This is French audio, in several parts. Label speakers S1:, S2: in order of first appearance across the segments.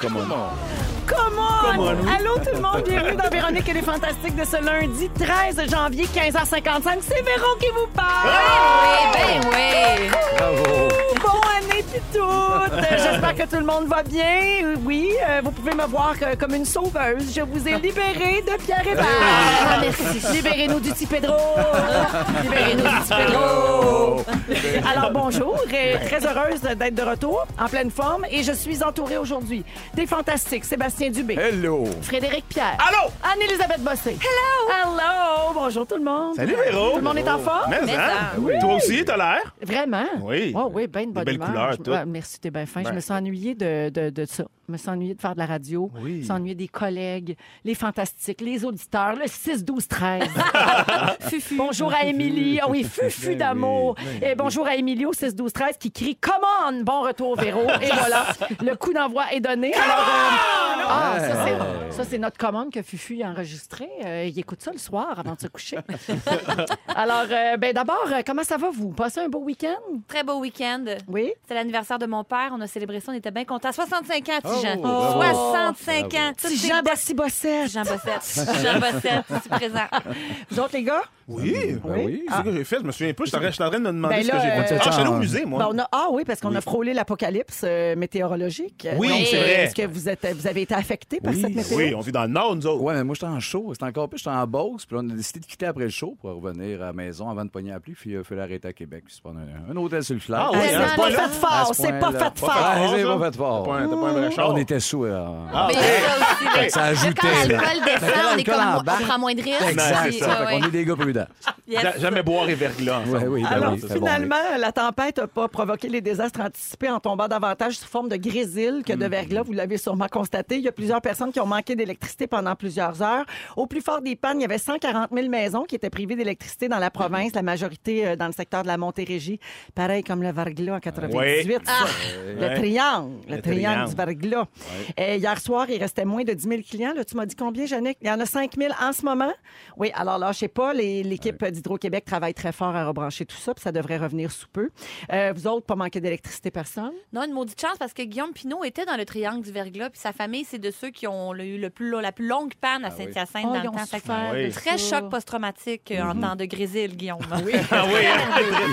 S1: Comment?
S2: Comment? Allô tout le monde, bienvenue dans Véronique et les Fantastiques de ce lundi 13 janvier 15h55. C'est Véro qui vous parle!
S3: Oui, ben oui.
S1: Bravo!
S2: Bon année puis tout! Euh, J'espère que tout le monde va bien. Oui, euh, vous pouvez me voir euh, comme une sauveuse. Je vous ai libéré de Pierre
S3: Ah,
S2: Hébert.
S3: merci.
S2: Libérez-nous du petit Pedro! Libérez-nous du petit Pedro! Alors bonjour, et très heureuse d'être de retour, en pleine forme, et je suis entourée aujourd'hui des fantastiques Sébastien Dubé,
S1: Hello!
S2: Frédéric Pierre,
S4: Allô?
S2: Anne-Elisabeth Bossé. Hello! Hello! Bonjour tout le monde!
S4: Salut, Véro.
S2: Tout le monde est en forme?
S4: Mais, hein?
S3: ça.
S4: Toi aussi, t'as l'air?
S2: Vraiment?
S4: Oui.
S2: Oh, oui, bien de
S4: Des
S2: bonne
S4: belles
S2: humeur.
S4: couleurs,
S2: Je-
S4: tout.
S2: ouais, Ah, merci, t'es bien fin. Je me suis ennuyée de, de, de ça. Je me suis ennuyée de faire de la radio. Je me suis ennuyée des collègues, les fantastiques, les auditeurs, le 6-12-13.
S3: Fufu.
S2: bonjour à Émilie. Ah oui, fufu d'amour. Et bonjour à Émilie au 6-12-13 qui crie « Commande! Bon retour, Véro! » Et voilà, le coup d'envoi est donné. Alors, euh, ah, ça, c'est- ça, c'est notre commande que Fufu a enregistrée. Euh, il écoute ça le soir avant de se coucher. Alors, euh, ben, d'abord, euh, comment ça va, vous? Passez un beau week-end?
S3: Très beau week-end.
S2: Oui.
S3: C'était l'anniversaire de mon père. On a célébré ça. On était bien contents. 65 ans, Tijan.
S1: Oh, bravo.
S3: 65 ans.
S2: Petit Jean Bassi Bossette.
S3: Jean Bossette. Jean Bossette, ici présent.
S1: Ah,
S2: Vous autres, les gars? Ah,
S4: Oui.
S1: Ben oui.
S4: C'est ce que j'ai fait, je me souviens pas. Je suis en train- je suis en train de me demander
S2: Ben
S4: ce que
S2: là,
S4: j'ai
S2: euh,
S4: fait. Ah, je suis allé au musée, moi.
S2: Ben, on a- ah oui, parce qu'on a frôlé l'apocalypse euh, météorologique. Euh,
S4: Oui,
S2: donc,
S4: c'est
S2: euh,
S4: vrai.
S2: Est-ce que vous, êtes, vous avez été affecté par
S1: Oui.
S2: cette météo?
S4: Oui, on vit dans le Nord, nous autres.
S1: Ouais, mais moi, j'étais en show. C'était encore plus. J'étais en boxe. Puis là, on a décidé de quitter après le show pour revenir à la maison avant de pogner la pluie. Puis il a fallu arrêter à Québec. Puis se prendre un, un hôtel sur le flanc.
S4: Ah oui,
S2: Eh,
S4: hein,
S2: c'est
S4: à
S2: pas
S4: ce point-là.
S2: fait fort, c'est pas fait
S4: fort. ça.
S2: fort.
S1: Ah, C'est pas fait
S4: Ah, T'as
S1: fort.
S4: pas un- t'as pas un vrai char.
S1: On était sous. euh, là.
S4: Ah,
S3: Mais il y a ça aussi, là.
S1: Ça ajoutait,
S3: Quand
S1: là.
S3: l'alcool
S1: Fait que
S3: descend, on, est
S1: l'alcool
S3: comme,
S1: en
S3: on
S1: bas.
S3: prend moins de
S4: ben,
S3: risques.
S1: Exact,
S3: Puis, ah
S1: ça. Fait
S3: ouais,
S1: qu'on est des gars prudents.
S3: yes.
S4: Ja- Jamais boire et verglas. ensemble.
S1: Ouais, oui, ben
S2: Alors,
S1: oui, c'est bon.
S2: finalement, la tempête n'a pas provoqué les désastres anticipés en tombant davantage sous forme de grésil que de verglas. Vous l'avez sûrement constaté. Il y a plusieurs personnes qui ont manqué d'électricité pendant plusieurs heures. Au plus fort des pannes, il y avait 140 000 maisons qui étaient privées d'électricité dans la province, la majorité euh, dans le secteur de la Montérégie. Pareil comme le verglas en 98. ça. Le
S4: Ouais.
S2: triangle, le,
S4: Le
S2: triangle
S4: triangle.
S2: du verglas. Euh, hier soir, il restait moins de 10 000 clients. Là, tu m'as dit combien, Yannick? Il y en a 5 000 en ce moment. Oui, alors là, je sais pas, les- l'équipe d'Hydro-Québec travaille très fort à rebrancher tout ça, puis ça devrait revenir sous peu. Euh, vous autres, pas manquer d'électricité, personne?
S3: Non, une maudite chance parce que Guillaume Pinot était dans le triangle du verglas, puis sa famille, c'est de ceux qui ont le- eu le plus, lo- la plus longue panne
S1: Ah
S3: à Saint-Hyacinthe dans
S2: Oh, ils
S3: le
S2: ont
S3: temps. Fait que
S2: souffert
S4: de
S3: Très
S2: ça.
S3: choc post-traumatique euh, en temps de grésil, Guillaume.
S4: Ah oui, hein?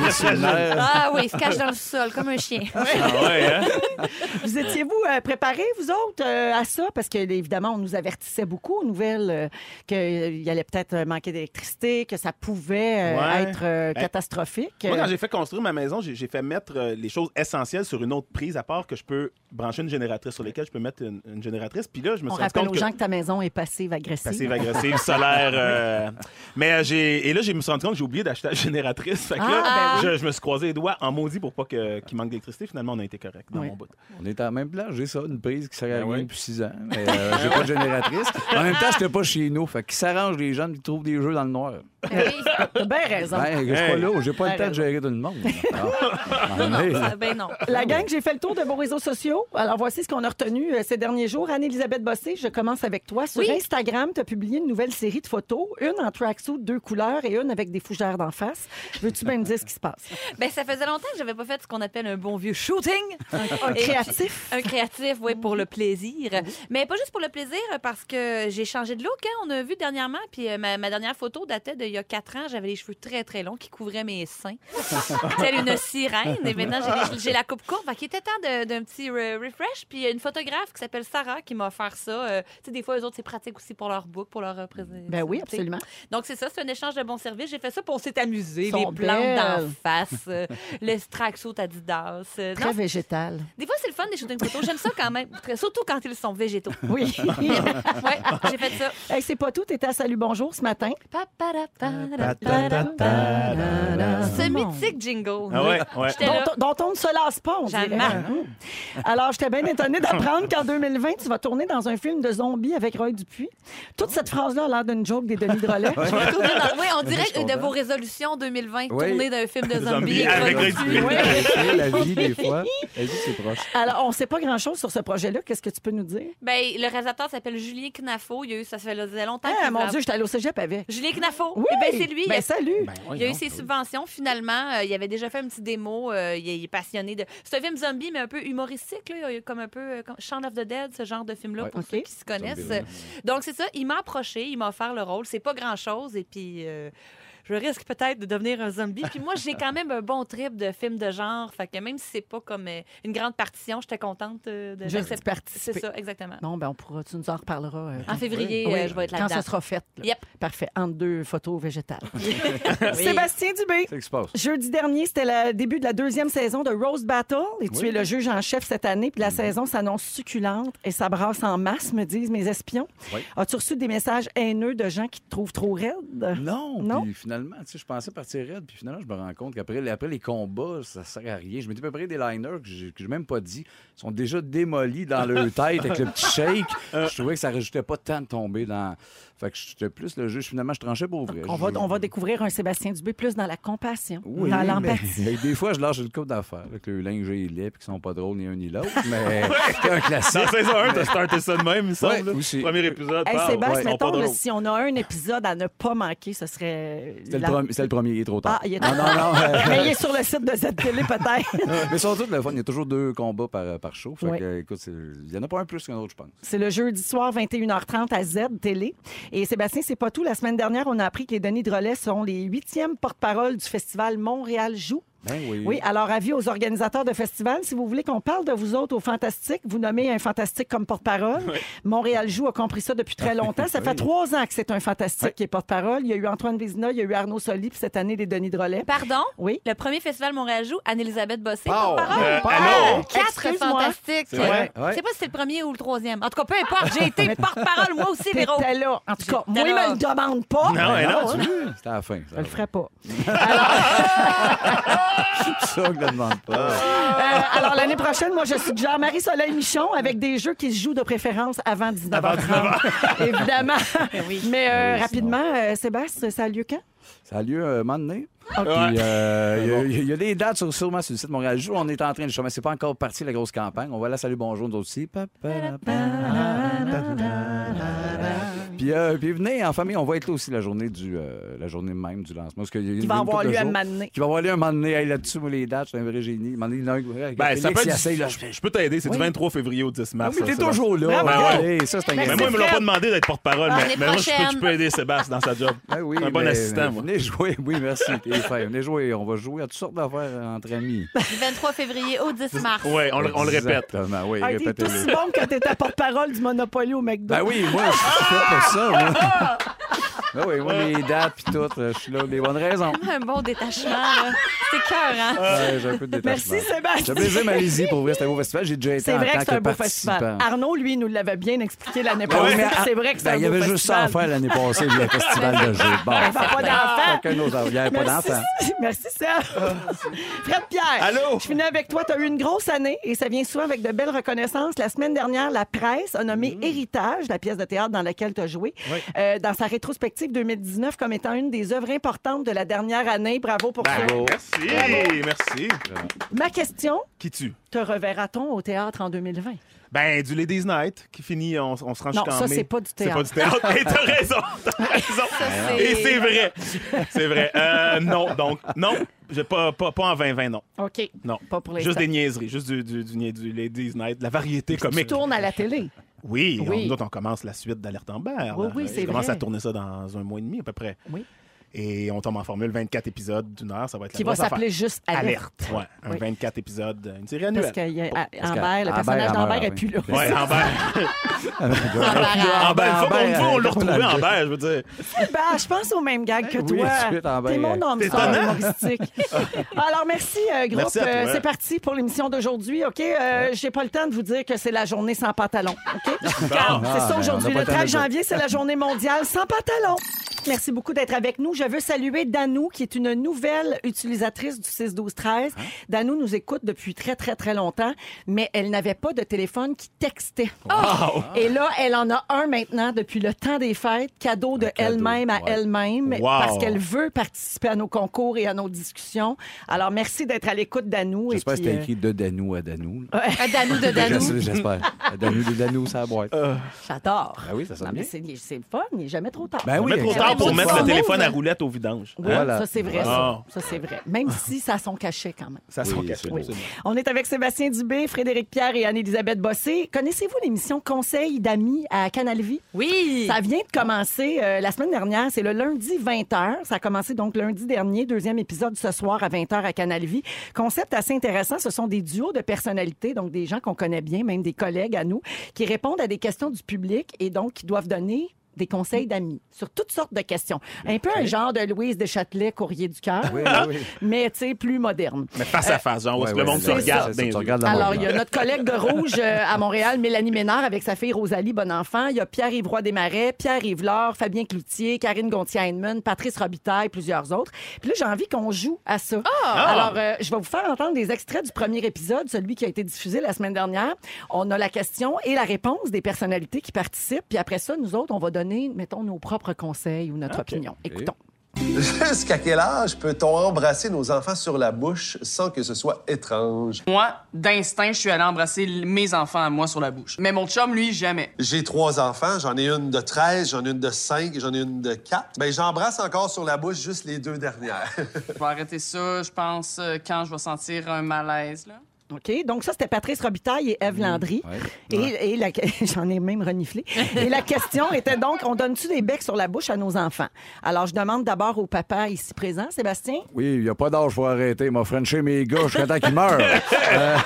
S1: Il est sur le nerf.
S3: Ah oui, il se cache dans le sol comme un chien.
S4: Ah ouais, hein?
S2: Vous étiez-vous euh, préparés, vous autres, euh, à ça? Parce que, évidemment, on nous avertissait beaucoup aux nouvelles euh, qu'il allait peut-être euh, manquer d'électricité, que ça pouvait euh,
S4: Ouais.
S2: être euh,
S4: Ben,
S2: catastrophique.
S4: Moi, quand j'ai fait construire ma maison, j'ai j'ai fait mettre euh, les choses essentielles sur une autre prise, à part que je peux brancher une génératrice sur laquelle je peux mettre une, une génératrice. Puis là, je me
S2: on
S4: suis rendu
S2: rappelle
S4: compte
S2: aux
S4: que...
S2: gens que ta maison est passive-agressive.
S4: Passive agressive, solaire. euh, Mais euh, j'ai et là, je me suis rendu compte que j'ai oublié d'acheter la génératrice. Fait que là,
S3: Ah,
S4: je, je me suis croisé les doigts en maudit pour pas que- qu'il manque d'électricité. Finalement, on a été correct dans
S2: Oui.
S4: mon bout.
S1: On est en même plan. J'ai ça, une prise qui s'arrange
S4: Ben oui.
S1: depuis six ans. Mais euh, j'ai pas de génératrice. En même temps, j'étais pas chez nous. Fait qu'ils s'arrangent les gens qui trouvent des jeux dans le noir.
S3: Oui.
S2: T'as bien raison.
S1: Ben, je suis pas
S4: Hey.
S1: là. J'ai pas
S2: Ben,
S1: le temps de
S2: raison.
S1: gérer tout le monde. Ah.
S3: Non,
S1: Ah, mais-
S3: non, ça- ben non.
S2: La gang, j'ai fait le tour de vos réseaux sociaux. Alors, voici ce qu'on a retenu euh, ces derniers jours. Anne-Elisabeth Bossé, je commence avec toi. Sur
S3: Oui.
S2: Instagram, tu as publié une nouvelle série de photos, une en tracksuit, deux couleurs et une avec des fougères d'en face. Veux-tu bien me dire ce qui se passe?
S3: Ben, ça faisait longtemps que j'avais pas fait ce qu'on appelle un bon vieux shooting.
S2: Un
S3: Et-
S2: créatif.
S3: Un créatif, oui, pour le plaisir. Mais pas juste pour le plaisir, parce que j'ai changé de look. hein. On a vu dernièrement, puis euh, ma, ma dernière photo datait d'il y a quatre ans. J'avais les cheveux très, très longs qui couvraient mes seins. Telle une sirène. Et maintenant, j'ai les- j'ai la coupe courte. Fait qu'il était temps de- d'un petit re- refresh. Puis il y a une photographe qui s'appelle Sarah qui m'a offert ça. Euh, tu sais, des fois, eux autres, c'est pratique aussi pour leur book, pour leur euh, présenter.
S2: Ben oui, absolument.
S3: Donc, c'est ça, c'est un échange de bons services. J'ai fait ça pour s'est amusé. Les
S2: Sont
S3: plantes
S2: belles.
S3: d'en face, euh, le straxo Adidas. Euh, non,
S2: Très végétal.
S3: des fois, c'est le fun des shootings photos. J'aime ça quand même, Très- surtout quand ils sont végétaux.
S2: Oui.
S3: Ouais, j'ai fait ça.
S2: Hey, c'est pas tout. T'étais à Salut Bonjour ce matin.
S3: Pa, pa, ra, pa, ra, pa, ra, pa. Ce
S2: Ce
S3: mythique jingle.
S4: Ah ouais, ouais.
S3: J'étais
S2: dont,
S3: là.
S2: on- dont on ne se lasse pas, on dirait.
S3: Jamais.
S2: Hum. Alors, j'étais bien étonnée d'apprendre qu'en 2020, tu vas tourner dans un film de zombies avec Roy Dupuis. Toute cette phrase-là a l'air d'une joke des Denis Drolet.
S3: Tourner dans- ouais, on dirait
S1: comprends.
S3: de vos résolutions 2020,
S1: Oui.
S3: tourner d'un film de
S4: Zombie
S3: zombies.
S4: avec
S3: Roy
S4: Roy
S3: Dupuis.
S4: Dupuis.
S3: Ouais.
S1: C'est la vie, des fois. Elle dit que c'est proche.
S2: Alors, on ne sait pas grand-chose sur ce projet-là. Qu'est-ce que tu peux nous dire?
S3: Ben, le réalisateur s'appelle Julien Knafo. Il y a eu, ça faisait longtemps
S2: Ah,
S3: qu'il
S2: mon
S3: l'a-
S2: Dieu, j'étais allée au cégep avec.
S3: Julien Knafo.
S2: Oui, oui!
S3: Eh ben, c'est lui.
S2: Ben, salut!
S3: Il a eu ses subventions, finalement. Euh, il avait déjà fait une petite démo. euh, il, est, il est passionné de. C'est un film zombie, mais un peu humoristique, là. Il y a comme un peu. euh, comme Shaun of the Dead, ce genre de film-là,
S1: Ouais.
S3: pour
S2: OK.
S3: ceux qui se connaissent.
S1: Zombie,
S3: Donc, c'est ça. Il m'a approché, il m'a offert le rôle. C'est pas grand-chose. Et puis. euh, Je risque peut-être de devenir un zombie. Puis moi, j'ai quand même un bon trip de films de genre. Fait que même si c'est pas comme euh, une grande partition, j'étais contente euh, de
S2: Juste
S3: d'accepter.
S2: participer.
S3: C'est ça, exactement.
S2: Non, ben on pourra, tu nous en reparleras. euh,
S3: En février,
S2: Oui,
S3: euh, je vais être
S2: quand
S3: là-dedans.
S2: ça sera fait. là.
S3: Yep.
S2: Parfait. Entre deux photos végétales.
S3: Oui.
S2: Sébastien Dubé.
S1: Qu'est-ce qui se passe?
S2: Jeudi dernier, c'était le début de la deuxième saison de Roast Battle. Et tu
S1: Oui. Mhm.
S2: es le juge en chef cette année. Puis la saison s'annonce succulente et ça brasse en masse, me disent mes espions.
S1: Oui.
S2: As-tu reçu des messages haineux de gens qui te trouvent trop raide?
S1: Non,
S2: Non?
S1: puis finalement, tu sais, je pensais partir raide, puis finalement, je me rends compte qu'après après les combats, ça sert à rien. Je m'étais préparé des liners que j'ai que j'ai même pas dit. Ils sont déjà démolis dans leur tête avec le petit shake.
S2: Euh.
S1: je trouvais que ça rajoutait pas tant de tomber dans... Fait que j'étais plus le juge. Finalement, je tranchais pour vrai.
S2: On va,
S1: Je-
S2: on va découvrir un Sébastien Dubé plus dans la compassion,
S1: Oui,
S2: dans
S1: mais-
S2: l'empathie.
S1: mais des fois, je lâche une coupe d'affaires, avec le linge et les puis qui sont pas drôles ni un ni l'autre, mais c'est un classique.
S4: Dans saison 1, t'as starté ça de même, il me semble. là.
S1: aussi.
S4: Premier épisode.
S2: Hey,
S4: parle.
S2: Sébastien,
S4: Ouais, ils sont pas
S2: mettons, là,
S4: drôles.
S2: si on a un épisode à ne pas manquer, ce serait.
S1: C'était
S2: la-
S1: le, premier- c'était le premier, il est trop
S2: Ah,
S1: tard.
S2: il est
S1: Non, non, non. euh,
S2: Mais il est sur le site de cette télé, peut-être.
S1: Mais surtout, le fun, il y a toujours deux combats par, par show. Fait
S2: Ouais.
S1: que, euh, écoute, c'est- il y en a pas un plus qu'un autre, je pense.
S2: C'est le jeudi soir, 21h30 à Z Télé. Et Sébastien, c'est pas tout. La semaine dernière, on a appris que les Denis Drolet sont les huitièmes porte-parole du festival Montréal Joue.
S1: Ben oui.
S2: Oui, alors avis aux organisateurs de festival, si vous voulez qu'on parle de vous autres au Fantastique, vous nommez un Fantastique comme porte-parole. Montréal Joue a compris ça depuis
S1: Ah,
S2: très longtemps. Ça fait trois ans que c'est un Fantastique qui est porte-parole. Il y a eu Antoine Vézina, il y a eu Arnaud Soli, puis cette année, les Denis Drolet.
S3: Pardon?
S2: Oui.
S3: Le premier festival Montréal joue, Anne-Elisabeth Bossé.
S1: Oh!
S3: porte-parole.
S4: Euh,
S3: Ah,
S4: allô?
S3: Quatre
S2: Excuse-moi.
S3: fantastiques.
S4: C'est vrai?
S1: Ouais.
S3: Je sais pas si c'est le premier ou le troisième. En tout cas, peu importe, j'ai été porte-parole moi aussi, Véro.
S2: T'étais là. En tout cas, moi, il
S3: là.
S2: me le demande pas. Ben hein.
S4: Non, mais non,
S1: tu veux? C'était à la fin.
S2: Je le ferai pas.
S1: C'est ça que je ne demande pas.
S2: Euh, alors, l'année prochaine, moi, je suggère Marie-Soleil Michon avec des jeux qui se jouent de préférence avant 19h30. Évidemment. Mais euh,
S1: Oui,
S2: rapidement, euh, Sébastien, ça a lieu quand?
S1: Ça a lieu euh, un moment donné. Puis, euh, il y a- il y, a des dates sur, sûrement sur le site Montréal Jour. On est en train de mais C'est pas encore parti la grosse campagne. On va la saluer bonjour nous autres aussi. Pa, pa, pa, Puis, euh, puis venez en famille, on va être là aussi la journée du euh, la journée même du lancement. Parce qu'il y a une-
S2: Qui va
S1: une
S2: avoir
S1: couple de
S2: lieu à
S1: jours
S2: m'amener.
S1: Qui va avoir lieu un moment donné Hey, là-dessus, moi, les dates, c'est un vrai génie. Un moment donné, il y en a un-
S4: Ben, ça
S1: Félix,
S4: peut
S1: il
S4: être-
S1: essaye, là,
S4: Je peux t'aider, c'est du 23 février au 10
S1: Ah,
S4: mars.
S1: mais
S4: ça,
S1: t'es
S4: Sébastien.
S1: toujours là.
S4: Bravo.
S1: Ouais, ça, c'est un
S2: Mais
S4: Mais
S1: gagnant.
S4: Ben, moi, ils me l'ont
S2: Fred.
S4: pas demandé d'être porte-parole.
S3: L'année
S4: Mais, mais moi, je peux, je
S3: prochaine.
S4: peux aider Sébastien dans sa job.
S1: Ah oui,
S4: Je suis un bon
S1: mais-
S4: assistant, moi.
S1: Venez jouer, oui, merci. T'es fin. Venez jouer, on va jouer à toutes sortes d'affaires entre amis.
S3: Du 23 février au 10 mars.
S4: Ouais, on, le- on le répète.
S1: Exactement, oui,
S2: Ah, T'es
S1: répétez-le.
S2: aussi bon que t'étais porte-parole du Monopoly au McDo.
S1: Ben oui, moi, je suis fait pour ça, moi. Ben oui, moi, les dates puis tout, là, je suis là, les bonnes raisons.
S3: Ah, Un bon détachement, là. C'est cœur, hein?
S1: Ouais, j'ai un peu de détachement.
S2: Merci, Sébastien.
S1: J'ai plaisir, Malaisie, pour vrai, c'était un beau festival. J'ai déjà été
S2: C'est
S1: en
S2: vrai que
S1: tant
S2: c'est un
S1: que
S2: beau festival.
S1: participant.
S2: Arnaud, lui, nous l'avait bien expliqué l'année
S1: Ben oui,
S2: passée.
S1: mais,
S2: que C'est vrai que c'est
S1: ben,
S2: un
S1: Il y avait
S2: beau
S1: juste ça à
S2: festival. Ben,
S1: faire l'année passée, le festival de jeu. Bon,
S2: pas d'enfant.
S1: Aucun autre- Il n'y avait pas
S2: Merci,
S1: d'enfant.
S2: Merci, Serge. Fred Pierre.
S4: Allô?
S2: Je finis avec toi. Tu as eu une grosse année et ça vient souvent avec de belles reconnaissances. La semaine dernière, la presse a nommé Héritage, la pièce de théâtre dans laquelle tu as joué, euh, dans sa rétrospective 2019 comme étant une des œuvres importantes de la dernière année. Bravo pour ça.
S1: Bravo.
S4: Merci, merci.
S2: Ma question,
S4: Qui tue?
S2: te reverra-t-on au théâtre en 2020?
S4: Ben, du Ladies Night qui finit, on, on se rend
S2: Non,
S4: jusqu'en mai.
S2: ça, c'est pas du
S4: C'est pas du théâtre. Hey, t'as raison, t'as raison.
S3: c'est-
S4: Et c'est vrai. C'est vrai. Euh, non, donc, non, j'ai pas, pas, pas en 2020, non.
S2: OK.
S4: Non.
S2: Pas pour les
S4: Juste des niaiseries, juste du, du, du, nia- du Ladies Night, de la variété
S2: Tu
S4: comique.
S2: tournes à la télé.
S4: Oui,
S2: Oui.
S4: on- nous autres, on commence la suite d'Alerte en Berre.
S2: Oui, oui, c'est
S4: Je commence
S2: vrai.
S4: à tourner ça dans un mois et demi à peu près.
S2: Oui.
S4: Et on tombe en formule 24 épisodes d'une heure, ça va être la
S2: Qui va
S4: grosse affaire.
S2: s'appeler juste Alerte.
S4: Alerte. Ouais, un
S2: Oui.
S4: 24 épisodes, une série
S2: Parce
S4: annuelle.
S2: qu'il y a
S1: Parce que
S2: Amber, le
S1: Amber,
S2: personnage d'Amber
S1: Amber,
S2: est plus là.
S4: Ouais, Amber. Amber, il faut qu'on le
S1: Amber,
S4: voit, on l'a retrouvé,
S1: Amber.
S4: Amber, je veux dire.
S2: Ben, je pense au même gag que
S1: Oui,
S2: toi.
S1: tu es en
S2: T'es
S1: ben-
S2: mon homme
S4: T'es
S2: sœur
S4: étonnant.
S2: humoristique. Alors, merci, euh, groupe.
S4: Merci à toi.
S2: Euh, c'est parti pour l'émission d'aujourd'hui, OK? Euh, J'ai pas le temps de vous dire que c'est la journée sans pantalon, OK?
S4: Bah, Ah,
S2: Regarde,
S1: non,
S2: c'est
S1: mais
S2: ça
S1: on
S2: aujourd'hui.
S1: n'a pas
S2: Le
S1: le temps de
S2: 13
S1: le dire.
S2: janvier, c'est la journée mondiale sans pantalon. Merci beaucoup d'être avec nous. Je veux saluer Danou, qui est une nouvelle utilisatrice du 6-12-13. Danou nous écoute depuis très, très, très longtemps, mais elle n'avait pas de téléphone qui textait. Et là, elle en a un maintenant depuis le temps des fêtes, cadeau de
S1: cadeau,
S2: elle-même à
S1: ouais.
S2: elle-même,
S4: Wow.
S2: parce qu'elle veut participer à nos concours et à nos discussions. Alors, merci d'être à l'écoute, Danou. et
S1: J'espère que
S2: puis,
S1: c'était
S2: euh,
S1: écrit de Danou à Danou. là.
S3: Un Danou de Danou.
S1: J'espère. À Danou de Danou, ça boîte.
S2: J'adore.
S1: Ah oui, ça sonne
S2: Non, mais
S1: bien.
S2: c'est c'est le fun, il n'est jamais trop tard.
S1: Ben oui,
S4: Jamais trop
S1: exactement.
S4: tard Genre pour
S2: mais
S4: mettre
S2: ça,
S4: le
S2: même-
S4: téléphone à roulette au vidange.
S2: Oui,
S1: Voilà.
S2: ça c'est vrai, ça.
S4: Ah.
S2: Ça, c'est vrai. Même si ça son cachet quand même.
S4: Ça se
S1: Oui,
S4: cache.
S1: absolument.
S2: On est avec Sébastien Dubé, Frédéric Pierre et Anne-Élisabeth Bossé. Connaissez-vous l'émission Conseil d'amis à Canal Vie?
S3: Oui.
S2: Ça vient de commencer euh, la semaine dernière. C'est le lundi 20h. Ça a commencé donc lundi dernier, deuxième épisode ce soir à 20h à Canal Vie. Concept assez intéressant. Ce sont des duos de personnalités, donc des gens qu'on connaît bien, même des collègues à nous, qui répondent à des questions du public et donc qui doivent donner des conseils d'amis sur toutes sortes de questions. Un peu un genre de Louise de Châtelet, courrier du cœur,
S1: Oui, oui, oui.
S2: mais tu sais, plus moderne.
S4: Mais face à face, genre, où est-ce que
S1: Ah! Ouais,
S4: le monde
S1: ouais,
S4: se
S1: c'est
S4: regarde. Ben, dans
S1: ça,
S4: les
S1: tu
S4: yeux.
S1: regardes la
S2: Alors,
S1: montre.
S2: il y a notre collègue de Rouge euh, à Montréal, Mélanie Ménard, avec sa fille Rosalie Bonenfant. Il y a Pierre-Yves Roy Desmarais, Pierre-Yves Laure, Fabien Cloutier, Karine Gontier-Heinemann, Patrice Robitaille, plusieurs autres. Puis là, j'ai envie qu'on joue à ça. Alors, euh, je vais vous faire entendre des extraits du premier épisode, celui qui a été diffusé la semaine dernière. On a la question et la réponse des personnalités qui participent. Puis après ça, nous autres, on va donner, mettons, nos propres conseils ou notre opinion. Écoutons.
S5: Jusqu'à quel âge peut-on embrasser nos enfants sur la bouche sans que ce soit étrange?
S6: Moi, d'instinct, je suis allé embrasser l- mes enfants à moi sur la bouche. Mais mon chum, lui, jamais.
S5: J'ai trois enfants, j'en ai une de 13, j'en ai une de 5 et j'en ai une de 4. Ben, j'embrasse encore sur la bouche juste les deux dernières.
S6: Je vais arrêter ça, je pense, euh, quand je vais sentir un malaise, là.
S2: OK? Donc, ça, c'était Patrice Robitaille et Eve Landry.
S1: ouais.
S2: Et, et la- j'en ai même reniflé. Et la question était donc on donne-tu des becs sur la bouche à nos enfants? Alors, je demande d'abord au papa ici présent, Sébastien.
S1: Oui, il n'y a pas d'âge pour arrêter. Il m'a frenché mes gars jusqu'à temps qu'ils meurent.
S4: Euh,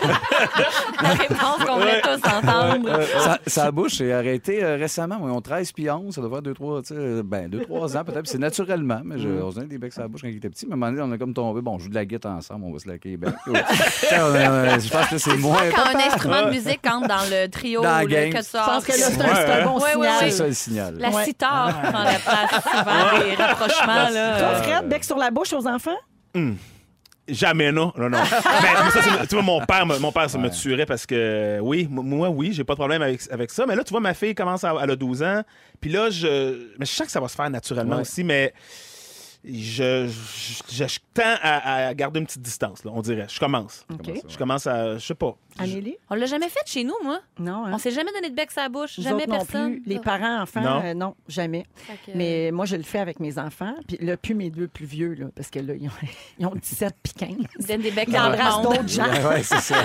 S3: La réponse qu'on voulait tous
S4: euh.
S3: entendre.
S1: sa, sa bouche s'est arrêtée euh, récemment. Ils ont 13 puis 11. Ça doit faire 2-3 tu sais, ben, deux, trois ans peut-être. Puis C'est naturellement. Mais je,
S4: Mm.
S1: on se donnait des becs à la bouche quand ils étaient petits. Mais à un moment donné, on a comme tombé. Bon, on joue de la guitare ensemble. On va se laquer les becs. Tu sais, on, euh, je pense que c'est moins.
S3: Quand un instrument de musique entre dans le trio,
S1: Dans la
S3: là,
S1: game.
S3: que tu
S2: Je pense que là, c'est un,
S4: Ouais,
S2: c'est un bon
S3: Ah, ouais, hein?
S2: signal.
S3: ouais.
S1: C'est ça le signal.
S3: La
S2: Ouais.
S3: sitar prend la place souvent des rapprochements.
S2: Toi,
S3: Là.
S2: Fred, bec sur la bouche aux enfants?
S4: Jamais non, non, non. mais, mais ça, c'est- tu vois, mon père, me- mon père ça me tuerait parce que euh, oui, m- moi, oui, j'ai pas de problème avec, avec ça. Mais là, tu vois, ma fille commence à, elle a 12 ans. Puis là, je, mais je sens que ça va se faire naturellement
S1: Ouais.
S4: aussi, mais je, je, je- je tends à, à garder une petite distance, là, on dirait. Je commence.
S2: OK.
S4: Je commence à, je sais pas. Je-
S2: Amélie?
S3: On l'a jamais fait chez nous, moi.
S2: Non, hein?
S3: On s'est jamais donné de bec sa bouche.
S2: Nous
S3: jamais
S2: autres non
S3: personne. Euh.
S2: plus. Les parents, enfants,
S4: Non.
S2: euh, non jamais.
S3: Fait que-
S2: Mais moi, je le fais avec mes enfants. Puis là, plus mes deux plus vieux, là, parce que là, ils ont, ils ont 17 puis 15.
S3: Ils donnent des becs
S2: Ils
S3: à
S2: embrassent
S3: monde.
S2: d'autres gens.
S1: Ouais, ouais, c'est ça.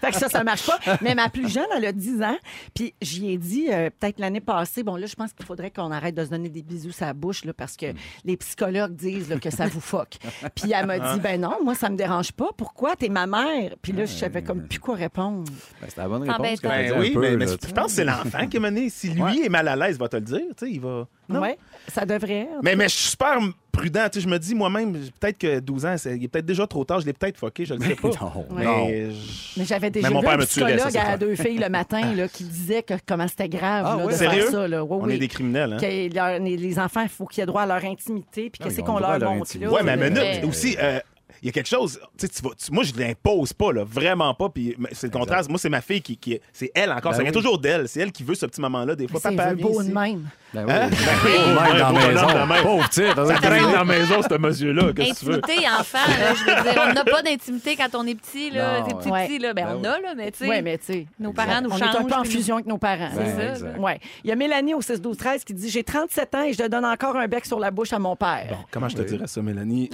S2: fait que ça, ça marche pas. Mais ma plus jeune, elle a 10 ans. Puis j'y ai dit, euh, peut-être l'année passée, bon, là, je pense qu'il faudrait qu'on arrête de se donner des bisous à la bouche, là, parce que les psychologues disent là, que ça vous fuck. Puis elle m'a dit, ben non, moi, ça me dérange pas. Pourquoi? T'es ma mère. Puis là, je savais comme plus quoi répondre.
S1: Ben, c'est la bonne
S3: T'embêtes
S1: réponse. que t'as
S4: Ben
S1: dit un
S4: oui,
S1: peu,
S4: mais, mais
S1: là,
S4: c'est-
S1: tu
S4: je pense que c'est l'enfant qui est mené. Si lui est mal à l'aise, va te le dire. Tu sais, il va. Non.
S2: Ouais, ça devrait. être.
S4: Mais, mais je suis super prudent. Tu sais, je me dis moi-même, peut-être que 12 ans, c'est- il est peut-être déjà trop tard. Je l'ai peut-être fucké, je le sais pas.
S1: Non,
S4: mais
S1: non.
S4: je-
S2: Mais j'avais déjà
S4: Mais mon
S2: vu
S4: père
S2: un
S4: me tuerait, ça,
S2: psychologue
S4: c'est
S2: à
S4: clair.
S2: deux filles le matin là, qui disait que comment c'était grave
S1: Ah
S2: là,
S1: ouais?
S2: de
S4: Sérieux?
S2: faire ça. Là. Ouais,
S4: on
S2: oui.
S4: est des criminels. Hein?
S2: Que leur- les enfants, il faut qu'ils aient droit à leur intimité, puis
S1: Non,
S2: qu'est-ce
S1: ils ont
S2: qu'on
S1: le droit à
S2: leur
S1: leur
S2: montre.
S1: intimité.
S2: là.
S4: Ouais, mais
S1: Ouais,
S4: minute
S1: ouais.
S4: aussi. euh, il y a quelque chose, tu sais, tu vas- tu- moi je l'impose pas, là, vraiment pas. Puis mais c'est le contraire. Moi, c'est ma fille qui. qui- c'est elle encore,
S1: Ben
S4: ça vient
S1: oui.
S4: toujours d'elle. C'est elle qui veut ce petit moment-là. Des fois,
S2: C'est
S4: papa. viens
S2: beau
S4: ici.
S2: de même.
S1: Ben oui.
S4: Hein? Ben oui,
S1: Pauvre mec
S4: ouais,
S1: dans
S4: beau
S1: la maison.
S4: bonhomme dans la maison.
S1: Pauvre hein, type.
S4: Ça traîne dans la maison, ce monsieur-là. Qu'est-ce que tu veux?
S3: Intimité, enfant, là, je veux dire, on n'a pas d'intimité quand on est petit, là.
S1: Non,
S3: T'es petit,
S2: ouais.
S3: petit, là. Ben,
S1: Ben
S3: on
S1: oui.
S3: a, là, mais tu sais,
S2: Oui, mais tu sais.
S3: nos parents nous
S2: On est
S3: changent.
S2: un peu en
S3: puis nous-
S2: fusion avec nos parents.
S1: Ben,
S3: C'est ça,
S1: exact.
S2: Ouais. Il y a Mélanie au 6 12 13 qui dit j'ai 37 ans et je donne encore un bec sur la bouche à mon père.
S4: Comment je te dirais ça, Mélanie?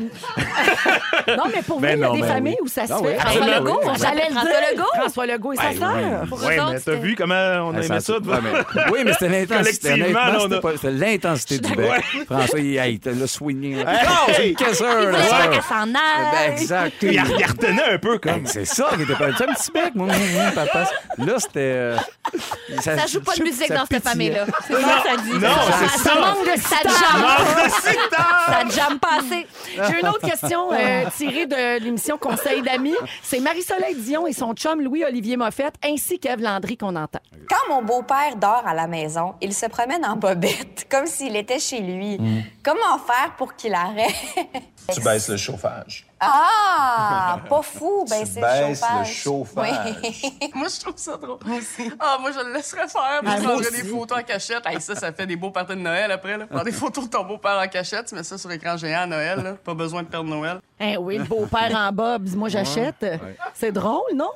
S2: Non mais pour
S4: Ben
S2: vrai, il y a
S4: non,
S2: des
S4: ben
S2: familles où ça se
S1: Ah
S2: fait.
S1: oui,
S3: François
S1: absolument, Ben
S3: Legault,
S1: oui.
S3: on s'appelle François Legault.
S2: François Legault et sa sœur.
S3: Pour
S4: Ouais,
S3: eux autres,
S4: mais t'as
S3: c'était-
S4: vu comment on a aimé
S1: Ouais, Ah, ça-
S4: ça? toi?
S1: ouais, mais- oui, mais c'était l'intensité.
S4: Collectivement,
S1: Honnêtement,
S4: là, on
S1: c'était
S4: a-
S1: pas- c'était l'intensité du bec. François, il hey, t'as le swingé. Hey, hein. c'est une
S3: Il
S1: caisseur,
S3: voulait
S1: la
S3: pas
S1: sœur.
S3: qu'elle s'en
S1: Ben,
S3: aille.
S1: Exact.
S4: Il a- il a retenait un peu,
S1: Hey,
S4: comme.
S1: c'est ça qui était pas un petit bec, moi, moi, moi, papa. Là, c'était. euh,
S3: Ça joue pas de musique
S1: ça
S3: dans cette
S1: pitiait.
S3: famille-là. C'est ça que ça dit.
S4: Non, c'est ça.
S3: manque de ça jambe. Ça jambe pas assez.
S2: J'ai une autre question euh, tirée de l'émission Conseil d'amis. C'est Marie-Soleil Dion et son chum Louis-Olivier Moffette ainsi qu'Ève Landry qu'on entend.
S7: Quand mon beau-père dort à la maison, il se promène en bobette, comme s'il était chez lui.
S5: Mm.
S7: Comment faire pour qu'il arrête?
S5: Tu baisses le chauffage.
S7: Ah! Pas fou, ben
S5: tu
S7: c'est
S5: baisses le
S7: chauffage.
S5: chauffage.
S6: moi, je trouve ça drôle. Ah, moi, je le laisserais faire. Puis je prendrais des photos en cachette. Hey, ça, ça fait des beaux parties de Noël après. Là. Prends des photos de ton beau-père en cachette. Tu mets ça sur l'écran géant à Noël. là. Pas besoin de perdre Noël.
S2: Hein, oui, le beau-père en bob, moi j'achète. C'est drôle, non?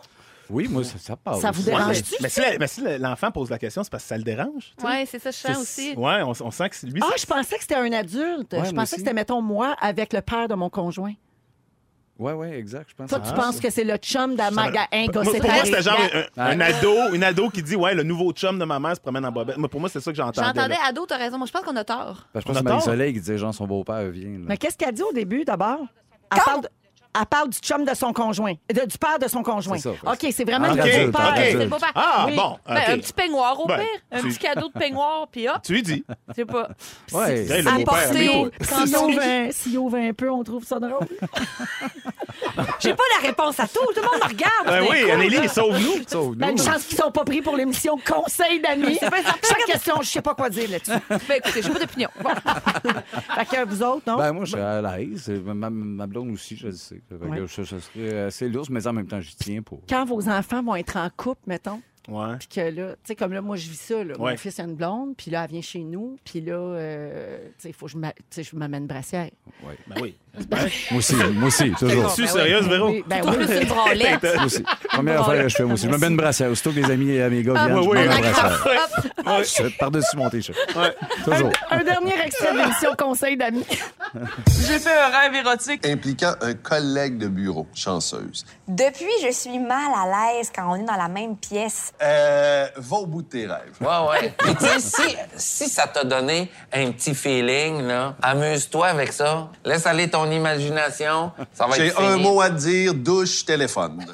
S1: Oui, moi, ça, ça passe.
S2: Ça vous
S4: Ouais,
S2: dérange?
S4: mais, mais si la- mais si la- l'enfant pose la question, c'est parce que ça le dérange. tu sais.
S3: Oui, c'est ça, je sens aussi.
S4: Ouais, on, on sent que c'est- lui,
S2: Ah,
S4: c'est-
S2: je pensais que c'était un adulte. je
S1: Ouais, moi
S2: pensais
S1: aussi.
S2: que c'était, mettons, moi avec le père de mon conjoint.
S1: Oui, oui, exact, je pense. Ah.
S2: Toi,
S1: que
S2: tu
S1: ça
S2: penses que c'est le chum d'Amaga Inc.
S4: Ah. Moi, pour moi, c'était genre
S2: Regarde.
S4: un, un
S1: Ouais.
S4: ado, une ado qui dit Ouais, le nouveau chum de ma mère se promène en bobette. Moi, pour moi, c'est ça que j'entendais.
S3: J'entendais
S4: là.
S3: ado, t'as raison. Moi, je pense qu'on a tort.
S1: Parce que
S4: On a
S1: je pense que Marie
S4: tort.
S1: Soleil qui disait genre son beau-père vient. là.
S2: Mais qu'est-ce qu'elle dit au début, d'abord? Elle parle, de- elle parle du chum de son conjoint, de- du père de son conjoint.
S1: C'est ça, ouais.
S2: OK, c'est vraiment
S1: Ah,
S2: le
S1: ok,
S2: du père.
S1: ok.
S3: C'est le beau-père.
S4: Ah,
S3: Oui.
S4: bon,
S3: Ben,
S4: ok.
S3: un petit peignoir au
S4: Ben,
S3: pire. Un
S4: tu-
S3: petit cadeau de peignoir, puis hop,
S4: Tu lui dis
S3: je sais pas.
S1: Ouais.
S4: Hey, le
S3: À
S4: beau-père,
S3: porter,
S4: lui, toi.
S3: quand
S2: Si
S3: on-
S2: on vint- Si on vint un peu, on trouve ça drôle.
S3: J'ai pas la réponse à tout. Tout le monde me regarde.
S4: Ben
S3: C'est
S4: oui,
S3: cool. hein.
S4: Anneli, sauve-nous.
S1: Sauve-nous.
S2: Ben, une chance qu'ils sont pas pris pour l'émission Conseil d'amis. Chaque question, je sais pas quoi dire là-dessus.
S3: Ben écoutez, j'ai pas d'opinion. Bon.
S4: Ben
S2: Fait que vous autres, non?
S1: Ben, moi, je serais à l'aise. Ma, ma blonde aussi, je le sais. Fait que
S2: Ouais.
S1: je, je serais assez lourd, mais en même temps, j'y tiens pour.
S2: Quand vos enfants vont être en couple, mettons,
S4: Ouais.
S2: puis que là, tu sais, comme là, moi, je vis ça, là. Mon
S4: Ouais.
S2: fils a une blonde, puis là, elle vient chez nous, puis là, euh, tu sais, il faut que je m'a- tu sais, je m'amène brassière.
S4: Ben oui.
S1: Moi aussi, moi aussi, toujours.
S4: Tu es sérieuse, Véro?
S2: Oui, ben
S3: Tout
S2: oui.
S3: plus une branlette.
S1: Moi aussi. Première affaire que je fais, moi aussi. Je me mets une brassière. Aussitôt que les amis et mes gars viennent, je
S4: Ah, oui,
S1: me mets une
S4: oui.
S1: brassière.
S4: Ouais.
S1: Je- Par-dessus mon t-shirt. Toujours.
S2: Un dernier extrait de l'émission Conseil d'amis.
S6: J'ai fait un rêve érotique.
S5: Impliquant un collègue de bureau, chanceuse.
S7: Depuis, je suis mal à l'aise quand on est dans la même pièce.
S5: Euh, va au bout de tes rêves.
S8: Ouais, ouais. Mais tu sais, si, si ça t'a donné un petit feeling, là, amuse-toi avec ça. Laisse aller ton imagination. Ça va
S5: J'ai
S8: être
S5: un
S8: fini.
S5: mot à te dire, douche, téléphone.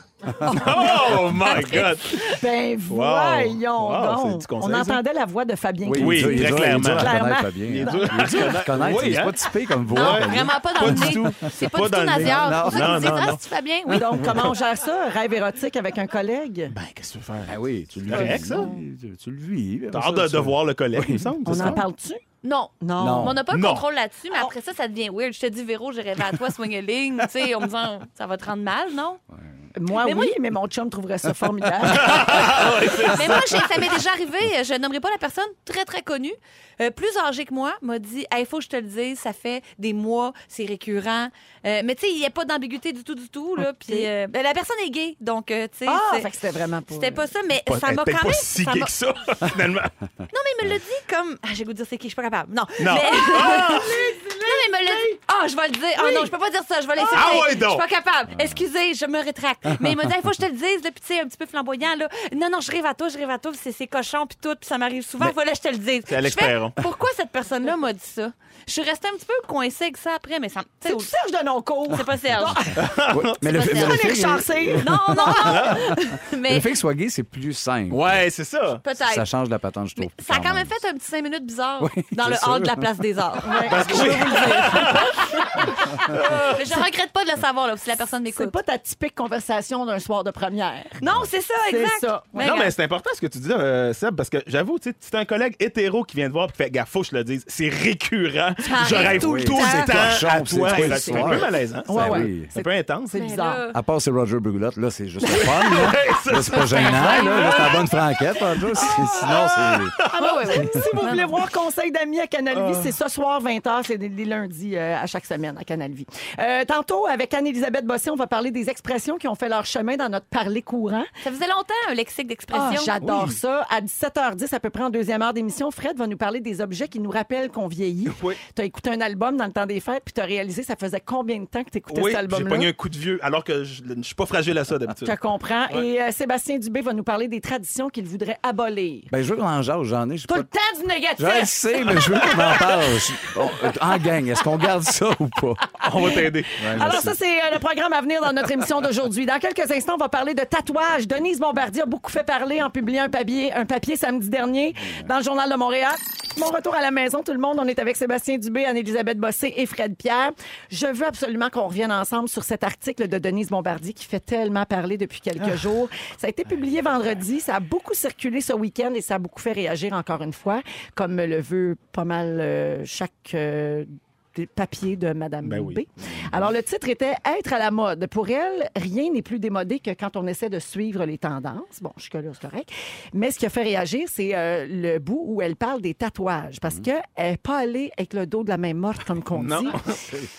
S4: Oh my God!
S2: Ben voyons
S4: Wow, c'est
S2: donc.
S4: du conseil,
S2: On
S4: ça?
S2: entendait la voix de Fabien Clou.
S4: Oui,
S1: il est dur- il est
S4: très
S1: dur- Il est dur à
S4: clairement.
S1: connaître,
S4: Il est
S1: Fabien.
S4: dur à
S1: Il est dur à connaître.
S4: Oui,
S1: C'est
S4: hein?
S1: pas typé comme voix.
S3: Non,
S1: Fabien.
S3: Ah, vraiment pas dans
S4: Pas
S3: le
S4: du
S3: nez.
S4: tout.
S3: C'est pas,
S4: Pas
S3: du
S4: dans
S3: tout
S4: le nez.
S3: nasillarde.
S1: Non,
S3: C'est pour ça que
S4: non,
S3: tu dis,
S4: non,
S3: Ah,
S4: non.
S3: c'est-tu Fabien? Oui.
S2: Donc, comment on gère ça, un rêve érotique avec un collègue?
S4: Ben, qu'est-ce que tu veux faire?
S1: Ah oui, tu le
S4: Correct,
S1: vis.
S4: ça.
S1: Tu- Tu le vis.
S4: T'as
S1: Ça,
S4: hâte de,
S1: tu-
S4: de voir le collègue, il me semble.
S2: On
S4: c'est
S2: en
S4: ça?
S2: parle-tu?
S3: Non.
S2: Non.
S1: Non.
S3: Mais on n'a pas le
S4: Non. Oh.
S3: contrôle là-dessus, mais après ça, ça devient weird. Je te dis, Véro, j'ai rêvé à toi, swing a ligne, tu sais, en me disant, ça va te rendre mal, non?
S2: Moi,
S3: Mais
S2: oui,
S3: moi,
S2: mais mon chum trouverait ça formidable.
S3: Mais moi, j'ai- ça m'est déjà arrivé, euh, je nommerai pas la personne, très, très connue, euh, plus âgée que moi, m'a dit il faut que je te le dise, ça fait des mois, c'est récurrent. Euh, mais tu sais, il n'y a pas d'ambiguïté du tout, du tout. Là, puis, euh, ben, la personne est gay, donc euh, tu sais.
S2: ah,
S3: c'est-
S2: fait que c'était vraiment pas...
S3: C'était pas ça, mais
S4: Pas-
S3: ça
S4: elle est
S3: m'a
S4: peut-être
S3: quand
S4: pas
S3: même.
S4: si
S3: ça
S4: gay
S3: m'a-
S4: que ça, finalement.
S3: Non, mais il me l'a dit comme. Ah, j'ai goût de dire c'est qui, je suis pas capable. Non.
S4: Non.
S3: Mais...
S4: Ah!
S3: Non, mais il me l'a dit. Ah, je vais le dire. Ah non, je peux pas dire ça, je vais laisser.
S4: Ah,
S3: faire.
S4: ouais, donc. Ah.
S3: Je suis pas capable. Excusez, je me rétracte. Mais il m'a dit, il faut que je te le dise, là, puis tu sais, un petit peu flamboyant, là. Non, non, je rêve à toi, je rêve à toi, puis c'est c'est cochon, puis tout, puis ça m'arrive souvent. Voilà, je te le dise.
S4: Ben, C'est hein. Alex
S3: Je fais,
S4: Perron.
S3: Pourquoi cette personne-là m'a dit ça? Je suis restée un petit peu coincée avec ça après, mais ça. tu sais,
S2: C'est Serge euh, de Noncourt.
S3: C'est pas Serge.
S1: Ouais, Mais le
S3: pas
S1: fait
S3: ça.
S4: Ah,
S1: mais le
S2: Dominique
S1: fait-
S2: Chancé.
S3: Non, non, non.
S1: le
S3: mais
S1: fait que soit gay, c'est plus simple.
S4: Ouais, c'est ça.
S1: Ça
S3: peut-être.
S1: change la patente, je trouve.
S3: Ça a quand même fait un petit cinq minutes bizarre dans
S1: c'est
S3: le
S1: sûr.
S3: hall de la place des arts.
S4: Parce que oui.
S3: Mais je regrette pas de le savoir, là, si la personne
S2: C'est
S3: m'écoute.
S2: pas ta typique conversation d'un soir de première.
S3: Non, c'est ça,
S2: C'est
S3: exact.
S2: ça.
S3: Mais
S4: non, mais
S3: regarde,
S4: c'est important ce que tu dis, euh, Seb, parce que j'avoue, tu sais, c'est un collègue hétéro qui vient te voir et fait Gaffe, faut que je te le dise, c'est récurrent.
S3: Ça
S4: Je
S3: arrive
S4: rêve
S3: tout
S4: tout
S3: le
S4: le
S3: temps.
S1: Cochon,
S4: temps à
S1: c'est
S4: toi.
S1: toi le
S4: C'est un
S1: soir.
S4: peu malaisant.
S1: Ouais,
S2: Ouais,
S1: oui.
S4: C'est un peu intense.
S2: C'est
S3: mais
S2: bizarre. Ah,
S3: là-
S1: À part c'est Roger Brulotte, là, c'est juste le fun. Là,
S4: c'est
S1: Là, c'est pas gênant. Là, Là, c'est la bonne franquette. en tout cas. C'est- Sinon, c'est.
S2: Ah, bon, Si vous voulez voir Conseil d'amis à Canal
S4: Ah.
S2: Vie, c'est ce soir 20h, c'est des- des lundis euh, à chaque semaine à Canal Vie. Euh, tantôt, avec Anne-Elisabeth Bossé, on va parler des expressions qui ont fait leur chemin dans notre parler courant.
S3: Ça faisait longtemps un lexique
S2: Ah,
S3: d'expression.
S2: J'adore ça. À 17h10, à peu près en deuxième heure d'émission, Fred va nous parler des objets qui nous rappellent qu'on vieillit.
S4: Oui.
S2: Tu as écouté un album dans le temps des fêtes, puis tu as réalisé ça faisait combien de temps que tu écoutais
S4: Oui,
S2: cet
S4: j'ai
S2: album-là.
S4: pogné un coup de vieux, alors que je je suis pas fragile à ça d'habitude.
S2: Je comprends. Et euh, Sébastien Dubé va nous parler des traditions qu'il voudrait abolir.
S1: Ben, je veux qu'on en jase, j'en ai. j'ai
S2: Tout
S1: pas-
S2: le temps du
S1: Je le
S2: négatif!
S1: sais, mais je veux qu'on en parle. Je- on- euh, En gang, est-ce qu'on garde ça ou pas?
S4: On va t'aider.
S2: Alors ça, c'est euh, le programme à venir dans notre émission d'aujourd'hui. Dans quelques instants, on va parler de tatouage. Denise Bombardier a beaucoup fait parler en publiant un papier, un papier samedi dernier dans le Journal de Montréal. Mon retour à la maison, tout le monde. On est avec Sébastien Dubé, Anne-Élisabeth Bossé et Fred Pierre. Je veux absolument qu'on revienne ensemble sur cet article de Denise Bombardier qui fait tellement parler depuis
S4: Ah.
S2: quelques jours. Ça a été publié vendredi. Ça a beaucoup circulé ce week-end et ça a beaucoup fait réagir encore une fois, comme le veut pas mal euh, chaque... euh, p- papier de Madame
S4: Ben oui.
S2: B. Alors, le titre était Être à la mode. Pour elle, rien n'est plus démodé que quand on essaie de suivre les tendances. Bon, jusque-là, c'est correct. Mais ce qui a fait réagir, c'est euh, le bout où elle parle des tatouages. Parce qu'elle n'est pas allée avec le dos de la main morte, comme qu'on
S4: Non.
S2: dit.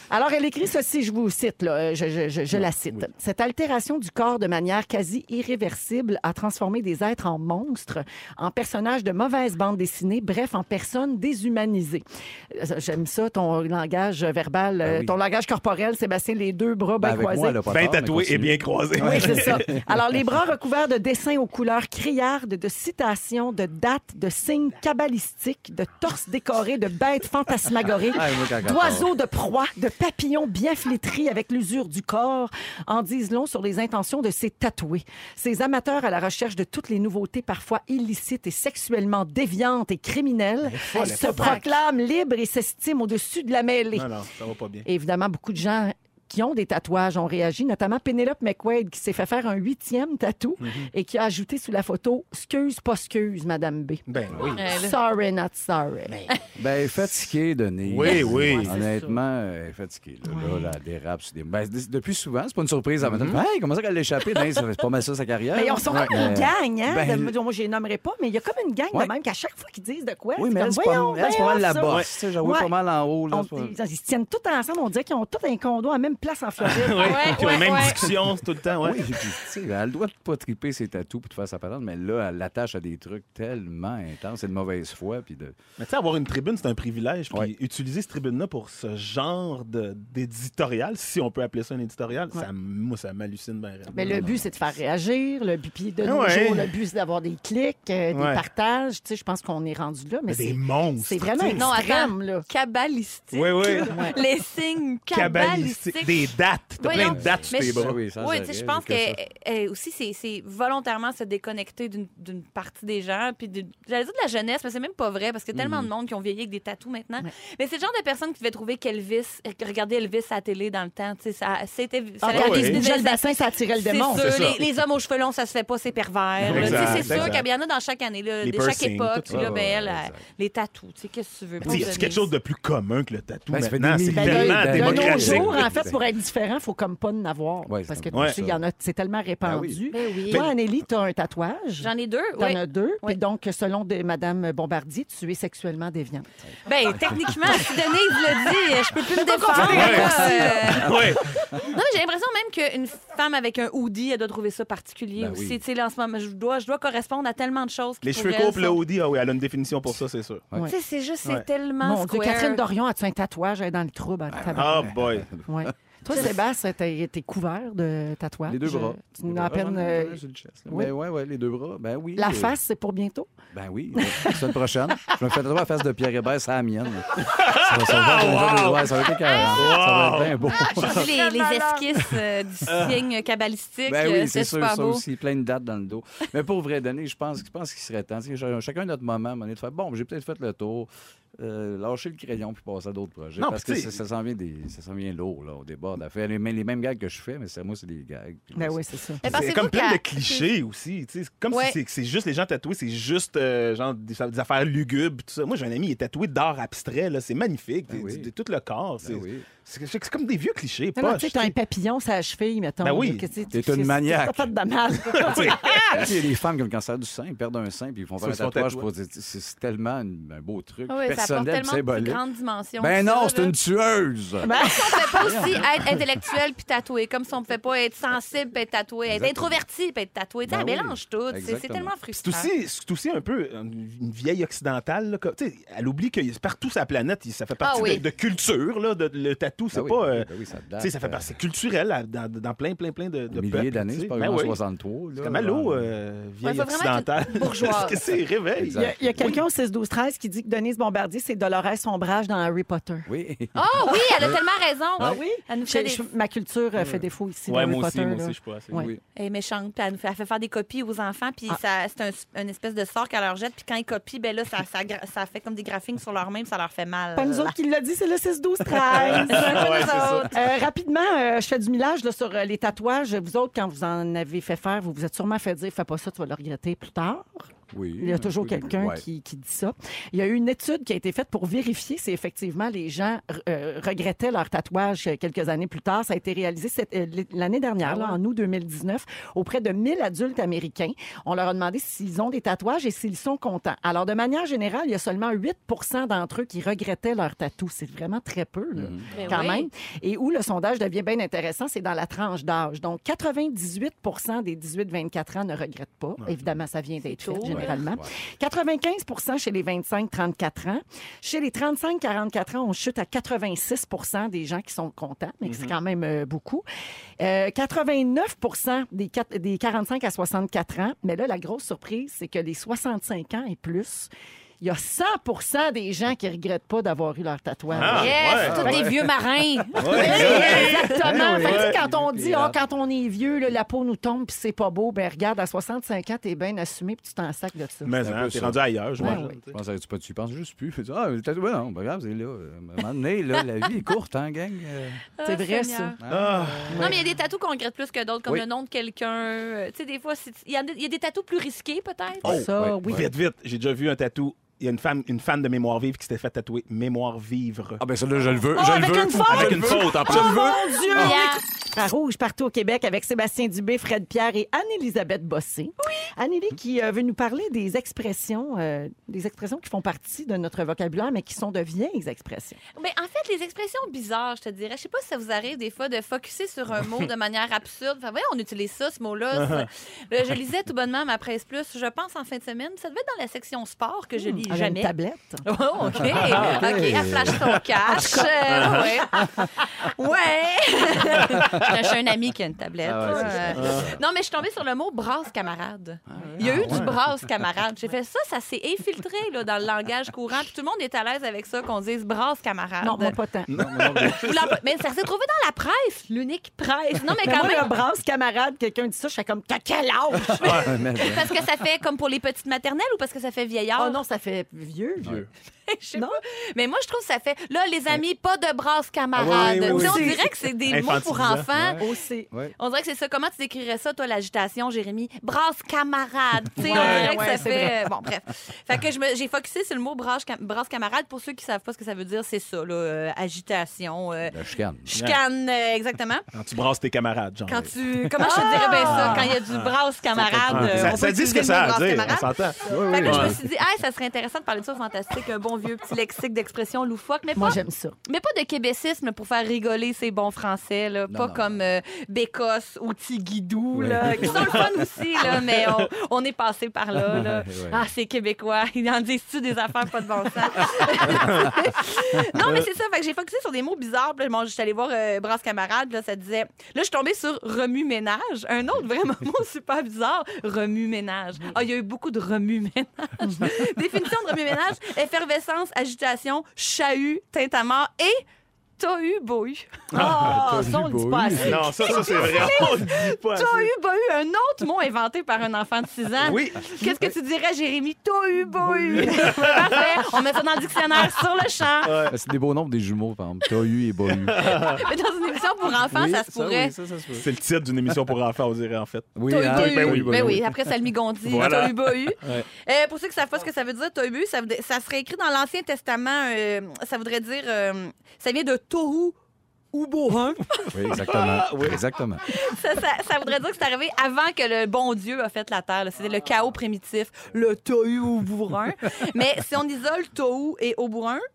S2: Alors, elle écrit ceci, je vous cite, là, euh, je, je- je- je la cite. Cette altération du corps de manière quasi irréversible a transformé des êtres en monstres, en personnages de mauvaises bandes dessinées, bref, en personnes déshumanisées. Euh, J'aime ça, ton langage verbal, euh,
S1: Ben oui.
S2: ton langage corporel, Sébastien, les deux bras
S1: Ben,
S2: bien
S1: avec
S2: croisés.
S1: moi, elle a pas
S4: Bien
S1: tort, mais
S4: tatoué et
S1: continue.
S4: bien croisé.
S2: Oui, c'est ça. Alors, les bras recouverts de dessins aux couleurs criardes, de citations, de dates, de signes cabalistiques, de torses décorés, de bêtes fantasmagoriques,
S1: Ah, moi, quand- quand-
S2: d'oiseaux de proie, de papillons bien flétris avec l'usure du corps, en disent long sur les intentions de ces tatoués. Ces amateurs à la recherche de toutes les nouveautés parfois illicites et sexuellement déviantes et criminelles se proclament libres et s'estiment au-dessus de la mêlée.
S4: Non, non, ça va pas bien.
S2: Évidemment, beaucoup de gens qui ont des tatouages ont réagi, notamment Penelope McQuaid qui s'est fait faire un huitième tatou
S4: Mhm.
S2: et qui a ajouté sous la photo « Excuse, pas excuse, Madame B
S4: Ben oui.
S3: Euh,
S2: Sorry, not sorry.
S1: Ben, elle est fatiguée, Denise.
S4: Oui, oui. Ouais, c'est
S1: Honnêtement, elle est fatiguée. Là, là, là, elle dérape. sur des- Ben, d- depuis souvent, c'est pas une surprise. à me
S4: Mm-hmm.
S1: dire, Hey, comment ça qu'elle l'a échappé? Denise, ça fait pas mal ça, sa carrière.
S2: Mais ils sont
S1: Ouais.
S2: comme une
S1: Mais-
S2: gang, hein?
S1: Ben,
S2: de- moi, je les nommerai pas, mais il y a comme une gang
S1: Ouais.
S2: de même qu'à chaque fois qu'ils disent de quoi,
S1: Oui,
S2: c'est
S1: mais
S2: comme,
S1: elle, c'est pas,
S2: voyons,
S1: elle, c'est pas mal la
S2: voyons ça.
S1: bosse. Tu sais, J'avoue,
S2: Ouais.
S1: pas mal en haut. Là,
S2: On-
S1: c'est pas-
S2: ils, ils se tiennent tous ensemble, on dirait qu'ils ont tous un condo à même place en Floride.
S4: Oui,
S3: Ouais,
S4: puis on a
S3: ouais,
S4: même
S3: ouais.
S4: discussion tout le temps.
S1: Oui,
S4: Ouais.
S1: puis, tu sais, elle a le droit de pas triper ses tatous pour te faire sa patente, mais là, elle l'attache à des trucs tellement intenses et de mauvaise foi. Puis de...
S4: Mais tu sais, avoir une tribune, c'est un privilège. Puis
S1: Ouais.
S4: utiliser cette tribune-là pour ce genre de- d'éditorial, si on peut appeler ça un éditorial, ça, m- moi, ça m'hallucine bien.
S2: Mais le but, c'est de faire réagir. Le but, puis de nos
S4: Ouais.
S2: jours, le but, c'est d'avoir des clics, euh, des
S4: Ouais.
S2: partages. Tu sais, je pense qu'on est rendu là, mais
S4: Des
S2: c'est
S4: monstres.
S2: c'est vraiment
S4: tu sais.
S3: Non,
S2: extrême, là.
S3: Cabalistique.
S4: Oui, oui.
S3: Les signes cabalistiques.
S4: Cabalistique. Des dates. T'as plein
S3: Voyons.
S4: de dates sur
S3: Mais
S4: tes
S3: je-
S4: bras.
S1: Ah oui, ça,
S3: Oui,
S1: ça
S3: tu sais, je
S1: arrive,
S3: pense que,
S1: que ça.
S3: euh, euh, aussi, c'est- c'est volontairement se déconnecter d'une- d'une partie des gens, puis de- j'allais dire de la jeunesse, mais c'est même pas vrai, parce qu'il y a tellement de monde qui ont vieilli avec des tatous maintenant. Mais c'est le genre de personne qui devait trouver qu'Elvis, regarder Elvis à la télé dans le temps, tu sais, ça, c'était... ça
S2: Ah,
S3: avait
S2: quand
S4: ouais.
S2: ils se
S3: des
S2: bougeaient le
S3: nouvelles
S2: bassin, ça attirait le démon.
S3: C'est
S4: C'est
S3: sûr,
S4: ça.
S3: les, les hommes aux cheveux longs, ça se fait pas, c'est pervers. là. Tu
S4: Exact,
S3: sais, C'est sûr
S4: exact.
S3: qu'il y en a dans chaque année, là,
S4: Les
S3: de chaque
S4: piercings,
S3: époque.
S4: tout
S3: Puis
S1: ça.
S3: là, ben,
S1: Ouais,
S3: elle,
S1: ouais,
S3: elle,
S1: exact.
S3: les tatous, tu sais, qu'est-ce que tu veux?
S4: Mais tu sais, Ah, y a-tu quelque chose de plus commun que le tatou
S1: Ben, ça fait des
S4: maintenant? C'est
S1: milliers
S2: Ben, de,
S4: tellement
S1: d'années.
S2: de nos
S4: démocratique.
S2: jours, en fait, pour être différent, faut comme pas en avoir.
S1: Ouais,
S2: parce que
S1: c'est
S2: tu
S4: vrai.
S2: sais, il y en a, c'est tellement
S1: Ben oui.
S2: répandu.
S3: Ben oui.
S2: Toi, Anélie, tu as un tatouage.
S3: J'en ai deux,
S2: T'en
S3: oui.
S2: as deux.
S3: Oui.
S2: Puis donc, selon de- Madame Bombardier, tu es sexuellement déviante.
S3: Ben, techniquement,
S4: Ah.
S3: si Denise le dit, je peux plus me
S4: Ouais.
S3: défendre. Euh,
S4: Ouais.
S3: Non, mais j'ai l'impression même qu'une femme avec un hoodie, elle doit trouver ça particulier
S1: Ben
S3: aussi.
S1: oui.
S3: Tu sais, là, en ce moment, je dois, je dois correspondre à tellement de choses. qui,
S4: Les
S3: pour
S4: cheveux
S3: elle,
S4: courts, puis le
S3: sont-
S4: hoodie, ah oui, elle a une définition pour ça, c'est sûr.
S3: Tu sais, c'est juste, c'est
S4: Ouais.
S3: tellement
S2: Mon Dieu,
S3: square.
S2: Catherine Dorion, as-tu un tatouage? Elle est dans le trouble. en tabarnak.
S4: Ah boy.
S2: Ouais. Toi, Sébastien, t'es t'es couvert de tatouages.
S1: Les deux bras.
S2: Ah,
S1: Ah,
S2: Tu nous as à peine. euh, oui.
S1: Oui, oui, oui, les deux bras. Ben oui.
S2: la
S1: euh,
S2: face, c'est pour bientôt.
S1: Ben oui, la semaine prochaine. Je me fais la face de Pierre Hébert, c'est la mienne. Ça va, ça va, ça va, ça va, ouais, ça va être écœurant. Ça va être bien beau.
S3: J'ai vu les, les esquisses euh, du
S4: Ah.
S3: signe cabalistique.
S1: Ben
S3: euh,
S1: oui, c'est sûr,
S3: super
S1: ça
S3: beau.
S1: aussi. Plein de dates dans le dos. Mais pour vrai, donner, je pense, je pense qu'il serait temps. Tu sais, ch- Chacun notre moment, à un moment donné, de faire bon, j'ai peut-être fait le tour, euh, lâcher le crayon puis passer à d'autres projets.
S4: Non,
S1: parce
S4: puis
S1: que
S4: tu
S1: ça,
S4: sais-
S1: ça s'en vient, des- ça s'en vient lourd, là, au débord d'affaires. Les, mêmes- les mêmes gags que je fais, mais c'est moi, c'est des gags. Puis
S2: Ben
S1: c'est-
S2: oui, c'est ça.
S3: Mais
S4: C'est
S3: pensez-vous
S4: comme plein
S3: qu'à-
S4: de clichés aussi. tu sais. C'est comme
S3: Ouais.
S4: si c'est- c'est juste les gens tatoués, c'est juste euh, genre des, des affaires lugubres, tout ça. Moi, j'ai un ami, il est tatoué d'art abstrait, là. C'est magnifique.
S1: Ben
S4: T'es-
S1: oui.
S4: t'es- Tout le corps. C'est
S1: Ben oui.
S4: c'est- c'est comme des vieux clichés.
S2: Non, non,
S4: poches,
S2: tu sais, t'as un papillon sur la cheville, mettons.
S4: Ben oui.
S2: là, que tu sais,
S1: T'es
S2: tu-
S1: une
S2: c'est-
S1: maniaque.
S2: t'as pas de mal.
S4: tu sais.
S1: Tu sais, Il y a des femmes qui ont le cancer du sein, ils perdent un sein, puis ils font faire
S4: Ah! Ils
S1: un
S4: se font
S1: tatouage
S4: tatouer.
S1: pour dire c'est c'est tellement une- un beau truc
S3: Ah ouais, ça apporte
S1: personnel, puis
S3: tellement de plus
S1: symbolique.
S3: grandes dimensions.
S1: Ben
S3: que
S1: non,
S3: ça,
S1: c'est
S3: là.
S1: une tueuse!
S4: Ben,
S3: Est-ce qu'on ne peut pas aussi être intellectuel puis tatoué, comme si on ne pouvait pas être sensible puis être tatoué, être
S1: Exactement.
S3: introverti puis être tatoué. Tu sais,
S1: Ben
S3: elle
S1: oui.
S3: mélange tout. C'est- C'est
S1: Exactement.
S3: tellement
S4: C'est
S3: frustrant.
S4: aussi, c'est aussi un peu une vieille occidentale. là, que- tu sais, elle oublie que partout sur la planète, ça fait partie
S3: Ah oui.
S4: de, de culture. Là, de- le tatou, c'est
S1: oui,
S4: pas. euh,
S1: ben oui, ça date,
S4: tu sais, ça fait
S1: euh,
S4: partie. C'est culturel à- dans, dans plein, plein, plein de, de
S1: Des
S4: peuples,
S1: milliers d'années,
S4: tu sais.
S1: c'est pas
S4: Ben
S1: vraiment
S4: oui.
S1: 63.
S4: C'est
S1: là,
S4: comme allô,
S1: genre.
S4: euh, vieille
S3: faut vraiment être
S4: occidentale.
S3: bourgeoise.
S4: Qu'est-ce que c'est, réveil.
S2: Il y a, il y a
S1: Oui.
S2: quelqu'un au 6-12-13 qui dit que Denise Bombardier, c'est Dolores Sombrage dans Harry Potter.
S1: Oui.
S3: Ah oui, elle a
S1: Euh,
S3: tellement raison. Ah
S1: ah
S3: Elle nous fait
S2: Je-
S3: des...
S2: je- ma culture euh, fait défaut ici.
S4: Ouais,
S2: dans
S4: moi
S2: Harry
S4: aussi,
S2: Potter,
S4: moi
S2: là.
S4: aussi, je suis pas assez.
S2: Ouais.
S1: Oui.
S3: Elle est méchante, puis elle, nous fait, elle fait faire des copies aux enfants, puis
S1: Ah.
S3: ça- c'est un, une espèce de sort qu'elle leur jette, puis quand ils copient, ben là, ça, ça, gra- ça fait comme des graphiques sur leur même, ça leur fait mal.
S2: Pas nous autres qui l'a dit, c'est le 6-12-13.
S4: Ouais, c'est ça.
S2: Euh, rapidement, euh, je fais du millage là, sur euh, les tatouages. Vous autres, quand vous en avez fait faire, vous vous êtes sûrement fait dire fais pas ça, tu vas le regretter plus tard.
S1: Oui.
S2: Il y a toujours
S1: Oui,
S2: quelqu'un
S1: ouais.
S2: qui, qui dit ça. Il y a eu une étude qui a été faite pour vérifier si effectivement les gens euh, regrettaient leur tatouage euh, quelques années plus tard. Ça a été réalisé cette- euh, l'année
S1: Ah
S2: dernière, là, en août 2019, auprès de 1000 adultes américains. On leur a demandé s'ils ont des tatouages et s'ils sont contents. Alors, de manière générale, il y a seulement 8 d'entre eux qui regrettaient leur tatou. C'est vraiment très peu, là,
S1: Mm-hmm.
S3: Ben
S2: quand
S3: oui.
S2: même. Et où le sondage devient bien intéressant, c'est dans la tranche d'âge. Donc, 98 des 18-24 ans ne regrettent pas. Évidemment, ça vient d'être fait,
S3: tôt, hein.
S2: généralement. 95 chez les 25-34 ans. Chez les 35-44 ans, on chute à 86 des gens qui sont contents, mais c'est quand même euh, beaucoup. Euh, 89 des, quat- des 45 à 64 ans. Mais là, la grosse surprise, c'est que les 65 ans et plus, il y a 100 des gens qui regrettent pas d'avoir eu leur tatouage.
S4: Ah,
S3: Yes,
S4: ouais.
S3: tous des vieux marins.
S1: Ben
S2: Exactement.
S4: Ouais,
S2: Fait que,
S4: ouais.
S2: tu sais, quand on dit,
S1: Et
S2: Ah,
S1: là-
S2: quand on est vieux, là, la peau nous tombe puis c'est pas beau, ben regarde, à 65 ans, t'es bien assumé puis tu t'en sacs de ça. Ben
S4: Mais
S1: C'est un
S4: hein,
S1: peu
S4: t'es
S1: ça.
S4: rendu ailleurs, je
S2: Ouais,
S4: m'imagine.
S2: ouais.
S1: Je pense que tu, pas- tu penses juste plus. Tu dis, ah, mais t'as- ouais, non, pas grave, c'est là. euh, À un moment donné, là, la vie est courte, hein, gang? Euh,
S2: C'est
S3: Ah,
S2: vrai,
S3: Seigneur.
S2: ça.
S4: Ah,
S3: Non, mais il y a des tatous qu'on regrette plus que d'autres, comme
S1: Oui.
S3: le nom de quelqu'un. Euh, Tu sais, des fois, c'est- il y, en a- il y a des tatous plus risqués, peut-être.
S1: Oh,
S2: ça,
S1: ouais,
S2: oui.
S4: Vite, vite, j'ai déjà vu un tatou. Il y a une femme, une fan de Mémoire Vive qui s'était fait tatouer Mémoire Vivre.
S1: Ah, ben ça, là, je le veux.
S2: Oh,
S1: je le
S2: avec
S1: veux.
S2: une faute?
S1: Avec une faute, en plus. Je le veux.
S2: Mon Dieu!
S3: Yeah.
S2: À Rouge, partout au Québec, avec Sébastien Dubé, Fred Pierre et Anne-Élisabeth Bossé. Oui. Annélie qui euh, veut nous parler des expressions, euh, des expressions qui font partie de notre vocabulaire, mais qui sont de vieilles expressions.
S3: Ben, en fait, les expressions bizarres, je te dirais. Je sais pas si ça vous arrive des fois de focuser sur un mot de manière absurde. Enfin, voyons, on utilise ça, ce
S1: Ah,
S3: mot-là. Ça- Là, je lisais tout bonnement à ma presse plus, je pense, en fin de semaine. Ça devait être dans la section sport que je
S1: Hmm.
S3: lis
S2: Elle a
S3: jamais.
S2: Une tablette.
S3: Oh, OK. OK, elle flash ton cash. Euh, ouais. Ouais. J'ai un ami qui a une tablette.
S1: Ah ouais, c'est Ah
S3: Euh, Non, mais je suis tombée sur le mot brasse camarade. Il y a eu du brasse camarade. J'ai fait ça, ça s'est infiltré là, dans le langage courant. Puis tout le monde est à l'aise avec ça, qu'on dise brasse camarade.
S2: Non, moi, pas tant.
S3: Ou la- Mais ça s'est trouvé dans la presse, l'unique presse. Non, mais
S2: Mais
S3: quand
S2: moi,
S3: même.
S2: le brasse camarade, quelqu'un dit ça, je fais comme, t'as quel âge?
S1: Ah, mais-
S3: Parce que ça fait comme pour les petites maternelles ou parce que ça fait vieillard?
S2: Oh non, ça fait vieux.
S3: Je sais
S2: Non?
S3: pas. Mais moi, je trouve que ça fait. Là, les amis, pas de brasse camarade.
S4: Ah oui, oui, oui,
S3: Tu sais,
S2: oui.
S3: On dirait que c'est des mots pour
S4: Infantilisant.
S3: enfants.
S2: Aussi.
S1: Ouais.
S3: On dirait que c'est ça. Comment tu décrirais ça, toi, l'agitation, Jérémy? Brasse camarade. Tu sais, on
S2: Ouais,
S3: dirait que ça
S2: ouais, c'est
S3: fait. Bon, bref. Fait que je me- j'ai focusé sur le mot brasse, cam- brasse camarade. Pour ceux qui savent pas ce que ça veut dire, c'est ça, là, euh, agitation.
S4: Ben,
S3: euh,
S1: La chicane.
S3: Chicane, euh, exactement.
S4: Quand tu brasses tes camarades, genre.
S3: Quand tu. Comment je te dirais bien ça? Quand il y a du brasse camarade.
S4: Ah,
S3: euh,
S4: ça,
S3: on
S4: ça
S3: peut
S4: dit ce que
S3: utiliser
S4: ça
S3: le
S4: a à
S3: brasse
S4: dire, on
S3: camarade.
S4: s'entend.
S3: Fait que je
S4: Ouais.
S3: me suis dit, ah, ça serait intéressant de parler de ça au fantastique, un bon vieux petit lexique d'expression loufoque, mais
S2: Moi,
S3: pas,
S2: j'aime ça.
S3: mais pas de québécisme pour faire rigoler ces bons français, là. pas
S1: non.
S3: comme euh, Bécosse ou Tiguidou,
S1: Oui.
S3: là, qui sont le fun aussi, là, mais on, on est passé par là. là.
S1: Ouais, ouais.
S3: Ah, ces Québécois, ils en disent-tu des affaires pas de bon sens? non, mais c'est ça, fait que j'ai focusé sur des mots bizarres. Puis là, bon, je suis allée voir euh, Brasse Camarade, puis là, ça disait... Là, je suis tombée sur Remue-Ménage, un autre vraiment mot super bizarre, Remue-Ménage. Ah, il y a eu beaucoup de Remue-Ménage. Définition de remue-ménage, effervescence, agitation, chahut, tintamarre et tohu bohu.
S2: Ah, ça, on le dit
S1: beau,
S2: pas
S1: oui.
S2: assez.
S4: Non, ça, ça c'est vrai. On le dit pas. assez.
S3: Tohu bohu, un autre mot inventé par un enfant de 6 ans.
S4: Oui.
S3: Qu'est-ce que tu dirais, Jérémy? Tohu bohu. Parfait. On met ça dans le dictionnaire sur le champ.
S1: Ah, C'est des beaux nombres des jumeaux, par exemple. T'as eu et Boyu.
S3: Mais dans une émission pour enfants,
S1: Oui,
S3: ça se pourrait.
S1: oui, ça, ça se peut.
S4: C'est le titre d'une émission pour enfants, on dirait, en fait.
S1: Oui,
S3: Tohu
S1: hein,
S3: bohu.
S1: ben oui,
S3: Ben
S1: ben
S3: oui, après ça le migondi,
S4: Voilà.
S3: tohu bohu. Euh, pour ceux qui ne savent pas ce que ça veut dire, tohu bohu, ça, voudrait- ça serait écrit dans l'Ancien Testament, euh, ça voudrait dire, euh, ça vient de tohu ou
S1: Hein?
S3: bohun.
S1: Oui, exactement. Exactement.
S3: Ça, ça- ça voudrait dire que c'est arrivé avant que le bon Dieu a fait la terre. là. C'était le chaos primitif, le tohu au bourrin. Mais si on isole tohu et au bourrin,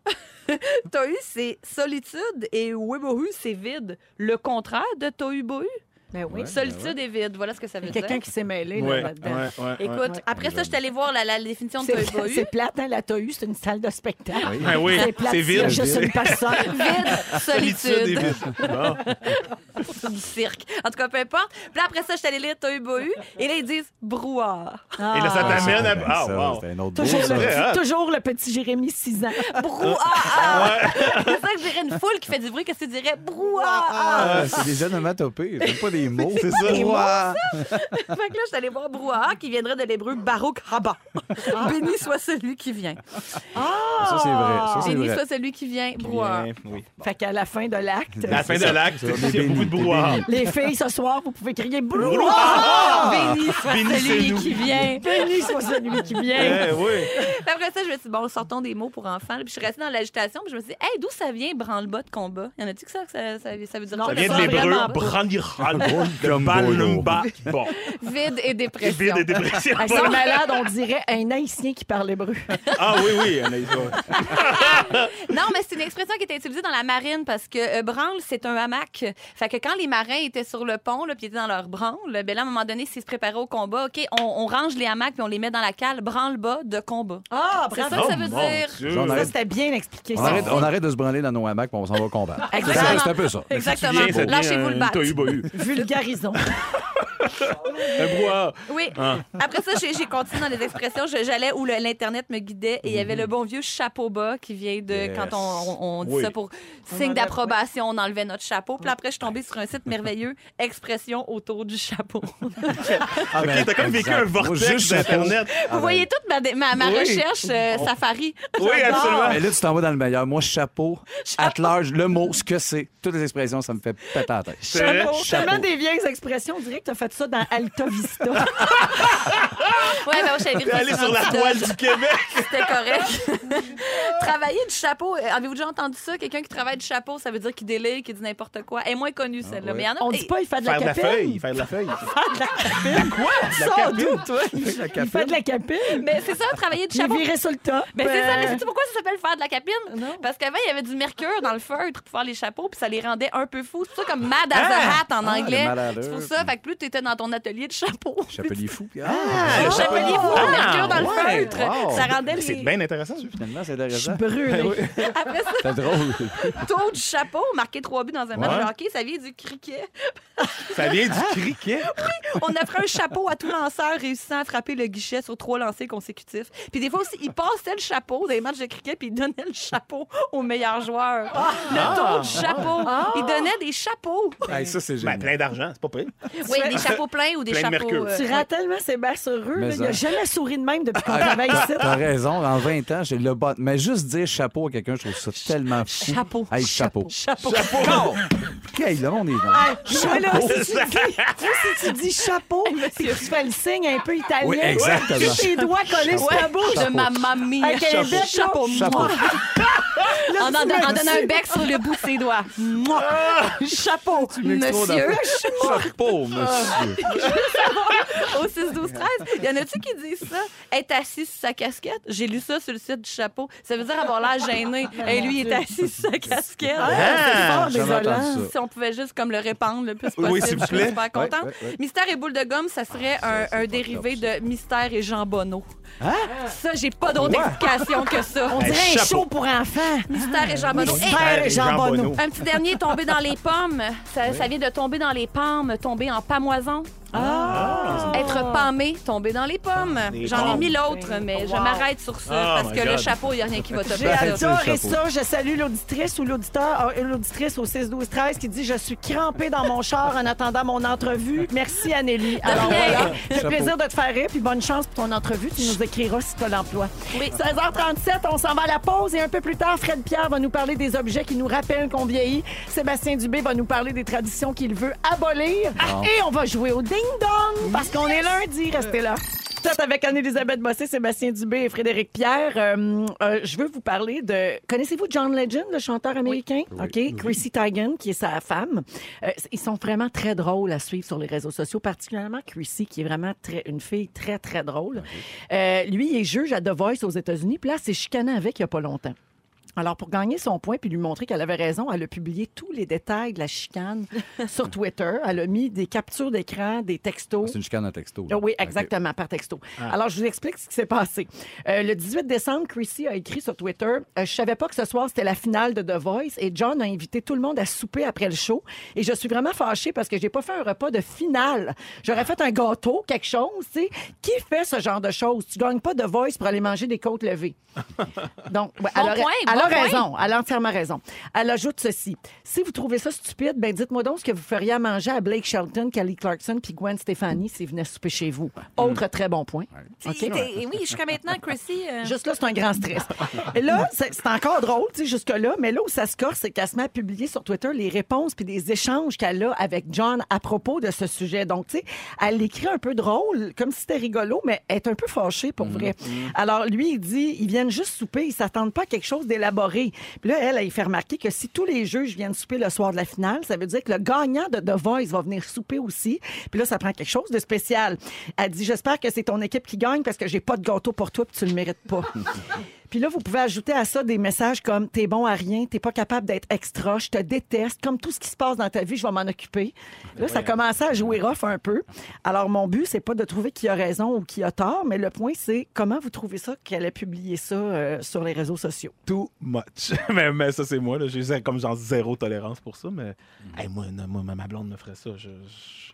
S3: tohu c'est solitude et webohu c'est vide. Le contraire de tohu bohu,
S2: Ben oui.
S3: solitude et vide. Voilà ce que ça veut dire.
S2: Quelqu'un qui s'est mêlé là,
S4: Ouais,
S2: là-dedans.
S4: ouais, ouais, ouais.
S3: Écoute, après ça, je suis allée voir la, la définition de
S2: C'est,
S3: tohu bohu.
S2: c'est plate, hein, la TAU, c'est une salle de spectacle.
S1: Oui.
S4: Ben oui,
S2: c'est plate,
S4: c'est
S2: s'il y
S4: vide.
S2: a
S4: Ah.
S2: juste une personne.
S3: Vide,
S4: Solitude
S3: solitude.
S4: et vide. Bon.
S3: du cirque. En tout cas, peu importe. Puis là, après ça, je suis allée lire tohu bohu et là, ils disent brouhaha.
S4: Et là, ça
S1: Ah,
S4: t'amène
S1: ça,
S4: à.
S1: ben,
S4: Ah,
S1: ça,
S4: wow.
S1: C'est un autre
S2: Toujours
S1: beau,
S2: le,
S1: ça.
S4: vrai, hein?
S2: petit, toujours le petit Jérémy 6 ans.
S3: Brouhaha! C'est ça que je dirais, une foule qui fait du bruit, qu'est-ce que tu dirais? Brouhaha!
S1: Ah, c'est des onomatopées. C'est pas des des mots.
S4: C'est ça.
S1: Ouah.
S3: fait que là, je suis allée voir Brouhaha, qui viendrait de l'hébreu Baruch Haba. Béni soit celui qui vient.
S4: Ah,
S1: Ça, c'est vrai. Ça, c'est
S3: Béni
S1: vrai.
S3: soit celui qui vient, Brouhaha.
S4: Bien, oui.
S2: Ah. Fait qu'à la fin de l'acte,
S4: La fin de
S1: ça.
S4: l'acte,
S1: Ça,
S4: il y a
S1: béni,
S4: beaucoup de brouhaha.
S2: les filles, ce soir, vous pouvez crier Ah! Brouhaha!
S4: Brouhaha!
S3: Béni soit
S4: Béni, c'est
S3: celui
S4: Ah! nous.
S3: qui vient.
S2: Béni soit celui qui vient!
S4: Eh, oui.
S3: Après ça, je me suis dit, bon, sortons des mots pour enfants. Puis je suis restée dans l'agitation. Puis je me suis dit, hey, d'où ça vient, branle-bas de combat? Y en a-tu que ça, que ça, ça, ça veut dire
S4: Ça
S3: le
S4: vient de
S3: sort vraiment
S4: l'hébreu
S3: pas.
S4: branirhal,
S1: Comme
S4: le balnumba. Bon,
S3: Vide et dépression.
S4: vide et dépression.
S2: Ah, C'est malade, on dirait un haïtien qui parle hébreu.
S4: Ah oui, oui, Anaïs, ouais.
S3: Non, mais c'est une expression qui était utilisée dans la marine parce que euh, branle, c'est un hamac. Fait que quand les marins étaient sur le pont, là, puis ils étaient dans leur branle, ben là, à un moment donné, s'ils se préparaient au combat, OK, on, on range les hamacs puis on les met dans la cale, branle-bas de combat.
S2: Ah,
S3: C'est ça que ça veut
S4: Oh, mon
S3: dire.
S4: Dieu.
S1: J'en
S2: Ça,
S1: arrête.
S2: c'était bien expliqué.
S1: On
S2: ça.
S1: arrête, on arrête de se branler dans nos hamacs, puis on s'en va combattre. C'est
S3: Exactement.
S1: ça, C'est un peu ça.
S4: Bien, ça
S3: Exactement.
S4: devient
S3: Lâchez-vous le
S4: un
S3: bat.
S4: tohu-bohu.
S2: Vulgarisons.
S4: Un brouhaha.
S3: Oui.
S4: Ah.
S3: Après ça, j'ai j'ai continué dans les expressions. Je- J'allais où le- l'Internet me guidait et il y avait le bon vieux chapeau bas qui vient de
S4: Mhm. Yes.
S3: quand on, on- on dit
S4: Oui.
S3: ça pour signe d'approbation, on enlevait notre chapeau. Puis après, je suis tombée sur un site merveilleux, expression autour du chapeau.
S1: Ah, ben,
S4: OK, t'as comme vécu
S1: exact.
S4: un
S1: Moi,
S4: vortex
S1: juste chapeau.
S4: d'Internet.
S3: Vous voyez toute ma, dé- ma, ma
S4: Ah, ben Oui.
S3: recherche euh, safari.
S4: Oui, absolument.
S1: Mais là, tu t'en vas dans le meilleur. Moi, chapeau, at large, le mot, ce que c'est, toutes les expressions, ça me fait péter la tête.
S4: C'est vrai.
S2: Chapeau. Tellement des vieilles expressions. On dirait que t'as fait ça dans Alta Vista.
S3: Oui, ben, je suis allée
S4: T'es allé sur la toile du Québec.
S3: C'était correct. Travailler du chapeau. euh, Avez-vous déjà entendu ça? Quelqu'un qui travaille du chapeau, ça veut dire qu'il délire, qu'il dit n'importe quoi. Elle est moins connue,
S4: Ah,
S3: celle-là.
S1: oui.
S3: Mais il y en a. eh,
S2: On dit pas il fait de la
S4: Faire de la feuille,
S2: capine.
S4: faire de la feuille.
S2: Sans doute, toi. Il fait de la capine.
S3: Mais c'est ça, travailler du
S2: J'ai
S3: chapeau.
S2: viré sur le tas.
S3: Mais c'est ça, mais
S2: Ben,
S3: sais-tu pourquoi ça s'appelle faire de la capine? Parce qu'avant, il y avait du mercure dans le feutre pour faire les chapeaux, puis ça les rendait un peu fous. C'est pour ça comme mad as
S4: Ah!
S3: a hat en
S1: Ah,
S3: anglais.
S1: le malade.
S3: C'est pour ça, fait que plus tu étais dans ton atelier de chapeau.
S1: Chapelier fou. puis-
S4: Ah,
S1: Ah,
S3: Le chapelier fou, le
S4: ouais.
S3: mercure dans
S1: Ouais,
S3: le feutre.
S1: wow.
S3: Ça rendait
S4: C'est
S3: les.
S4: bien intéressant. ça.
S1: Finalement, c'est
S2: Je suis
S1: intéressant.
S2: brûlée.
S3: Après ça,
S1: C'est drôle.
S3: tour du chapeau, marquer trois buts dans un match
S4: Ouais.
S3: de hockey, ça vient du cricket.
S4: Ça vient du criquet.
S3: On offrait un chapeau à tout lanceur réussissant à frapper le guichet sur trois lancers consécutifs. Puis des fois aussi, il passait le chapeau dans les matchs de cricket, puis il donnait le chapeau au meilleur joueur.
S1: Ah.
S3: le tour du chapeau. Il donnait des chapeaux.
S1: Hey, ça, c'est
S4: Ben,
S1: génial.
S4: plein d'argent, c'est pas pire.
S3: Oui, des chapeaux pleins ou des
S4: Plein de
S3: chapeaux.
S4: mercure.
S3: euh,
S2: Tu rends tellement Sébastien sur eux.
S1: Mais
S2: là. Il a
S1: ça. ah,
S2: jamais souri de même depuis qu'on travaille ici.
S1: T'as raison, dans 20 ans, j'ai le bot. Mais juste dire chapeau à quelqu'un, je trouve ça tellement fou.
S3: Chapeau.
S1: Hey, chapeau.
S3: Chapeau.
S1: Hey, le monde est dans.
S2: Hey, moi, là, si tu, dis, moi, si tu dis chapeau, puis que tu fais le signe un peu italien.
S1: Oui, exactement.
S2: Juste tes doigts collés sur ta bouche.
S3: de ma mamie.
S2: Avec un bec, là.
S3: chapeau.
S1: Chapeau.
S3: En, en- en donnant un bec sur le bout de ses doigts. Mouah. Chapeau,
S1: Ah!
S3: monsieur.
S1: Chapeau, monsieur.
S3: Au 6, 12, 13. Il y en a-tu qui disent ça? Être assis sur sa casquette? J'ai lu ça sur le site du chapeau. Ça veut dire avoir l'air gêné. Et lui, il est assis sur sa casquette.
S2: Ah, c'est fort
S1: J'avais
S2: désolant.
S1: entendu ça.
S3: Si on pouvait juste comme le répandre le plus possible,
S4: Oui, s'il vous
S3: je serais
S4: plaît.
S3: super contente.
S1: Ouais, Ah, ouais, ouais.
S3: Mystère et boule de gomme, ça serait un, un dérivé de Mystère et Jean Bonneau.
S1: Hein?
S3: Ça, j'ai pas d'autre explication que ça.
S2: On
S4: Hey,
S2: dirait un
S4: chapeau.
S2: show pour enfants.
S3: Mystère et Jean Bonneau. Hey,
S2: Mystère et Jean Bonneau.
S3: un petit dernier tombé dans les pommes. Ça, ça vient de tomber dans les pommes, tomber en pamoison. Ah. Être pâmé, tomber dans les pommes.
S4: Les
S3: J'en ai
S4: pommes.
S3: mis l'autre, mais je
S2: Wow.
S3: m'arrête sur ça
S4: Oh
S3: parce
S4: my
S3: que le
S4: God.
S3: chapeau, il n'y a rien qui va te
S2: J'ai
S1: Ben,
S3: faire.
S1: ça,
S2: adoré
S1: chapeau.
S2: ça. Je salue l'auditrice ou l'auditeur, euh, l'auditrice au 6 12 13 qui dit je suis crampée dans mon char en attendant mon entrevue. Merci Anneli. Alors
S3: rien.
S2: voilà, le
S1: Chapeau.
S2: plaisir de te faire rire puis bonne chance pour ton entrevue. Tu nous écriras si tu as l'emploi. 16h37, on s'en va à la pause et un peu plus tard, Fred Pierre va nous parler des objets qui nous rappellent qu'on vieillit. Sébastien Dubé va nous parler des traditions qu'il veut abolir et on va jouer au ding dong parce qu'on est lundi. Restez là. Tout avec Anne-Elisabeth Bossé, Sébastien Dubé et Frédéric Pierre. Euh, euh, je veux vous parler de. Connaissez-vous John Legend, le chanteur américain? OK. Chrissy Teigen, qui est sa femme. Euh, ils sont vraiment très drôles à suivre sur les réseaux sociaux, particulièrement Chrissy, qui est vraiment très, une fille très, très drôle. Euh, lui, il est juge à The Voice aux États-Unis. Puis là, c'est chicané avec il n'y a pas longtemps. Alors, pour gagner son point puis lui montrer qu'elle avait raison, elle a publié tous les détails de la chicane sur Twitter. Elle a mis des captures d'écran, des textos.
S1: C'est une chicane à texto.
S2: Ah
S1: là.
S2: Oui,
S1: Ok. Ah.
S2: exactement, par texto. Alors, je vous explique ce qui s'est passé. Euh, le 18 décembre, Chrissy a écrit sur Twitter euh, Je savais pas que ce soir, c'était la finale de The Voice et John a invité tout le monde à souper après le show. Et je suis vraiment fâchée parce que j'ai pas fait un repas de finale. J'aurais fait un gâteau, quelque chose, tu sais. Qui fait ce genre de choses Tu gagnes pas The Voice pour aller manger des côtes levées. Donc, ouais,
S3: Bon
S2: elle aurait-
S3: point,
S2: elle Elle a raison. Elle a entièrement raison. Elle ajoute ceci. Si vous trouvez ça stupide, ben dites-moi donc ce que vous feriez à manger à Blake Shelton, Kelly Clarkson puis Gwen Stefani s'ils venaient souper chez vous. Autre très bon point.
S3: Tu sais, t'es- Oui, jusqu'à maintenant, Chrissy. euh,
S2: Juste là, c'est un grand stress. Et là, c'est c'est encore drôle, tu sais, jusque-là, mais là où ça se corse, c'est qu'elle se met à publier sur Twitter les réponses puis les échanges qu'elle a avec John à propos de ce sujet. Donc, tu sais, elle l'écrit un peu drôle, comme si c'était rigolo, mais elle est un peu fâchée pour vrai. Alors, lui, il dit, ils viennent juste souper, ils s'attendent pas à quelque chose d'élaboré. Puis là, elle, elle fait remarquer que si tous les juges viennent souper le soir de la finale, ça veut dire que le gagnant de The Voice va venir souper aussi. Puis là, ça prend quelque chose de spécial. Elle dit, j'espère que c'est ton équipe qui gagne parce que j'ai pas de gâteau pour toi puis tu le mérites pas. Puis là, vous pouvez ajouter à ça des messages comme T'es bon à rien, t'es pas capable d'être extra, je te déteste, comme tout ce qui se passe dans ta vie, je vais m'en occuper. Là, ça commençait à jouer rough un peu. Alors, mon but, c'est pas de trouver qui a raison ou qui a tort, mais le point, c'est comment vous trouvez ça qu'elle ait publié ça euh, sur les réseaux sociaux.
S4: Too much. mais, mais ça, c'est moi. là. J'ai zé- comme genre zéro tolérance pour ça. Mais Hey, moi, non, moi, ma blonde me ferait ça. Je, je-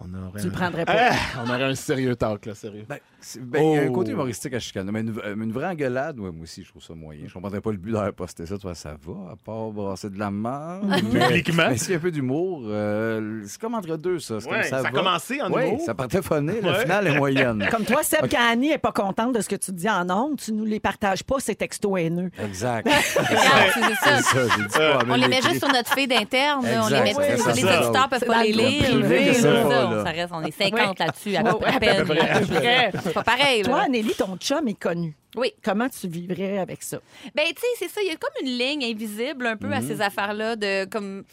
S4: On aurait
S2: Tu le
S4: un-
S2: prendrais pas.
S4: Ah, on aurait un sérieux talk, là, sérieux.
S1: Ben, c'est- ben, il y a un
S4: Oh.
S1: côté humoristique à Chicane, mais une, euh, une vraie engueulade, ouais, moi aussi, je trouve ça moyen. Je comprendrais pas le but d'avoir posté ça. Toi, ça va, à part brasser de la merde. mais
S4: Publiquement.
S1: mais s'il y a un peu d'humour, euh, c'est comme entre deux, ça. C'est
S4: Ouais,
S1: comme ça,
S4: ça a
S1: va.
S4: commencé en
S1: ouais,
S4: humour.
S1: ça partait phoné. La
S4: Ouais.
S1: finale est moyenne.
S2: Comme toi, Seb, quand Annie est pas contente de ce que tu dis en ondes, tu nous les partages pas, ces textos haineux.
S1: exact.
S3: regarde, c'est ça.
S1: C'est ça, j'ai dit pas,
S3: On
S1: mais
S3: les
S1: les
S3: met
S1: clés.
S3: juste sur notre feed interne. là. On
S1: Exact,
S3: les met
S1: ça,
S3: tous
S1: ça,
S3: les
S1: ça.
S3: auditeurs peuvent
S2: C'est
S3: pas
S2: dans
S3: les
S2: le
S3: lire.
S1: privé,
S3: C'est
S1: ça,
S3: ça,
S1: pas,
S3: on,
S1: là.
S3: ça reste, on est 50 là-dessus à,
S2: Ouais,
S3: peu
S2: à
S3: près.
S4: peu près, à peu près.
S3: C'est pas pareil. là.
S2: Toi, Anélie, ton chum est connu.
S3: Oui.
S2: Comment tu vivrais avec ça?
S3: Ben, tu sais, c'est ça. Il y a comme une ligne invisible un peu à ces affaires-là de comme.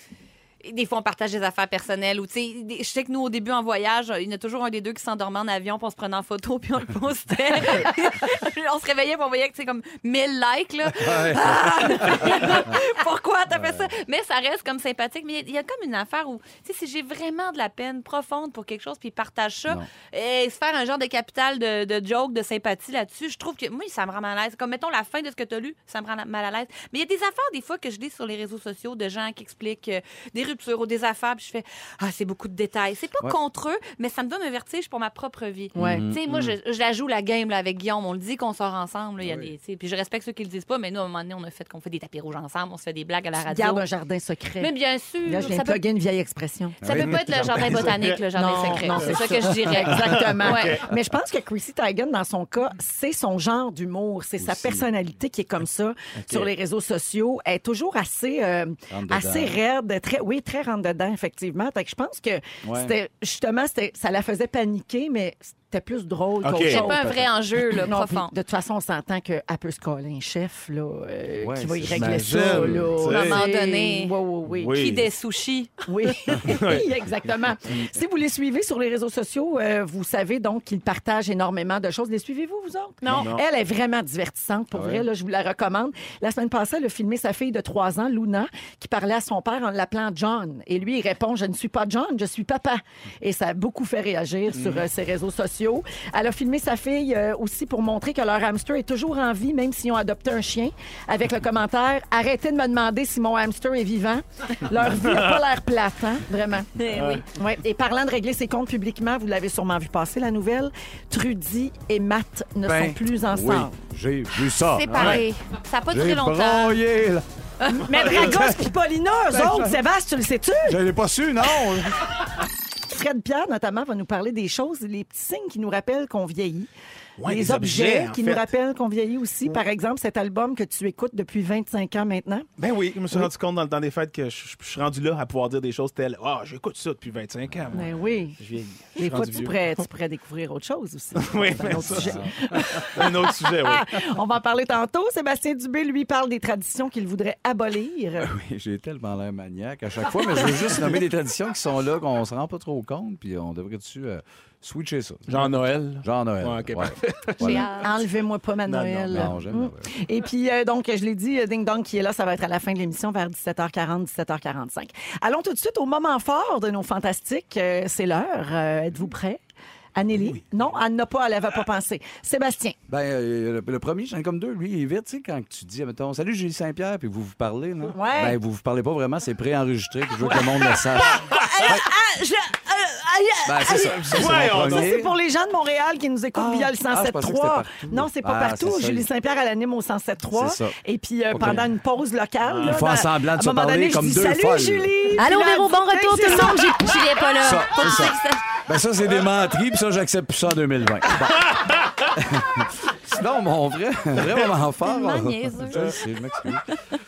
S3: Des fois, on partage des affaires personnelles. Ou, tu sais, des- je sais que nous, au début, en voyage, il y en a toujours un des deux qui s'endormait en avion, puis on se prenait en photo, puis on le postait. on se réveillait, puis on voyait que c'est comme 1000 likes, là. Ah! Pourquoi t'as fait ça? Mais ça reste comme sympathique. Mais il y, a comme une affaire où, tu sais, si j'ai vraiment de la peine profonde pour quelque chose, puis partage ça,
S1: Non.
S3: et se faire un genre de capital de, de joke, de sympathie là-dessus, je trouve que, moi, ça me rend mal à l'aise. Comme, mettons, la fin de ce que t'as lu, ça me rend mal à l'aise. Mais il y a des affaires, des fois, que je lis sur les réseaux sociaux de gens qui expliquent euh, des ruptures ou des affaires, puis je fais, ah, c'est beaucoup de détails. C'est pas
S1: Ouais.
S3: contre eux, mais ça me donne un vertige pour ma propre vie.
S2: Ouais.
S3: Tu sais, moi, je, je la joue la game là, avec Guillaume. On le dit qu'on sort ensemble. là, il y a
S1: Oui.
S3: des- tu sais, puis je respecte ceux qui le disent pas, mais nous, à un moment donné, on a fait qu'on fait des tapis rouges ensemble, on se fait des blagues à la
S2: Tu
S3: radio.
S2: gardes un jardin secret.
S3: Mais bien sûr,
S2: Là, je viens
S3: ça
S2: de
S3: peut,
S2: plugger une vieille expression.
S3: ça peut pas être le jardin botanique, le jardin
S2: Non,
S3: secret.
S2: non,
S3: C'est ça
S2: c'est
S3: que je dirais.
S2: Exactement.
S3: Ouais.
S2: Mais je pense que Chrissy Teigen, dans son cas, c'est son genre d'humour, c'est sa
S1: Aussi.
S2: personnalité qui est comme ça sur les réseaux sociaux. Elle est toujours assez, euh,
S1: Rentre dedans.
S2: assez raide, très, oui, très rentre dedans effectivement. Fait que je pense que c'était justement, c'était- ça la faisait paniquer, mais c'était plus drôle
S4: OK.
S2: qu'autre
S3: C'est
S2: chose.
S3: pas un vrai enjeu là,
S2: Non, puis
S3: profond.
S2: de toute façon, on s'entend qu'elle peut se coller un chef là, euh,
S1: Ouais,
S2: qui va y
S1: c'est-
S2: régler ça. Là,
S4: j'imagine, tu sais.
S2: Tu sais.
S3: Moment donné.
S2: Oui, oui, oui. Ah.
S4: Oui.
S3: Qui des sushis?
S2: Oui, Oui, exactement. si vous les suivez sur les réseaux sociaux, euh, vous savez donc qu'ils partagent énormément de choses. Les suivez-vous, vous autres?
S3: Non.
S2: Elle est vraiment divertissante, pour vrai. Là, je vous la recommande. La semaine passée, elle a filmé sa fille de 3 ans, Luna, qui parlait à son père en l'appelant John. Et lui, il répond Oh, Je ne suis pas John, je suis papa. Et ça a beaucoup fait réagir
S1: Mm.
S2: sur euh, ses réseaux sociaux. Elle a filmé sa fille euh, aussi pour montrer que leur hamster est toujours en vie, même s'ils ont adopté un chien, avec le commentaire Arrêtez de me demander si mon hamster est vivant. Leur vie n'a pas l'air plate, hein? Vraiment.
S3: Eh oui.
S2: Ouais. Et parlant de régler ses comptes publiquement, vous l'avez sûrement vu passer la nouvelle, Trudy et Matt ne
S1: Ben,
S2: sont plus ensemble.
S1: Oui, j'ai vu ça.
S3: C'est pareil. Ça n'a pas duré
S1: J'ai
S3: longtemps.
S1: broyé, là.
S2: Mais Dragos puis Paulina, eux autres, Sébastien, tu le sais-tu?
S1: Ben, Je l'ai pas su, non.
S2: Fred Pierre, notamment, va nous parler des choses, les petits signes qui nous rappellent qu'on vieillit.
S4: Ouais,
S2: les
S4: des
S2: objets,
S4: objets, en
S2: qui
S4: fait. Mm.
S2: nous rappellent qu'on vieillit aussi. Par exemple, cet album que tu écoutes depuis 25 ans maintenant.
S4: Ben oui, je me suis rendu compte dans le temps des fêtes que je, je- je suis rendu là à pouvoir dire des choses telles Ah, j'écoute ça depuis 25 ans. moi.
S2: Ben oui.
S4: Je vieillis. Je suis
S2: Des fois,
S4: rendu
S2: tu
S4: vieux.
S2: pourrais, tu pourrais découvrir autre chose aussi.
S4: Oui,
S2: C'est un
S4: mais
S2: autre
S4: ça,
S2: sujet.
S4: c'est un autre sujet, oui.
S2: On va en parler tantôt. Sébastien Dubé, lui, parle des traditions qu'il voudrait abolir.
S1: Oui, j'ai tellement l'air maniaque à chaque fois, mais je veux juste nommer des traditions qui sont là, qu'on se rend pas trop compte, puis on devrait dessus euh, switcher ça.
S4: Jean-Noël.
S1: Jean-Noël.
S4: Ouais, ok, parfait.
S1: Voilà.
S2: Enlevez-moi pas ma
S4: Ah. Non, non,
S2: Noël.
S1: Non, j'aime Noël.
S2: Et puis, euh, donc, je l'ai dit, euh, Ding Dong qui est là, ça va être à la fin de l'émission vers 17h40, 17h45. Allons tout de suite au moment fort de nos fantastiques. Euh, c'est l'heure. Euh, Êtes-vous prêts? Annélie? Non, elle n'a pas, elle n'avait pas pensé. Sébastien,
S1: Ben, euh, le, le premier, j'en ai comme deux. Lui, il est vite, tu sais, quand tu dis, mettons, salut Julie Saint-Pierre, puis vous vous parlez, non?
S2: Ouais.
S1: Ben, vous vous parlez pas vraiment, c'est préenregistré, puis je veux que le monde le sache.
S3: Ah, je- euh,
S1: Ben, c'est ça. c'est mon
S4: Voyons donc.
S2: Ça,
S1: premier.
S2: c'est pour les gens de Montréal qui nous écoutent
S1: Ben, Ah.
S2: via le
S1: Ah, je pensais que c'était
S2: 107.3.
S1: partout.
S2: non, c'est pas
S1: Ah,
S2: partout.
S1: c'est ça.
S2: Julie Saint-Pierre, elle anime au 107.3.
S1: C'est ça.
S2: Et puis, euh,
S1: Pas
S2: pendant
S1: connu.
S2: une pause locale.
S1: Ils
S2: là,
S1: font
S2: dans-
S1: semblant de se
S2: à un moment
S1: parler
S2: donné, je
S1: comme
S2: dis,
S1: deux
S2: Salut,
S1: folles.
S2: Julie!
S3: Allô,
S2: Puis là,
S3: Véro, bon
S2: elle dit,
S3: retour tout
S2: Hey,
S3: le monde. J'ai- Julien est pas là.
S1: Ça,
S3: Pas
S1: c'est
S3: pour
S1: ça.
S3: que ça-
S1: Ben ça, c'est des menteries, puis ça, j'accepte plus ça en 2020. Bon. Sinon, mon vrai, vrai moment fort...
S3: Tellement niaiseux.
S1: Je sais, je m'excuse.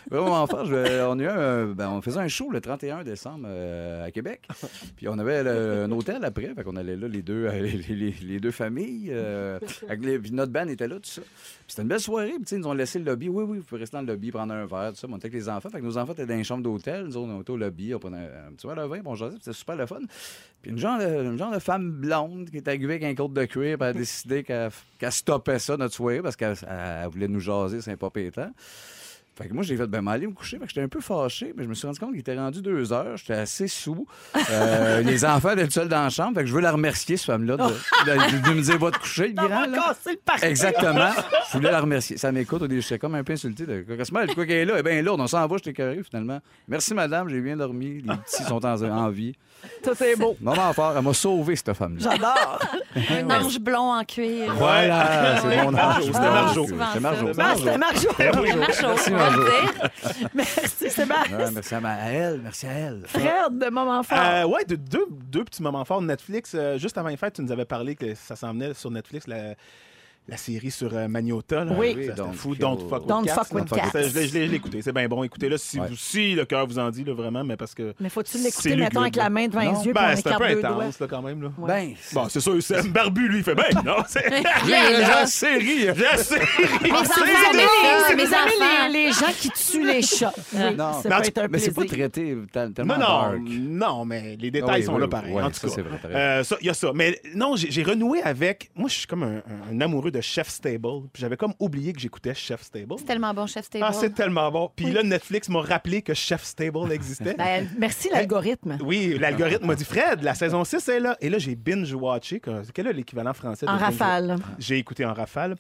S1: Vrai moment fort, je- on, a eu un- ben, on faisait un show le 31 décembre euh, à Québec. Puis on avait le- un hôtel après, fait qu'on allait là, les deux, les, les- les- les deux familles. euh, avec les- puis notre band était là, tout ça. Puis c'était une belle soirée, puis tu sais, ils nous ont laissé le lobby. Oui, oui, vous pouvez rester dans le lobby, prendre un verre, tout ça. Mais on était avec les enfants, fait que nos enfants étaient dans les chambres d'hôtel. Nous autres, on était au lobby, on prenait un petit verre de vin, puis on jasait, puis c'était super le fun. Puis une genre, de, une genre de femme blonde qui est arrivée avec un côte de cuir, puis elle a décidé qu'elle qu'elle stoppait ça, notre soirée, parce qu'elle elle- elle voulait nous jaser, c'est pas pétant. Fait que moi, j'ai fait, ben, m'aller me coucher. Fait que j'étais un peu fâché, mais je me suis rendu compte qu'il était rendu deux heures. J'étais assez sous. Euh, les enfants étaient seuls dans la chambre. Fait que je veux la remercier, cette femme-là, de, de- de me dire, va te coucher, le
S2: on va
S1: grand, là.
S2: casser le party.
S1: Exactement. Je voulais la remercier. Ça m'écoute au début. J'étais comme un peu insulté. De... Qu'est-ce que quoi qu'elle est là? Eh bien, lourde. On s'en va, je t'ai carré, finalement. Merci, madame. J'ai bien dormi. Les petits sont en, en vie.
S2: Ça, c'est beau.
S1: Maman fort. Elle m'a sauvé, cette femme-là.
S2: J'adore.
S3: Un ange blond en cuir.
S1: Voilà,
S3: Oui.
S1: c'est mon ange.
S4: C'était
S1: Ah,
S4: Marjo.
S1: C'était Marjo.
S2: Ah, c'était Marjo.
S4: Ben
S3: Marchons.
S1: Merci, Marjo.
S2: Merci, Sébastien.
S1: Ah, Merci à ma- à elle. Merci à elle.
S2: Fred, de moment fort.
S4: Euh, ouais, de, deux, deux petits moments forts. Netflix, euh, juste avant les fêtes, tu nous avais parlé que ça s'en venait sur Netflix, la, la série sur euh, Magnota. Là.
S2: Oui.
S4: Ça, c'était
S1: Don't
S4: fou.
S1: kill-
S4: Don't fuck with
S2: Don't
S4: cats.
S2: fuck with
S4: là.
S2: cats.
S4: Ça, Je l'ai- je l'ai je l'ai écouté. C'est bien bon. Écoutez-le si,
S1: Ouais.
S4: vous- si le cœur vous en dit, là, vraiment, mais parce que.
S2: Mais faut-tu
S4: C'est
S2: l'écouter maintenant avec
S4: lugubre.
S2: la main devant
S1: Non.
S2: les yeux
S4: Ben,
S2: puis
S4: c'est
S2: on
S4: un
S2: écarte
S4: peu
S2: deux doigts?
S4: intense, là, quand même. Là.
S1: Ben,
S4: Bon, c'est sûr, Sam Barbu, lui, il fait bien. Non, c'est.
S1: j'ai la série. euh,
S4: La série.
S3: Mes
S2: Vous aimez
S3: enfants, mes
S2: les-
S3: filles,
S2: vous
S3: mes
S2: aimez
S3: enfants.
S2: les, les gens qui tuent les chats. Oui,
S1: Non.
S2: ça
S4: Non,
S2: peut
S4: tu-
S2: être un
S1: Mais c'est
S2: plaisir.
S1: pas traité tel- tellement
S4: Non, non,
S1: dark. Ah
S4: non, mais les détails
S1: Oui,
S4: sont
S1: oui,
S4: là
S1: oui,
S4: pareil.
S1: oui,
S4: en
S1: ça,
S4: tout
S1: c'est
S4: cas,
S1: vrai, t'as raison.
S4: Euh, ça, il y a ça. Mais non, j'ai j'ai renoué avec. Moi, je suis comme un, un amoureux de Chef Stable. Puis j'avais comme oublié que j'écoutais Chef Stable.
S3: C'est tellement bon, chef Stable.
S4: Ah, c'est tellement bon. Puis là, Netflix m'a rappelé que Chef Stable existait.
S2: Ben, merci l'algorithme.
S4: Oui, l'algorithme m'a dit Fred, la saison 6 est là. Et là, j'ai binge-watché. que- Quel est l'équivalent français de
S2: En
S4: binge-
S2: rafale.
S4: J'ai écouté en rafale.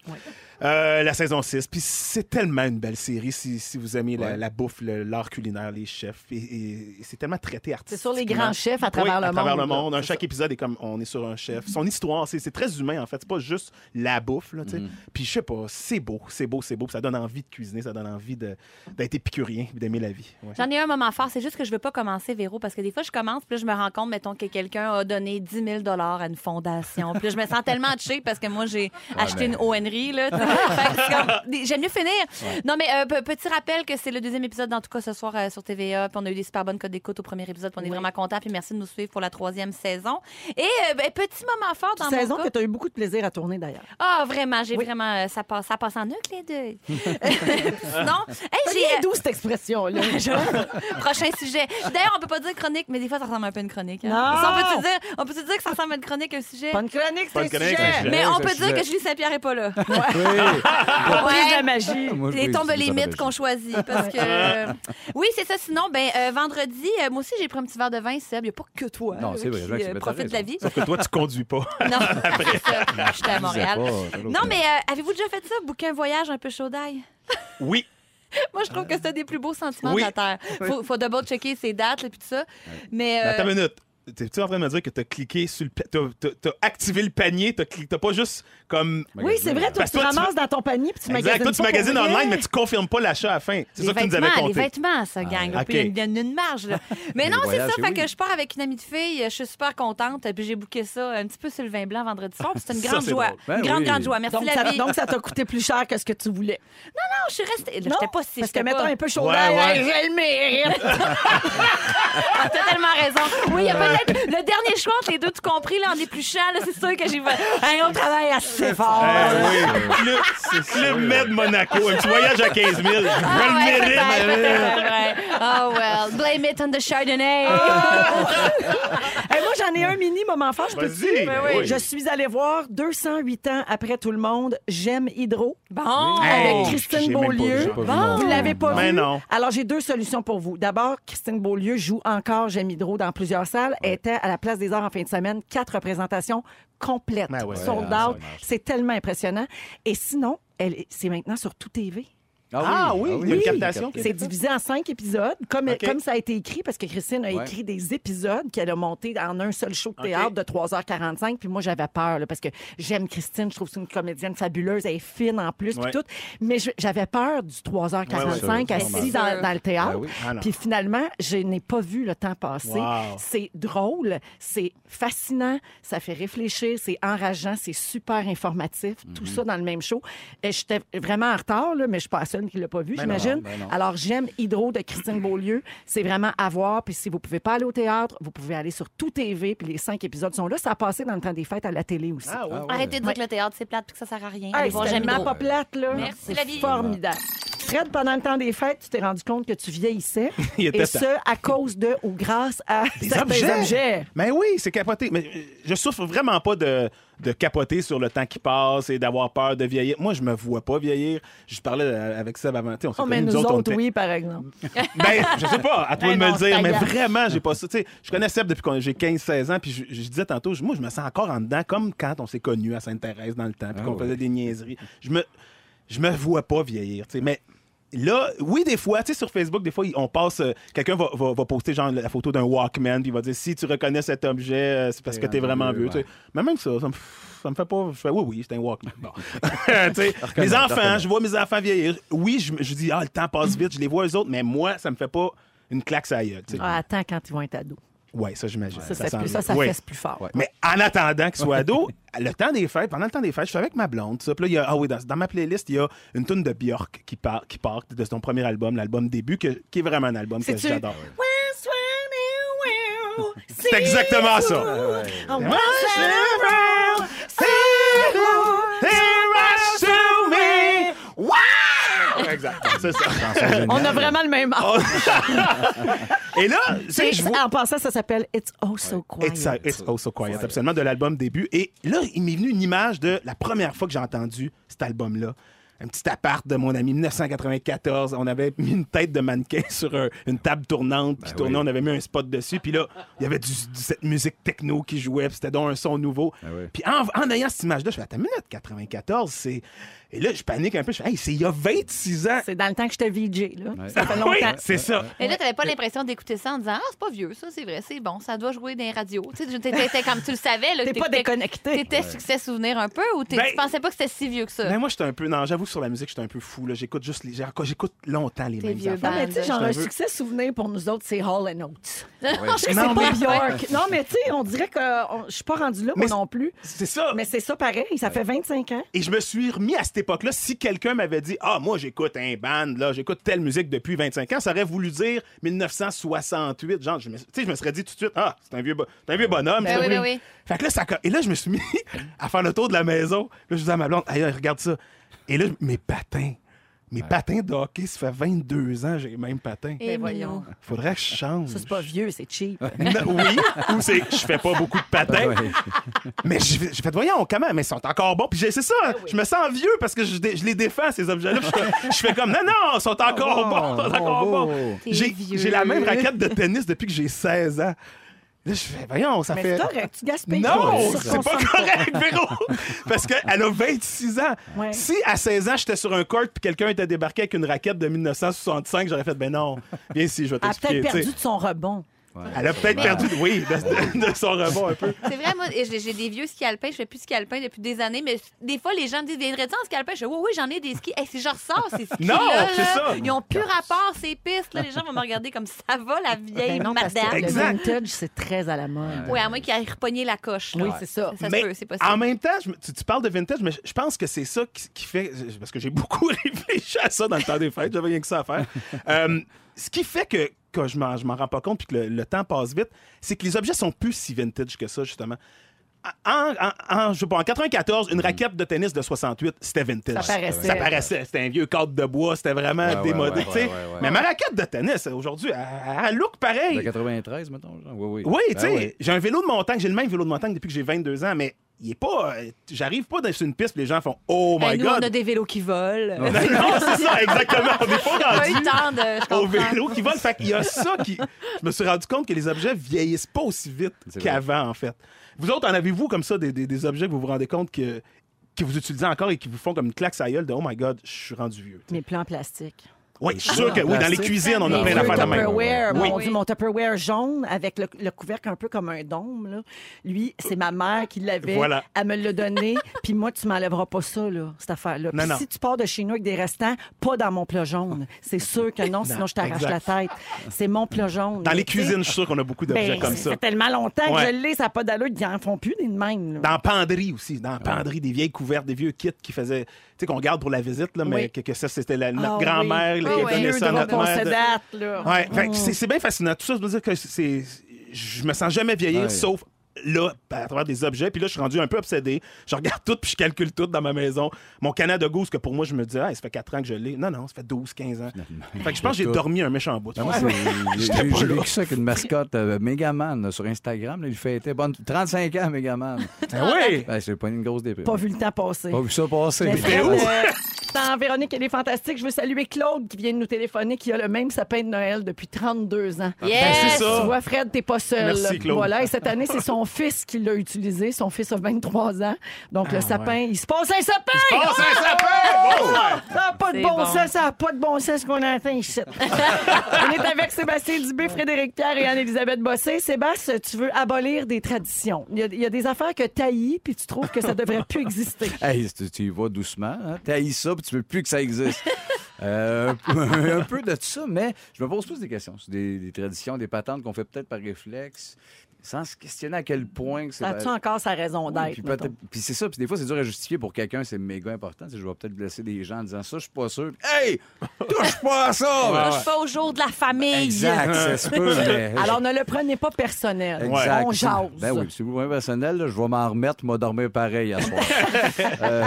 S4: Euh, la saison 6. Puis c'est tellement une belle série si, si vous aimez la,
S1: Ouais.
S4: la bouffe, le- l'art culinaire, les chefs. Et, et- et c'est tellement traité
S2: C'est
S4: artistiquement.
S2: sur les grands chefs à travers
S4: Oui,
S2: le
S4: à travers
S2: monde.
S4: le monde.
S2: là.
S4: Un, chaque épisode est comme on est sur un chef. Son histoire, c'est c'est très humain en fait. C'est pas juste la bouffe. Là, tu sais. Puis je sais pas, c'est beau, c'est beau, c'est beau. Puis Ça donne envie de cuisiner, ça donne envie de- d'être épicurien puis d'aimer la vie. Ouais.
S3: J'en ai un moment fort, c'est juste que je veux pas commencer, Véro, parce que des fois, je commence, puis là, je me rends compte, mettons, que quelqu'un a donné 10 000 à une fondation. Puis là, je me sens tellement cheap parce que moi, j'ai acheté
S1: mais-
S3: une ONRI, là. tu sais. Fait que c'est comme- des- J'aime mieux finir. Non, mais euh, pe- petit rappel que c'est le deuxième épisode, en tout cas, ce soir euh, sur TVA. Puis on a eu des super bonnes codes d'écoute au premier épisode, puis on est vraiment contents. Puis merci de nous suivre pour la troisième saison. Et euh, ben, petit moment fort dans
S2: Saison
S3: mon
S2: que
S3: cas.
S2: tu as eu beaucoup de plaisir à tourner d'ailleurs.
S3: Ah, vraiment, j'ai vraiment. euh, ça, passe, ça passe en nuque, les deux. non. Hey, j'ai. euh,
S2: J'ai euh- d'où cette expression-là.
S3: Prochain sujet. D'ailleurs, on peut pas dire chronique, mais des fois, ça ressemble un peu à une chronique. hein.
S2: Non!
S3: Ça, on peut-tu dire, on peut-tu dire que ça ressemble à une chronique, un sujet?
S2: Pas une chronique,
S4: Pas
S2: c'est
S4: de
S2: un
S4: chronique, c'est un
S2: sujet.
S4: sujet.
S3: Mais
S1: Ouais,
S3: on
S1: ça,
S3: peut
S1: je
S3: dire
S1: sais.
S3: que Julie Saint-Pierre est pas là.
S1: Oui.
S2: Prise
S3: Ouais.
S2: de magie.
S1: Moi, je
S3: Et
S1: vais
S3: tombe
S1: utiliser
S3: les
S1: ça
S3: mythes
S1: pour
S3: qu'on choisit. Parce que. Oui, c'est ça. Sinon, ben, euh, vendredi, euh, moi aussi, j'ai pris un petit verre de vin, Seb. Il n'y a pas que toi.
S1: Non,
S3: là,
S1: c'est vrai,
S3: qui,
S1: Jacques, c'est
S3: euh,
S1: bien,
S3: profite de
S1: t'as
S3: la
S1: raison.
S3: vie.
S4: Sauf que toi, tu conduis pas.
S3: Non, c'est ça. J'étais à Montréal.
S1: Je disais pas, hein,
S3: Non, mais euh, avez-vous déjà fait ça, bouquer un voyage un peu chaud d'ail?
S4: Oui.
S3: Moi, je trouve que c'est un des plus beaux sentiments
S4: Euh, Oui.
S3: de la Terre. Faut, faut double-checker ses dates et tout ça. Mais.
S4: Mais
S3: euh,
S4: Attends une minute. T'es-tu en train de me dire que t'as cliqué sur le. pa- T'as, t'as- t'as activé le panier, t'as, cliqué- t'as pas juste comme.
S2: Oui, c'est vrai, toi,
S4: Parce
S2: tu
S4: que Ben, toi, tu-
S2: ramasses dans ton panier puis tu magasines.
S4: Exact. Toi, tu
S2: pas pour
S4: magasines
S2: rien.
S4: online, mais tu confirmes pas l'achat à la fin. C'est
S3: Les
S4: ça que tu nous
S3: vêtements,
S4: avais
S3: les
S4: compté.
S3: vêtements, ça gagne.
S4: Ah,
S3: Puis il y a
S4: OK.
S3: une- il y a une, une marge. là. Mais non, c'est
S1: voyage,
S3: ça. Fait
S1: oui.
S3: que je pars avec une amie de fille. Je suis super contente. Puis j'ai booké ça un petit peu sur le vin blanc vendredi soir. puis C'était une
S4: Ça,
S3: grande
S4: c'est
S3: joie.
S4: drôle.
S1: Ben
S3: une grande,
S1: oui.
S3: grande joie. Merci
S2: Donc,
S3: la
S2: ça-
S3: vie.
S2: donc, ça t'a coûté plus cher que ce que tu voulais.
S3: non, je suis restée. là,
S2: Non,
S3: J'étais pas si.
S2: Parce que,
S3: j'étais
S2: mettons,
S3: pas-
S2: un peu chaud
S4: Ouais,
S2: d'ail,
S4: ouais.
S2: hey, j'ai le mérite.
S3: Ah, T'as tellement raison. Oui, il y a
S2: Euh.
S3: peut-être le dernier choix entre les deux. Tu compris, là, en épluchant, là, c'est sûr que j'ai. Hey, on travaille assez fort.
S2: Euh,
S4: Ah, oui. Club, Club Med Monaco, un petit voyage à 15 000. Je
S3: Ah,
S4: le
S3: ouais,
S4: mérite.
S3: peut-être, peut-être, c'est vrai. Oh, well. Blame it on the Chardonnay.
S4: Ah,
S2: Hey, moi, j'en ai un mini moment fort. Je peux
S4: Vas-y.
S2: te
S4: Ben
S2: dire?
S4: oui.
S2: Je suis allée voir 208 ans après tout le monde. J'aime Hydro.
S3: Bon.
S2: Avec
S4: Hey,
S2: Christine
S4: j'ai même pas vu, j'ai
S2: Beaulieu.
S4: pas vu,
S3: non.
S2: Vous l'avez pas
S4: Ben
S2: vu?
S4: non.
S2: Alors, j'ai deux solutions pour vous. D'abord, Christine Beaulieu joue encore J'aime Hydro dans plusieurs salles. Elle était à la Place des Arts en fin de semaine. Quatre représentations complètes.
S4: Ben ouais,
S2: sold
S1: ouais,
S2: out.
S1: ça marche.
S2: C'est tellement impressionnant. Et sinon, elle est- c'est maintenant sur Tout TV.
S4: Ah oui, il y a une captation.
S2: C'est divisé en cinq épisodes, comme,
S4: OK.
S2: comme ça a été écrit, parce que Christine a
S1: Ouais.
S2: écrit des épisodes qu'elle a montés en un seul show de théâtre de 3h45. Puis moi, j'avais peur, là, parce que j'aime Christine, je trouve que c'est une comédienne fabuleuse, elle est fine en plus, puis
S4: Ouais.
S2: tout. Mais je- j'avais peur du 3h45
S4: Ouais, ouais, c'est
S2: assis
S3: normal.
S2: dans, dans le théâtre.
S1: Ben oui.
S4: Ah non.
S2: Puis finalement, je n'ai pas vu le temps passer.
S4: Wow.
S2: C'est drôle, c'est fascinant, ça fait réfléchir, c'est enrageant, c'est super informatif. Tout
S4: Mhm.
S2: ça dans le même show. Et J'étais vraiment en retard, là, mais je suis pas la seule qui l'a pas vu, j'imagine.
S1: ben non.
S2: Alors, j'aime Hydro de Christine Beaulieu. C'est vraiment à voir. Puis si vous pouvez pas aller au théâtre, vous pouvez aller sur Tout TV. Puis les cinq épisodes sont là. Ça a passé dans le temps des fêtes à la télé aussi.
S4: Ah oui.
S1: Ah ouais.
S3: Arrêtez de dire que le théâtre, c'est plate puis que ça sert à rien. Allez
S2: Hey,
S3: voir
S2: Ah, c'est
S3: J'aime
S2: tellement
S3: Hydro.
S2: pas plate, là.
S3: Merci,
S2: C'est
S3: la vie.
S2: formidable. Fred, pendant le temps des fêtes, tu t'es rendu compte que tu vieillissais.
S4: Il était
S2: et ce, à cause de ou grâce à
S4: Des
S2: certains
S4: objets.
S2: objets.
S4: Mais oui, c'est capoté. Mais euh, je souffre vraiment pas de, de capoter sur le temps qui passe et d'avoir peur de vieillir. Moi, je me vois pas vieillir. Je parlais euh, avec Seb avant. Tu sais, On s'est
S2: Oh, mais
S4: connus,
S2: nous,
S4: on
S2: autres,
S4: était-
S2: oui, par exemple.
S4: Ben, je sais pas, à toi
S2: Ben
S4: de me
S2: non,
S4: le dire,
S2: je
S4: mais
S2: t'agace.
S4: vraiment, j'ai pas ça. Tu sais, je connais Seb depuis que j'ai 15-16 ans, puis je, je disais tantôt, je- moi, je me sens encore en dedans, comme quand on s'est connus à Sainte-Thérèse dans le temps, puis
S1: Ah
S4: qu'on
S1: oui.
S4: faisait des niaiseries. Je me, je me vois pas vieillir, tu sais, mais. Là, oui, des fois, tu sais, sur Facebook, des fois, on passe, euh, quelqu'un va, va- va poster genre la photo d'un Walkman, puis il va dire si tu reconnais cet objet, euh, c'est parce que
S1: T'es
S4: t'es
S1: rendu
S4: vraiment
S1: vieux,
S4: vieux. tu sais.
S1: ouais.
S4: Mais même ça, ça me, ça me fait pas. Je fais oui, oui, c'est un Walkman. Bon. Tu sais, mes enfants, je vois mes enfants vieillir. Oui, je, me- je dis, ah, le temps passe vite, je les vois eux autres, mais moi, ça me fait pas une claque sur la gueule. tu sais.
S2: Ah, attends quand ils vont être ados.
S4: Ouais, ça, j'imagine.
S2: Ça, ça,
S4: s'en
S2: plus,
S4: vient.
S2: ça, ça
S4: Ouais.
S2: fesse plus fort.
S4: Mais en attendant qu'il soit ado, le temps des fêtes, pendant le temps des fêtes, je suis avec ma blonde. ça. Puis là, il y a, ah oui, dans, dans ma playlist, il y a une tune de Björk qui part, qui part de son premier album, l'album début, que- qui est vraiment un album que
S2: C'est-tu-
S4: j'adore.
S2: C'est
S4: C'est exactement ça.
S2: Ah, ouais.
S4: Exactement, c'est ça.
S2: On a vraiment le même âge.
S4: Et là, Ah, tu sais, je vois.
S2: En passant, ça s'appelle It's Oh So Quiet.
S4: It's, euh, it's also quiet, absolument, de l'album début. Et là, il m'est venu une image de la première fois que j'ai entendu cet album-là. Un petit appart de mon ami 1994. On avait mis une tête de mannequin sur un- une table tournante qui tournait.
S1: Ben oui.
S4: On avait mis un spot dessus. Puis là, il y avait du, du- cette musique techno qui jouait. puis C'était donc un son nouveau.
S1: Ben oui.
S4: Puis en, en ayant cette image-là, je fais Attends une minute, 94, c'est. Et là, je panique un peu. Je fais Hey, c'est il y a 26 ans.
S2: C'est dans le temps que j'étais VJ, là. Ça fait longtemps.
S4: Ah Oui, c'est ça.
S3: Mais là, t'avais pas l'impression d'écouter ça en disant Ah, c'est pas vieux, ça, c'est vrai, c'est bon, ça doit jouer dans les radios. Tu sais, t'étais- t'étais comme tu le savais. là,
S2: T'es
S3: que
S2: pas
S3: t'étais-
S2: déconnecté.
S3: T'étais succès souvenir un peu ou t'es-
S4: Ben-
S3: tu pensais pas que c'était si vieux que ça?
S4: Mais moi, j'étais un peu. Non, j'avoue, que sur la musique, j'étais un peu fou. là. J'écoute juste les. j'en- J'écoute longtemps les
S3: T'es
S4: mêmes
S3: vieux,
S4: affaires.
S2: Non, Ah, mais tu sais, genre,
S4: Ah, Je te
S2: un
S4: veux.
S2: succès souvenir pour nous autres, c'est Hall and Oates. C'est
S4: Non, mais-
S2: pas Bjork. Non, mais tu sais, on dirait que on- je suis pas rendu là, moi
S4: Mais-
S2: non plus.
S4: C'est ça.
S2: Mais c'est ça pareil, ça fait 25 ans.
S4: Et je me suis remis à cette époque-là. Si quelqu'un m'avait dit Ah, moi, j'écoute un band, là, j'écoute telle musique depuis 25 ans, ça aurait voulu dire 1968. Genre, je me, tu sais, je me serais dit tout de suite Ah, c'est un vieux, bo- c'est un vieux bonhomme.
S3: Ben
S4: c'est un
S3: oui,
S4: vieux-
S3: ben oui.
S4: Fait que là, ça, co- et là, je me suis mis à faire le tour de la maison. Là, je disais à ma blonde Aïe, aïe, regarde ça. Et là, mes patins. Mes patins de hockey, ça fait 22 ans, j'ai les mêmes patins.
S3: Et
S2: Ben voyons.
S4: Faudrait que je change.
S2: Ça, c'est pas vieux, c'est cheap.
S4: Non, oui, ou c'est que je fais pas beaucoup de patins. Mais je je fais, voyons, comment? Mais ils sont encore bons. Puis j'ai- c'est ça,
S2: Ah
S4: hein. je me sens vieux parce que je, dé- je les défends, ces objets-là. Puis Je, je fais comme, non, non, ils sont
S2: Ah
S4: encore
S1: bon,
S4: bons, ils sont
S1: bon,
S4: encore
S1: bon.
S4: bons.
S3: T'es
S4: J'ai
S3: vieux.
S4: j'ai la même raquette de tennis depuis que j'ai 16 ans. Là, je fais, voyons, ça
S2: Mais
S4: fait.
S2: c'est correct, tu gaspilles.
S4: Non,
S2: Tu
S4: c'est pas
S2: surconsommes
S4: correct, Véro! Parce qu'elle a 26 ans.
S2: Ouais.
S4: Si à 16 ans, j'étais sur un court puis quelqu'un était débarqué avec une raquette de 1965, j'aurais fait, ben non, viens ici, je vais
S2: Elle a
S4: t'expliquer.
S2: peut-être
S4: tu sais.
S2: perdu de son rebond.
S4: Elle a peut-être perdu, oui, de, de- de son rebond un peu.
S3: C'est vrai, moi, j'ai j'ai des vieux skis alpins. Je fais plus ski alpin depuis des années, mais des fois, les gens me disent Viendrais-tu en ski alpin Je dis Oui, oui, j'en ai des skis. Hey, si je ressors ces skis.
S4: Non,
S3: là,
S4: c'est
S3: là,
S4: ça.
S3: Ils ont plus rapport, ces pistes. Là. Les gens vont me regarder comme ça va, la vieille
S2: Ben non, parce que
S3: madame.
S2: le
S4: Exact.
S2: vintage, c'est très à la mode.
S3: Oui, à moins qu'ils aient repogné la coche. là.
S2: Oui, c'est ça.
S3: Ça se
S4: Mais
S3: peut, c'est possible.
S4: En même temps, je me- tu, tu parles de vintage, mais je- je pense que c'est ça qui, qui fait. Parce que j'ai beaucoup réfléchi à ça dans le temps des fêtes, j'avais rien que ça à faire. Euh, ce qui fait que, que je m'en je m'en rends pas compte puis que le, le temps passe vite, c'est que les objets sont plus si vintage que ça, justement. En, en- en- je sais pas, en 94,
S3: Hmm.
S4: une raquette de tennis de 68, c'était vintage.
S2: Ça paraissait.
S4: Ça paraissait. C'était un vieux cadre de bois, c'était vraiment
S1: Ouais, ouais,
S4: démodé.
S1: ouais,
S4: tu sais.
S1: ouais, ouais, ouais.
S4: Mais ma raquette de tennis, aujourd'hui, elle, elle look pareil.
S1: De 93, mettons. Genre. Oui, oui.
S4: Oui,
S1: Ben
S4: tu sais,
S1: oui.
S4: j'ai un vélo de montagne, j'ai le même vélo de montagne depuis que j'ai 22 ans, mais il est pas. euh, J'arrive pas dans- sur une piste, les gens font Oh my
S3: Hey, Ben, Eh, nous, on a
S4: God! Ben,
S3: des vélos qui volent.
S4: Non, c'est ça, exactement. On n'est pas
S3: Pas eu
S4: rendu
S3: le temps de. Je
S4: au
S3: comprends.
S4: vélo qui vole. Fait qu'il y a ça qui. Je me suis rendu compte que les objets vieillissent pas aussi vite
S1: C'est vrai.
S4: qu'avant, en fait. Vous autres, en avez-vous comme ça des, des- des objets que vous vous rendez compte que que vous utilisez encore et qui vous font comme une claque sa gueule de Oh my God, je suis rendu vieux.
S2: Mes plans plastiques.
S4: Oui, je suis sûr que oui, dans les
S1: plastique.
S4: cuisines, on a
S2: Mes
S4: plein d'affaires
S2: vieux
S4: de même.
S2: Tupperware,
S4: Oui.
S2: mon, Dieu, mon Tupperware jaune avec le, le couvercle un peu comme un dôme. là. Lui, c'est ma mère qui l'avait.
S4: Voilà.
S2: Elle me l'a donné. Puis moi, tu m'enlèveras pas ça, là, cette affaire-là.
S4: Non,
S2: Puis
S4: non.
S2: si tu pars de chez nous avec des restants, pas dans mon plat jaune. C'est sûr que non, sinon je t'arrache la
S4: exact.
S2: tête. C'est mon plat jaune.
S4: Dans
S2: Mais
S4: les
S2: tu sais,
S4: cuisines, je suis sûr qu'on a beaucoup d'objets
S2: ben,
S4: comme
S2: ça
S4: ça.
S2: fait tellement longtemps
S4: Ouais.
S2: que je l'ai, ça n'a pas d'allure. Ils en font plus des de même. là.
S4: Dans la penderie aussi, dans la
S1: Ah.
S4: penderie, des vieilles couvertes, des vieux kits qui faisaient, tu sais, qu'on garde pour la visite, là, mais
S2: Oui.
S4: que, que ça, c'était la- notre
S2: Ah,
S4: grand-mère
S2: oui.
S4: là,
S2: Ah,
S4: qui
S2: oui.
S4: donnait
S2: Vieux Oh.
S4: ça à
S2: dont
S4: notre
S2: on
S4: mère.
S2: se
S4: de- Ah,
S2: date, là.
S4: Ouais, fait que c'est c'est bien fascinant. Tout ça, je veux dire que c'est. Je me sens jamais vieillir,
S1: Ouais.
S4: sauf là, à travers des objets. Puis là, je suis rendu un peu obsédé. Je regarde tout, puis je calcule tout dans ma maison. Mon canard de gousse, que pour moi, je me dis, ah, ça fait 4 ans que je l'ai. Non, non, ça fait 12, 15 ans. Fait que je pense que j'ai
S1: Tout.
S4: dormi un méchant bout.
S1: Ben, moi, c'est- j'ai- J'ai j'ai vécu ça avec une mascotte, euh, Megaman, là, sur Instagram. là, il fêtait bonne... 35 ans, Megaman.
S4: Ah oui!
S1: Ben, j'ai pas eu une grosse déprime.
S2: Pas vu le temps passer.
S1: Pas vu ça passer.
S2: Mais
S1: Mais
S2: Fred, euh, dans Véronique, elle est fantastique. Je veux saluer Claude qui vient de nous téléphoner, qui a le même sapin de Noël depuis 32 ans. Ben,
S4: c'est
S3: Ah. Yes!
S4: ça.
S2: Tu vois, Fred, t'es pas seul.
S4: Merci, Claude.
S2: Voilà, et cette année, c'est son fils qui l'a utilisé. Son fils a 23 ans. Donc,
S4: Ah,
S2: le sapin, il se passe un sapin! Ah!
S4: Oh, c'est un sapin! Bon!
S2: Ça n'a pas de
S3: C'est
S2: bon,
S3: bon.
S2: sens, ça n'a pas de bon sens ce qu'on entend ici. On est avec Sébastien Dubé, Frédéric Pierre et Anne-Élisabeth Bossé. Sébastien, tu veux abolir des traditions. Il y a, il y a des affaires que t'haïs, puis tu trouves que ça devrait plus exister.
S1: Hey, tu, tu y vas doucement. Hein? T'haïs ça, puis tu veux plus que ça existe. Euh, un, peu, un peu de ça, mais je me pose plus des questions. C'est des, des traditions, des patentes qu'on fait peut-être par réflexe, sans se questionner à quel point que c'est...
S2: Ça a-tu encore sa raison
S1: Oui,
S2: d'être?
S1: puis
S2: mettons?
S1: peut-être- puis c'est ça. Puis des fois, c'est dur à justifier pour quelqu'un. C'est méga important. Tu sais, Je vais peut-être blesser des gens en disant ça, je suis pas sûr. Hey! Touche pas à ça!
S3: Touche pas au jour de la famille.
S1: Ah. Exact, ça se peut, mais...
S2: Alors, ne le prenez pas personnel.
S1: Exact.
S2: On jase.
S1: Ben oui, si vous voulez personnel, là, je vais m'en remettre, moi dormir pareil à soir. Euh,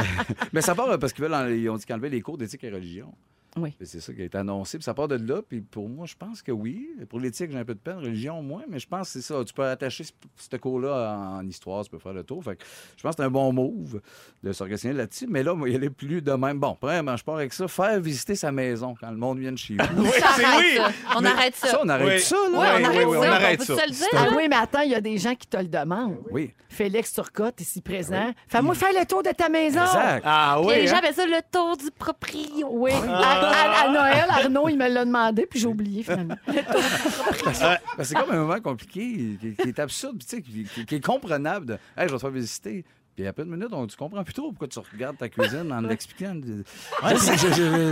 S1: mais ça part euh, parce qu'ils veulent, en- ils ont dit qu'enlever les cours d'éthique et religion.
S2: Oui.
S1: Et C'est ça qui a été annoncé. Puis ça part de là. Puis pour moi, je pense que oui. Pour l'éthique, j'ai un peu de peine. Religion, moins. Mais je pense que c'est ça. Tu peux attacher ce, ce cours-là en histoire. Tu peux faire le tour. Fait que je pense que c'est un bon move de s'organiser là-dessus. Mais là, moi, il y a plus de même. Bon, premièrement, je pars avec ça. Faire visiter sa maison quand le monde vient de chez vous.
S4: Oui,
S3: Ça
S4: c'est
S3: arrête
S4: oui!
S3: ça. On arrête ça.
S1: ça, on arrête
S4: Oui.
S1: ça, là.
S3: Ouais,
S4: Oui,
S3: on arrête
S4: oui, oui, on
S3: ça.
S4: arrête
S3: peut
S4: ça.
S3: se le dire,
S2: Ah
S3: là?
S2: oui, mais attends, il y a des gens qui te le demandent.
S1: Oui.
S2: Félix Turcotte, ici présent. Fais-moi faire le tour de ta maison.
S1: Exact.
S4: Ah
S3: Puis
S4: oui!
S3: les gens
S4: hein?
S3: appellent ça le tour du proprio.
S2: Oui. À, à- à Noël, Arnaud, il me l'a demandé, puis j'ai oublié finalement.
S1: Ben, c'est comme un moment compliqué, qui, qui est absurde, puis tu sais, qui, qui- qui est comprenable. de, hey, je vais te faire visiter. Puis après une minute, on, tu comprends plus trop pourquoi tu regardes ta cuisine en l'expliquant.
S4: Ouais, c'est-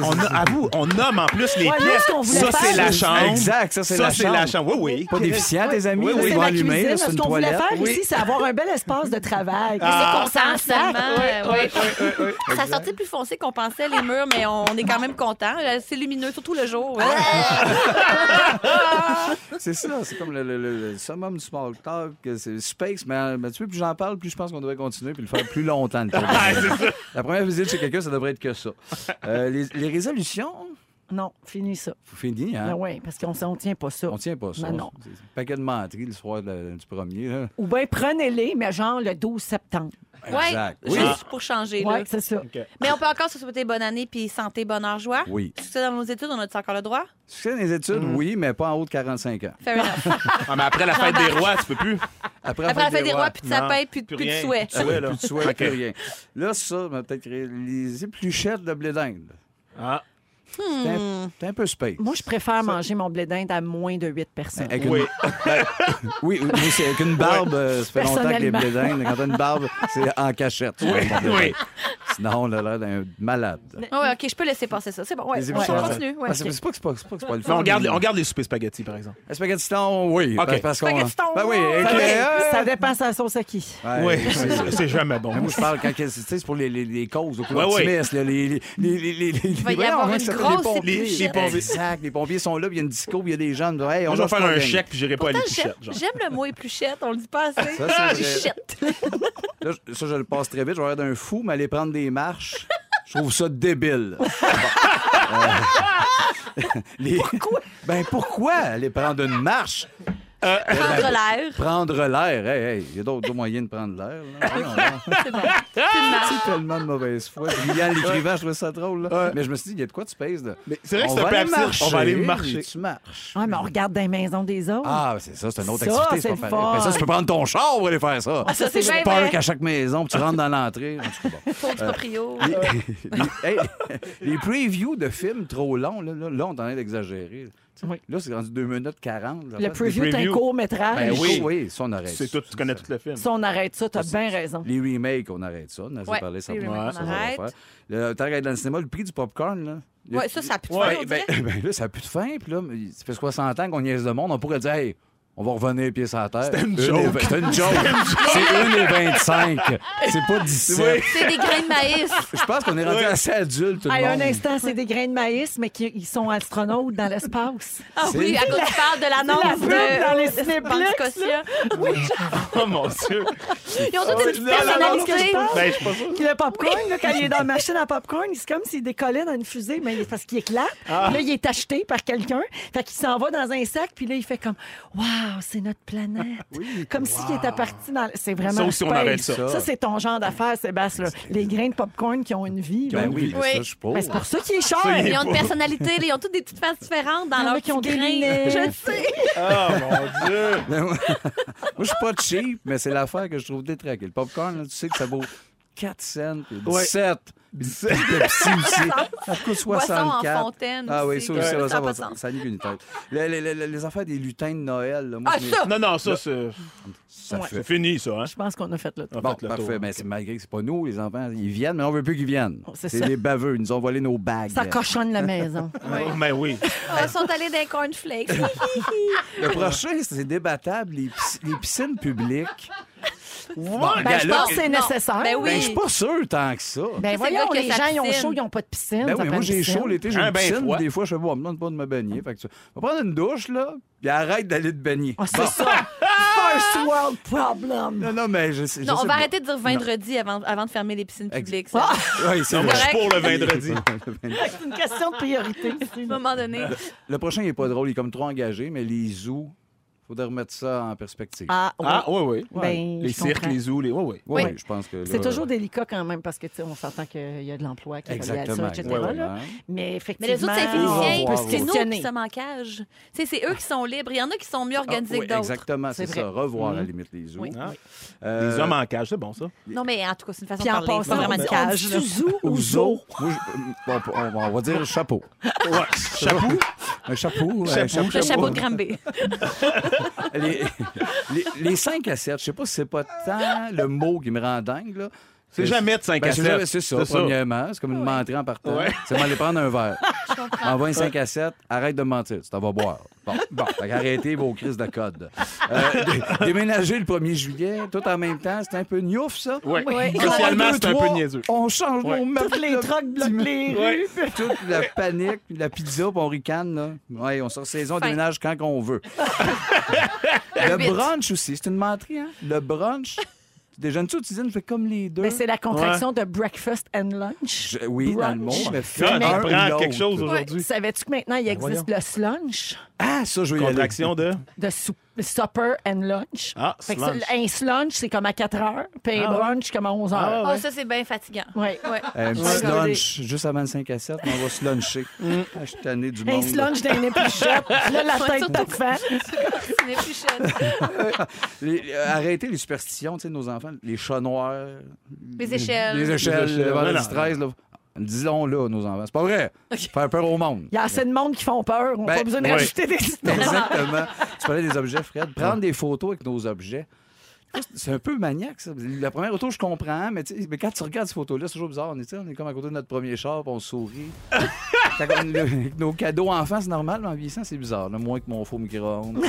S4: On a- avoue, on nomme en plus les
S2: Ouais, nous,
S4: pièces.
S2: ce qu'on voulait
S4: Ça, c'est
S2: faire,
S4: la
S2: c'est-
S4: chambre.
S1: Exact, ça, c'est la
S4: Ça, c'est la chambre. Oui, oui.
S1: Pas déficient, tes amis.
S4: Oui,
S1: là,
S4: oui.
S1: ils
S2: C'est
S1: vont
S2: la
S1: allumer,
S2: cuisine.
S1: là,
S2: Ce
S1: c'est une
S2: qu'on voulait
S1: toilette.
S2: faire
S4: Oui.
S2: ici, c'est avoir un bel espace de travail.
S4: Ah.
S2: C'est qu'on s'en sac.
S3: Seulement, euh, oui. Ça sortait plus foncé qu'on pensait, les murs, mais on on est quand même content. C'est lumineux, surtout le jour. ouais.
S4: Ah,
S1: C'est ça, c'est comme le, le- le- le summum du small talk, que c'est space, mais, mais tu sais, plus j'en parle, plus je pense qu'on devrait continuer puis le faire plus longtemps. le tour. la première visite chez quelqu'un, ça devrait être que ça. Euh, les, les résolutions,
S2: Non, finis ça.
S1: vous finissez, hein?
S2: Ben oui, parce qu'on ne tient pas ça.
S1: On tient pas ça.
S2: Ben non.
S1: C'est- c'est un Paquet de menteries le soir de- du premier. là.
S2: Ou bien prenez-les, mais genre le 12 septembre.
S3: Ouais,
S1: Exact. Oui.
S4: Ah.
S3: juste pour changer. là.
S2: Oui, c'est ça.
S3: Mais on peut encore se souhaiter bonne année puis santé, bonheur, joie.
S1: Oui.
S3: Succès dans nos études, on a-tu encore le droit?
S1: Succès dans les études,
S3: Mm.
S1: oui, mais pas en haut de 45 ans.
S3: Fair enough.
S4: Ah, mais après la fête des rois, tu peux plus.
S3: Après la fête des rois, puis de
S4: Non,
S3: sapin, puis de
S4: plus
S3: plus de
S4: rien.
S3: souhait.
S4: Plus de souhait, là.
S1: plus de souhait,
S4: Ok.
S1: plus rien. Là, ça, m'a peut-être créé les épluchettes de blé d'Inde.
S4: Ah.
S1: C'est
S3: Hmm.
S1: un, c'est un peu space.
S2: Moi, je préfère manger mon blé d'Inde à moins de 8 personnes.
S1: Avec une- Ben,
S4: Oui.
S1: oui, oui, oui, c'est avec une barbe, euh, ça fait longtemps que les blé d'Inde, quand t'as une barbe, c'est en cachette.
S4: oui.
S1: Sinon, on a l'air d'un malade.
S3: Ouais, ouais, OK, je peux laisser passer ça. C'est bon, ouais.
S1: Les
S3: Ouais,
S1: épluchettes,
S3: on continue.
S1: euh,
S3: ouais,
S1: ah, c'est
S3: OK.
S1: c'est pas que c'est pas, c'est pas que c'est pas le
S4: Mais
S1: fun.
S4: on garde, on garde les soupers spaghetti, par exemple.
S1: Les spaghettis ton, oui.
S4: OK.
S1: Parce, parce qu'on-
S3: Spaghettis-tons,
S1: Ben oui,
S3: ouais.
S1: ok,
S2: Ça,
S1: euh,
S2: ça dépend de la sauce à qui.
S1: ouais,
S4: Oui,
S1: c'est-
S4: c'est- c'est jamais bon.
S1: Mais moi, je parle quand que- tu sais, c'est pour les, les, les causes,
S4: Ouais, ouais.
S1: l'optimisme, les, les, les, les, les, les,
S3: va y
S1: voyons,
S3: avoir
S1: comment
S3: une
S1: ça s'appelle,
S3: grosse
S1: les pompiers.
S4: épluchette. Les pompiers.
S1: Exact, les pompiers sont là, puis il y a une disco, puis il y a des gens. Hey,
S4: Moi,
S1: on
S4: je vais
S1: lâche
S4: faire
S1: pas
S4: un
S1: le gang.
S4: chèque, puis j'irai pas à
S3: Pourtant,
S4: l'épluchette.
S3: j'aime-
S4: genre.
S3: J'aime le mot épluchette, on le dit pas assez. Ah,
S1: Ça, c'est vrai.
S3: Épluchette.
S1: Là, je- ça, je le passe très vite. Je vais avoir l'air d'un fou, mais aller prendre des marches, je trouve ça débile. Bon. Euh, les- Ben pourquoi aller prendre une marche?
S3: Prendre l'air.
S1: Prendre l'air. Hey, hey, il y a d'autres moyens de prendre l'air. là. Voyons, là. C'est tellement de mauvaise foi. Liliane, l'écrivain, je trouvais ça drôle. là.
S4: Ouais.
S1: Mais je me suis dit, il y a de quoi tu pèses. Là.
S4: Mais c'est vrai que
S1: on
S4: c'est un
S1: va
S4: peu
S1: aller
S4: absurde.
S1: marcher.
S4: On va aller marcher.
S1: Tu marches.
S2: Ouais, Ah, mais on regarde dans les maisons des autres.
S1: Ah, c'est ça, c'est une autre
S2: Ça,
S1: activité.
S2: c'est
S1: pas
S2: le
S1: pareil.
S2: fun.
S1: Mais ça, tu peux prendre ton char pour aller faire ça.
S3: ça, c'est
S1: Tu
S3: bien
S1: parques
S3: vrai.
S1: à chaque maison, puis tu rentres dans l'entrée. En tout cas, bon.
S3: Pour du proprio.
S1: Les, les- hey, les previews de films trop longs, là, là, là, on est en train d'exagérer. Tu sais,
S2: Oui.
S1: Là, c'est rendu 2 minutes 40. là.
S2: Le preview Ah, est un
S4: previews.
S2: court-métrage.
S1: Ben oui,
S4: Oui.
S1: oui, ça, on arrête
S4: C'est
S1: ça.
S4: tout, tu connais tout le film.
S2: Si on arrête ça, t'as bien raison.
S1: Les remakes, on arrête ça. On a
S3: Ouais,
S1: parlé ça
S3: les
S1: pour
S3: remakes,
S1: ça,
S3: on
S1: ça va
S3: arrête.
S1: faire. Le t'arrêtes dans le cinéma, le prix du popcorn, là. Le-
S3: Ouais, ça, ça a plus de
S1: Ouais,
S3: fin, on
S1: ben,
S3: dirait.
S1: ben là, ça n'a plus de fin. Puis là, mais ça fait 60 ans qu'on niaise le monde. On pourrait dire, hey, on va revenir pieds sur la terre. C'était
S4: une joke.
S1: C'était une joke. C'est une et 25. C'est pas 17.
S3: C'est des grains de maïs.
S1: Je pense qu'on est rendu
S4: Oui.
S1: assez adulte, tout le
S2: Hey, un
S1: monde.
S2: instant, c'est des grains de maïs, mais qui ils sont astronautes dans l'espace.
S3: Ah
S1: C'est-
S3: oui, à cause tu parles de l'annonce
S2: pub dans les
S3: de de
S2: Cinéplex,
S3: Banque Scotia.
S4: Oh mon Dieu.
S3: Ils ont toute une petite
S4: Non, non, non,
S2: que je
S3: personnalité.
S2: parle.
S4: Ben, je suis pas sûr.
S2: Puis le popcorn, là, quand il est dans la machine à popcorn, il- c'est comme s'il décollait dans une fusée, mais il- parce qu'il éclate. Là, il est acheté par quelqu'un. Fait qu'il s'en va dans un sac, puis là, il fait comme Waouh, c'est notre planète. Comme s'il était parti dans. C'est vraiment.
S4: Ça aussi, on
S2: space.
S4: arrête ça.
S2: Ça, c'est ton genre d'affaire, Sébastien. là. Les grains de popcorn qui ont une vie. là.
S1: Ben oui, mais
S3: Oui.
S1: ça, je suis pauvre.
S2: Mais c'est pour ça qu'il est cher.
S4: Ça, il est
S3: Ils ont une personnalité, là, ils ont toutes des petites faces différentes dans
S2: Il y en a
S3: leur
S2: qui ont
S3: petit
S2: des
S3: grain.
S2: lunettes.
S3: Je sais.
S4: Oh mon Dieu.
S1: Ben, moi, moi, je suis pas cheap, mais c'est l'affaire que je trouve détraquée. Le popcorn, là, tu sais que ça vaut 4 cents, puis 17. puis le Pepsi aussi. Ça coûte
S3: Poisson
S1: 64.
S3: en fontaine.
S1: Ah oui,
S3: aussi,
S1: ça aussi,
S3: ça
S1: là,
S3: n'a
S1: ça,
S3: pas
S1: va,
S3: de
S1: ça,
S3: sens.
S1: ça nique une tête. Le- le- le- le- les affaires des lutins de Noël, là, moi,
S3: Ah,
S1: je m'y-
S3: ça!
S4: Non, non, ça, c'est
S1: ça
S2: Ouais.
S1: fait.
S4: c'est fini, ça. Hein?
S2: Je pense qu'on a fait le tour.
S4: On a
S1: Bon,
S4: fait le
S1: parfait, ben,
S4: tour.
S1: mais c'est malgré que c'est pas nous, les enfants, ils viennent, mais on veut plus qu'ils viennent.
S2: Oh, c'est
S1: c'est
S2: ça.
S1: des baveux, ils nous ont volé nos bagues.
S2: Ça cochonne la maison.
S4: Oh, mais oui.
S3: Ah, Ils sont allés dans les cornflakes. Hi, hi, hi.
S1: Le prochain, c'est débattable, les, pisc- les piscines publiques.
S2: Ben, je
S1: là,
S2: pense que c'est
S3: Non.
S2: nécessaire.
S3: Ben oui.
S1: Ben, je suis pas sûr tant que ça.
S2: Ben
S3: C'est
S2: voyons,
S3: le gars qui a
S2: les
S3: sa
S2: gens, ils ont
S3: piscine.
S2: chaud, ils n'ont pas de piscine.
S1: Ben
S2: ça
S1: oui,
S2: prend
S1: moi
S2: une
S1: j'ai
S2: piscine.
S1: chaud l'été, j'ai
S4: Un
S1: une
S4: bain
S1: piscine,
S4: froid.
S1: puis des fois je fais bon, on me demande pas de me baigner, fait que tu va prendre une douche là, puis arrête d'aller te baigner.
S2: Ah, c'est
S1: Bon.
S2: ça. First world problem.
S1: Non non mais je sais je
S3: Non,
S1: sais
S3: on va
S1: pas.
S3: arrêter de dire vendredi avant, avant de fermer les piscines
S1: Ex- Ah!
S3: publiques. ça.
S1: Oui, c'est
S4: Moi, je
S1: vrai.
S4: suis pour le vendredi.
S2: C'est une question de priorité. Ah, c'est
S3: À un
S2: une-
S3: moment donné.
S1: Le prochain il est pas drôle, il est comme trop engagé, mais les zoos, faudrait remettre ça en perspective.
S2: Ah, oui.
S4: Ah, oui, oui.
S2: Ben,
S4: les
S2: je
S4: cirques,
S2: comprends.
S4: les zoos, les. Oui, oui.
S1: Oui,
S2: oui.
S1: je pense que
S2: C'est
S1: là-
S2: toujours délicat quand même parce que tu sais, on s'entend qu'il y a de l'emploi qui est relié à ça,
S1: Exactement.
S2: etc.
S1: exactement.
S2: là. Mais
S3: Mais
S2: effectivement,
S3: les autres
S1: on
S3: Saint-Félicien,
S1: va
S3: c'est nous
S2: voir.
S3: qui sommes en cage. Tu sais, C'est eux qui sont libres. Il y en a qui sont mieux
S1: Ah,
S3: organisés
S1: oui,
S3: que d'autres.
S1: exactement, c'est
S2: C'est vrai.
S1: ça. Revoir à la
S2: Mhm.
S1: limite les zoos.
S3: Oui.
S4: Ah.
S1: Euh,
S4: Les hommes en cage, c'est bon, ça.
S3: Non, mais en tout cas, c'est une façon
S2: Puis en
S3: de parler. C'est
S2: passant,
S3: pas vraiment
S2: on
S3: une
S2: dit-
S3: cage.
S2: on dit zoos ou zoo.
S1: Moi, je- on, on- on va dire chapeau.
S4: Ouais. Chapeau.
S1: Un chapeau. euh,
S4: Chapeau.
S3: Le chapeau de Granby.
S1: les, les, 5 à 7, je sais pas si c'est pas tant le mot qui me rend dingue. là.
S4: C'est jamais de 5
S1: Ben,
S4: à
S1: c'est
S4: 7.
S1: jamais- c'est ça, premièrement. C'est comme une menterie en partant.
S4: Ouais.
S1: C'est m'aller prendre un verre. Envoie un 5 à 7, arrête de me mentir, tu t'en vas boire. Bon, bon. Fait qu'arrêtez vos crises de code. Euh, dé- déménager le 1er juillet, tout en même temps, c'est un peu niouf, ça?
S4: Ouais.
S2: Oui.
S4: Socialement,
S1: Un, deux,
S4: c'est un peu
S1: trois,
S4: niaiseux.
S1: On change
S4: Ouais.
S1: nos meubles.
S2: toutes les trocs bloquent les rues.
S4: Ouais.
S1: Toute la panique, puis la pizza, puis on ricane. Là. Ouais, on sort saison, on
S3: Fin.
S1: déménage quand qu'on veut. le brunch aussi, c'est une menterie. Hein? Le brunch, déjeunes-tu ou tu dînes? Je fais comme les deux.
S2: Mais c'est la contraction de breakfast and lunch.
S1: Je- oui, dans le
S2: brunch.
S1: monde, mais fais
S4: Ça,
S1: un
S4: tu
S1: ou
S4: prends
S1: l'autre.
S4: quelque chose aujourd'hui.
S2: Savais-tu que maintenant, il existe le slunch,
S1: Ah, ça, je veux y aller.
S4: Contraction de.
S2: de sou- supper and lunch?
S4: Ah,
S2: Fait que ça,
S4: slunch.
S2: un slunch, c'est comme à 4 heures, puis un
S4: Ah ouais.
S2: brunch, comme à 11
S4: Ah
S2: heures.
S3: Ah, ça, c'est bien fatigant.
S2: Ouais.
S3: Ouais.
S1: Euh,
S3: Oh
S1: Un petit
S2: Ouais.
S1: lunch, juste avant le 5 à 7, mais on va se luncher.
S2: Mm.
S1: Ah, je suis tanné du
S2: Un
S1: monde. là.
S2: slunch d'un épluchette, là, la tête
S3: Surtout-
S2: toute faite.
S3: C'est une épluchette.
S1: Les- euh, arrêtez les superstitions, tu sais, nos enfants, les chats
S2: Euh,
S1: noirs,
S3: Les échelles.
S1: les
S4: Les
S1: échelles,
S4: échelles,
S1: le
S4: non, non.
S1: vendredi 13, là. Disons-le, à nos enfants. C'est pas vrai. Faire peur au monde.
S2: Il y a assez de monde qui font peur. On n'a
S1: Ben,
S2: pas besoin de
S4: oui.
S2: rajouter des histoires.
S1: Exactement. tu parlais des objets, Fred. Prendre des photos avec nos objets. C'est un peu maniaque, ça. La première auto, je comprends, mais, tu sais, mais quand tu regardes ces photos-là, c'est toujours bizarre. On est, tu sais, on est comme à côté de notre premier char, puis on sourit. Quand on- le- avec nos cadeaux enfants, c'est normal, mais en vieillissant, c'est bizarre. là. Moins que mon faux micro-ondes. là.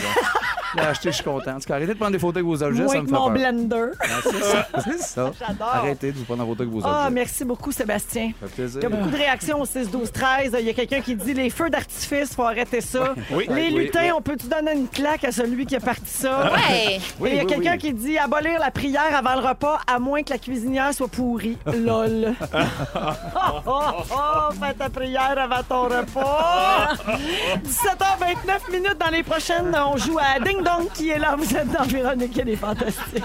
S1: Là, acheter, je suis content. En tout cas, arrêtez de prendre des photos avec vos objets, ça
S2: Moins
S1: me
S2: que
S1: fait
S2: mon
S1: peur.
S2: blender.
S1: Ah, C'est ça. C'est ça. Arrêtez de vous prendre en photo avec vos
S2: Ah,
S1: objets.
S2: merci beaucoup, Sébastien.
S1: Ça fait plaisir.
S2: Il y a beaucoup de réactions au 6, 12, 13. Il y a quelqu'un qui dit les feux d'artifice, faut arrêter ça.
S4: Oui.
S2: Les
S1: Oui,
S2: lutins,
S1: oui.
S2: on peut-tu donner une claque à celui qui a parti ça?
S3: Ouais.
S1: Oui,
S2: Et il y a
S1: oui,
S2: quelqu'un
S1: oui.
S2: qui dit abolir la prière avant le repas, à moins que la cuisinière soit pourrie. Lol. oh, oh, oh, fais ta prière avant ton repas. 17h29 minutes dans les prochaines, on joue à Ding Ding Dong qui est là. Vous êtes dans Véronique, elle est fantastique.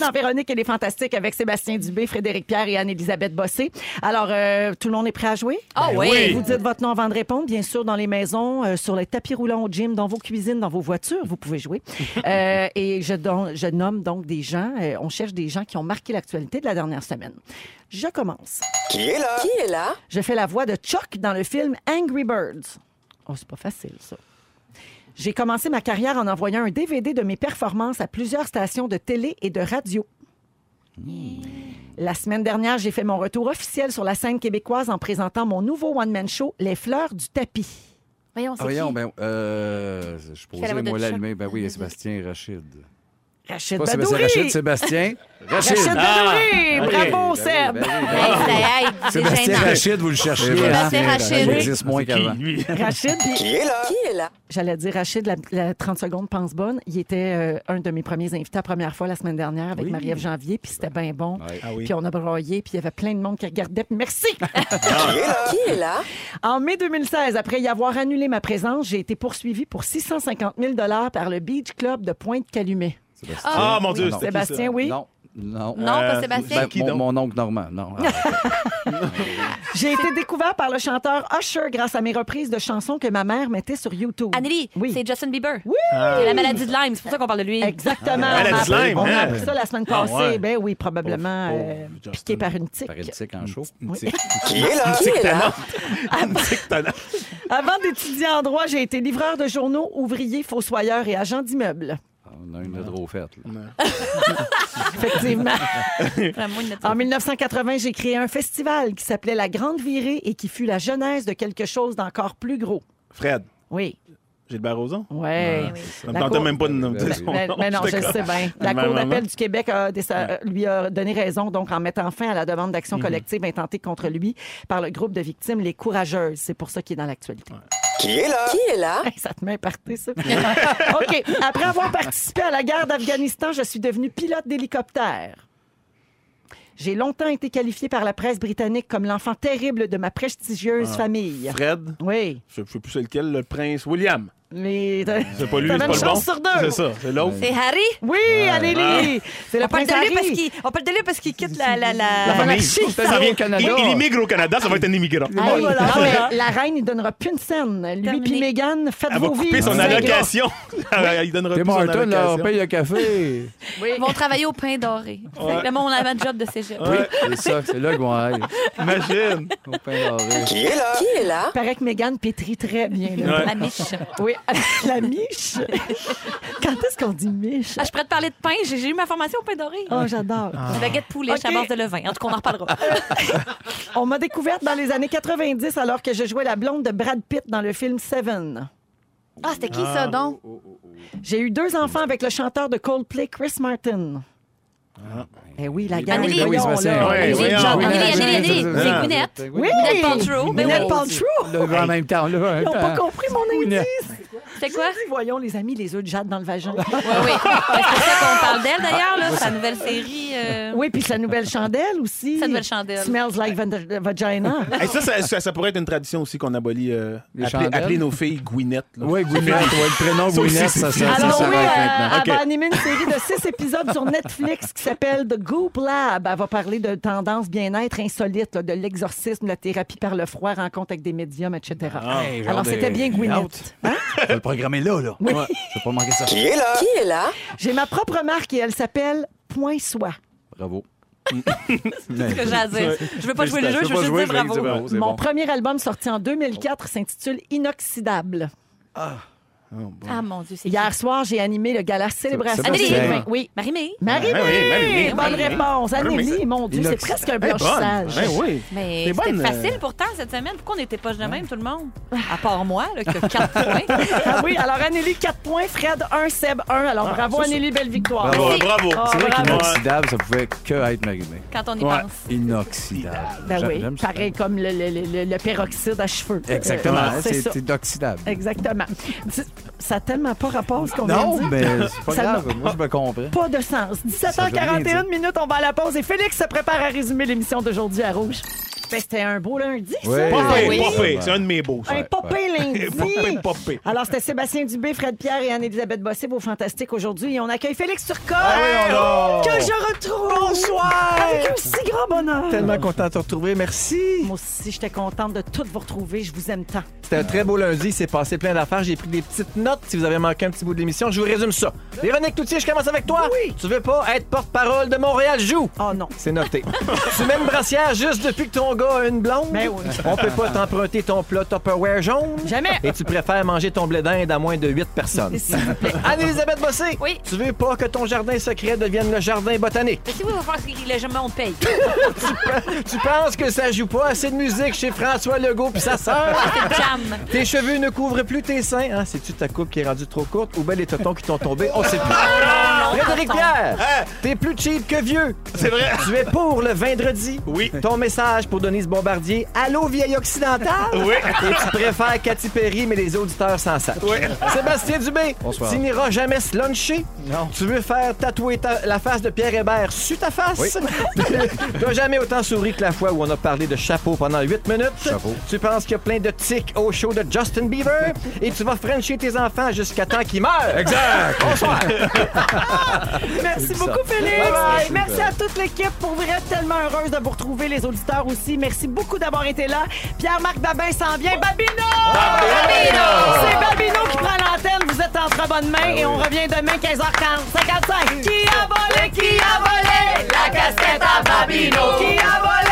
S2: Dans Véronique, elle est fantastique avec Sébastien Dubé, Frédéric Pierre et Anne-Élisabeth Bossé. Alors, euh, tout le monde est prêt à jouer?
S3: Ah oui.
S4: oui.
S2: Vous dites votre nom avant de répondre, bien sûr, dans les maisons, euh, sur les tapis roulants au gym, dans vos cuisines, dans vos voitures, vous pouvez jouer. Euh, et je, don- je nomme donc des gens, euh, on cherche des gens qui ont marqué l'actualité de la dernière semaine. Je commence.
S7: Qui est là?
S2: Je fais la voix de Chuck dans le film Angry Birds. Oh, c'est pas facile, ça. J'ai commencé ma carrière en envoyant un DVD de mes performances à plusieurs stations de télé et de radio. La semaine dernière, j'ai fait mon retour officiel sur la scène québécoise en présentant mon nouveau one-man show, Les fleurs du tapis.
S3: Voyons, c'est
S1: Voyons,
S3: qui?
S1: ben, euh, je
S3: Fais la
S1: posais
S3: voix de
S1: moi
S3: Chuck.
S1: l'allumé. Ben oui, Sébastien Rachid.
S2: Rachid
S1: Pas Sébastien
S2: Badouri!
S1: Rachid, Sébastien Rachid.
S2: Rachid Badouri!
S4: Ah, ok.
S2: Bravo,
S1: Ben oui,
S2: Seb!
S1: ben oui, ben oui.
S3: Hey, ça y est, c'est
S1: Sébastien
S3: gênant.
S1: Rachid, vous le cherchez.
S3: Sébastien
S1: hein?
S3: Rachid.
S1: Il existe moins qu'avant.
S4: lui?
S2: Rachid, puis-
S7: Qui est là?
S2: J'allais dire Rachid, la, la 30 secondes pense bonne. Il était euh, un de mes premiers invités la première fois la semaine dernière avec Marie-Ève Janvier, puis c'était bien bon.
S1: Ouais.
S4: Ah oui.
S2: Puis on a broyé, puis il y avait plein de monde qui regardait. puis Merci!
S7: Qui est là?
S2: en mai 2016, après y avoir annulé ma présence, j'ai été poursuivie pour 650 000 par le Beach Club de Pointe-Calumet.
S1: Sébastien.
S4: Ah, mon Dieu,
S1: Non.
S4: c'était qui, ça?
S2: Sébastien, Ah, oui.
S1: Non, non.
S3: Non, pas
S4: Euh,
S3: Sébastien.
S1: Ben,
S4: c'est qui,
S1: mon,
S4: donc?
S1: mon oncle Normand, non. Ah,
S2: J'ai été découvert par le chanteur Usher grâce à mes reprises de chansons que ma mère mettait sur YouTube.
S3: Anneli,
S2: Oui.
S3: Ah. c'est Justin Bieber.
S2: Oui!
S3: C'est la maladie de Lyme, c'est pour ça qu'on parle de lui.
S2: Exactement.
S4: Ah, elle a du
S2: On a-
S4: lime,
S2: on a
S4: hein?
S2: appris ça la semaine
S4: Ah,
S2: passée.
S4: ouais.
S2: Ben oui, probablement
S4: Pauvre-
S2: euh,
S4: pauvre Justin.
S2: piqué par une tique.
S1: paralytique en chaud.
S7: Qui est là? Qui est là?
S2: Ah, Avant d'étudier en droit, j'ai été livreur de journaux, ouvrier, fossoyeur et agent d'immeuble.
S1: Ah, On a une de trop faite. là.
S2: Effectivement.
S3: Vraiment, il me dit-
S2: En 1980, j'ai créé un festival qui s'appelait La Grande Virée et qui fut la genèse de quelque chose d'encore plus gros.
S4: Fred,
S2: Oui,
S4: Gilbert Rozon?
S2: ouais.
S3: oui.
S4: Ça me
S2: La
S4: tentait
S2: cour-
S4: même pas de nom-
S1: Ben,
S4: de son
S2: Mais,
S4: nom,
S2: mais non, je le
S4: d'accord.
S2: sais bien. La
S4: Ma
S2: Cour
S4: maman.
S2: d'appel du Québec a déce- euh, lui a donné raison, donc en mettant fin à la demande d'action collective intentée contre lui par le groupe de victimes Les Courageuses. C'est pour ça qu'il est dans l'actualité.
S7: Qui est là? Qui est là?
S2: Hey, ça te met parti, ça. OK. Après avoir participé à la guerre d'Afghanistan, je suis devenue pilote d'hélicoptère. J'ai longtemps été qualifiée par la presse britannique comme l'enfant terrible de ma prestigieuse famille.
S4: Fred,
S2: Oui,
S4: je ne sais plus c'est lequel, le prince William.
S2: mais...
S4: C'est pas lui, c'est
S2: T'avais
S4: pas
S2: une
S4: le bon.
S2: chance sur deux.
S4: C'est ça, c'est l'autre.
S3: C'est Harry?
S2: Oui, Anneli! C'est le
S3: On parle,
S2: prince
S3: de lui
S2: Harry.
S3: parce qu'il, on parle de lui parce qu'il quitte la, la, la...
S4: La famille.
S1: monarchie.
S4: Ça vient-
S1: Au Canada.
S4: Il, il immigre au Canada, ça va être un immigrant.
S2: Hey,
S4: Elle
S2: Ah, non, mais la reine, il donnera plus une scène. Lui
S3: Terminé.
S2: puis Meghan, faites
S4: euh, va
S2: vos vies.
S4: couper son
S2: C'est
S4: allocation. il donnera
S1: T'es
S4: plus son
S1: Martin, là,
S4: allocation.
S1: on paye le café.
S3: Ils vont travailler au pain doré. Le monde, on avait un job de cégep.
S1: Oui, c'est ça, c'est là qu'ils vont aller.
S4: Imagine.
S1: Au pain doré.
S7: Qui est là? Qui est là?
S3: Hein?
S2: gros. Paraît que Meghan pétrit très bien. là.
S4: Ouais.
S3: La miche.
S2: Oui, la miche. Quand est-ce qu'on dit miche?
S3: Ah, je Ah. pourrais te parler de pain. J'ai, j'ai eu ma formation au pain doré.
S2: Oh, j'adore.
S3: La baguette poulet,
S2: Ok.
S3: à base de levain. En tout cas, on en reparlera.
S2: On m'a découverte dans les années 90 alors que je jouais la blonde de Brad Pitt dans le film Seven.
S3: Ah, c'était qui ça, donc?
S2: J'ai eu deux enfants avec le chanteur de Coldplay, Chris Martin. Eh oui, la guerre.
S3: Anneli,
S1: Ben oui,
S2: voyons,
S1: Sébastien.
S2: là.
S4: Ah. Oui, voyons.
S3: Anneli,
S2: John- Anneli,
S3: Anneli, Anneli.
S1: Anneli.
S3: C'est Gwyneth.
S1: Oui.
S2: Oui!
S3: Gwyneth Paltrow. Ben
S2: Gwyneth
S3: oui.
S2: Paltrow.
S1: Là, en même temps, là. en même
S2: Ils n'ont pas
S1: temps.
S2: compris mon indice.
S3: C'était quoi?
S2: Voyons, les amis, les œufs de Jade dans le vagin.
S3: Oui, oui. C'est pour ça qu'on parle d'elle, d'ailleurs, là. Sa nouvelle série. euh,
S2: Oui, puis sa nouvelle chandelle aussi.
S3: Sa nouvelle chandelle.
S2: Smells like vanda- vagina.
S4: Hey, ça, ça, ça- ça pourrait être une tradition aussi qu'on abolit. euh,
S1: Les
S4: appeler,
S1: chandelles.
S4: appeler nos filles Gwyneth. là.
S1: Oui, Gwyneth, ouais, le prénom
S4: Ça aussi,
S1: Gwyneth,
S4: c'est-
S1: ça, ça, ça
S2: Alors oui, euh,
S1: s'arrête maintenant.
S3: Ah,
S2: elle va
S4: Ok.
S2: animer une série de six épisodes sur Netflix qui s'appelle The Goop Lab. Elle va parler de tendances bien-être insolites, là, de l'exorcisme, la thérapie par le froid, rencontre avec des médiums, etc.
S1: Hey, genre
S2: Alors
S1: Ah, de-
S2: c'était bien Gwyneth. Hein?
S1: Je vais le programmer là, là. Ouais, Je vais pas manquer ça.
S7: Qui est là? Qui est là?
S2: J'ai ma propre marque et elle s'appelle Point Soi.
S1: Bravo.
S3: C'est ce que j'ai à dire. Je veux pas jouer le jeu, je veux
S1: Félicitations.
S3: juste
S1: Pas
S3: dire
S1: jouer, je vais
S3: bravo.
S1: c'est
S2: Mon
S1: bon.
S2: premier album sorti en 2004 s'intitule Inoxydable.
S3: Ah, mon Dieu, c'est qui?
S2: Hier soir, j'ai animé le gala Célébration.
S1: Sébastien.
S2: Sylvain. Oui.
S3: Marie-Mé.
S2: Marie-Mé!
S4: Ah oui, Marie-Mé.
S2: Bonne
S4: Marie-Mé.
S2: réponse.
S1: Ah,
S2: Anneli,
S4: Marie-Mé.
S2: mon Dieu, c'est
S1: Inox-
S2: presque un
S4: Ben, bonne.
S2: blanchissage.
S4: Ben oui.
S3: Mais
S4: C'est
S3: c'était
S4: bonne, euh,
S3: facile pourtant cette semaine. Pourquoi on n'était pas de même, tout le monde? À part moi, là, qui a 4 points.
S2: Ah oui, alors Anneli, 4 points, Fred 1, Seb 1. Alors bravo Anneli, belle victoire.
S1: Ah, Bravo.
S4: bravo.
S2: Ah,
S1: C'est vrai
S3: Oh
S2: bravo.
S1: qu'inoxydable, ça pouvait que être marimé.
S3: Quand on y
S4: Ouais.
S3: pense.
S1: Inoxydable.
S2: Ben
S1: J'aime-
S2: oui,
S1: j'aime ça.
S2: pareil comme le, le- le- le peroxyde à cheveux.
S1: Exactement,
S2: Euh,
S1: hein,
S2: c'est
S1: c'est
S2: ça.
S1: c'est inoxydable.
S2: Exactement. Tu- Ça n'a tellement pas rapport à ce qu'on vient de
S1: Non,
S2: dire.
S1: mais c'est pas
S2: Ça
S1: grave, moi je me comprends.
S2: Pas de sens.
S1: Ça veut rien
S2: 17h41
S1: dire.
S2: minutes, on va à la pause et Félix se prépare à résumer l'émission d'aujourd'hui à Rouge. Ben, c'était un beau lundi, ça.
S8: Ouais.
S4: Pas
S8: Ah
S4: pire,
S8: oui.
S4: pas pire. C'est un de mes beaux, ça.
S2: Un popé lundi.
S4: Popé, popé.
S2: Alors, c'était Sébastien Dubé, Fred Pierre et Anne-Élisabeth Bossé au Fantastique aujourd'hui. Et on accueille Félix Turcot,
S1: voyons donc.
S2: que je retrouve.
S1: Bonsoir.
S2: Avec un si grand bonheur.
S1: Tellement content de te retrouver. Merci.
S2: Moi aussi, j'étais contente de toutes vous retrouver. Je vous aime tant.
S1: C'était un très beau lundi. Il s'est passé plein d'affaires. J'ai pris des petites notes. Si vous avez manqué un petit bout de l'émission, je vous résume ça. Véronique Toutier, je commence avec toi. Oui. Tu veux pas être porte-parole de Montréal Joue.
S2: Oh non.
S1: C'est noté. tu mets une brassière juste depuis que ton gars a une blonde.
S2: Ben oui.
S1: On peut pas t'emprunter ton plat Tupperware jaune.
S2: Jamais.
S1: Et tu préfères manger ton blé d'Inde à moins de 8 personnes. Anne-Elisabeth Bossé.
S3: Oui.
S1: Tu veux pas que ton jardin secret devienne le jardin botanique.
S3: Mais si vous voulez faire ce qu'il est jamais, on paye.
S1: tu penses que ça joue pas assez de musique chez François Legault puis sa sœur.
S3: Jam.
S1: Tes cheveux ne couvrent plus tes seins. Hein? C'est-tu ta coupe qui est rendue trop courte ou bien les totons qui t'ont tombé? On sait plus. Frédéric Pierre,
S4: Hein?
S1: t'es plus cheap que vieux.
S4: C'est vrai.
S1: Tu es pour le vendredi.
S4: Oui.
S1: Ton message pour Denise Bombardier. Allô, vieille occidentale?
S4: Oui.
S1: Et tu préfères Cathy Perry, mais les auditeurs s'en savent.
S4: Oui.
S1: Sébastien Dubé, tu n'iras jamais se luncher.
S8: Non.
S1: Tu veux faire tatouer ta- la face de Pierre Hébert sur ta face. T'as jamais autant souri que la fois où on a parlé de chapeau pendant 8 minutes.
S8: Chapeau.
S1: Tu penses qu'il y a plein de tics au show de Justin Bieber et tu vas frencher tes enfants jusqu'à temps qu'ils meurent.
S8: Exact!
S1: Bonsoir.
S2: Merci
S8: C'est ça.
S2: beaucoup, Félix.
S8: Bye-bye.
S2: Merci à toute l'équipe. Pour vrai, tellement heureuse de vous retrouver, les auditeurs aussi. Merci beaucoup d'avoir été là. Pierre-Marc Babin s'en vient. Babino! Babino! Ah C'est Babino qui prend l'antenne. Vous êtes en très bonne main et on revient demain, 15h55. Qui a volé? Qui a volé? La casquette à Babino. Qui a volé?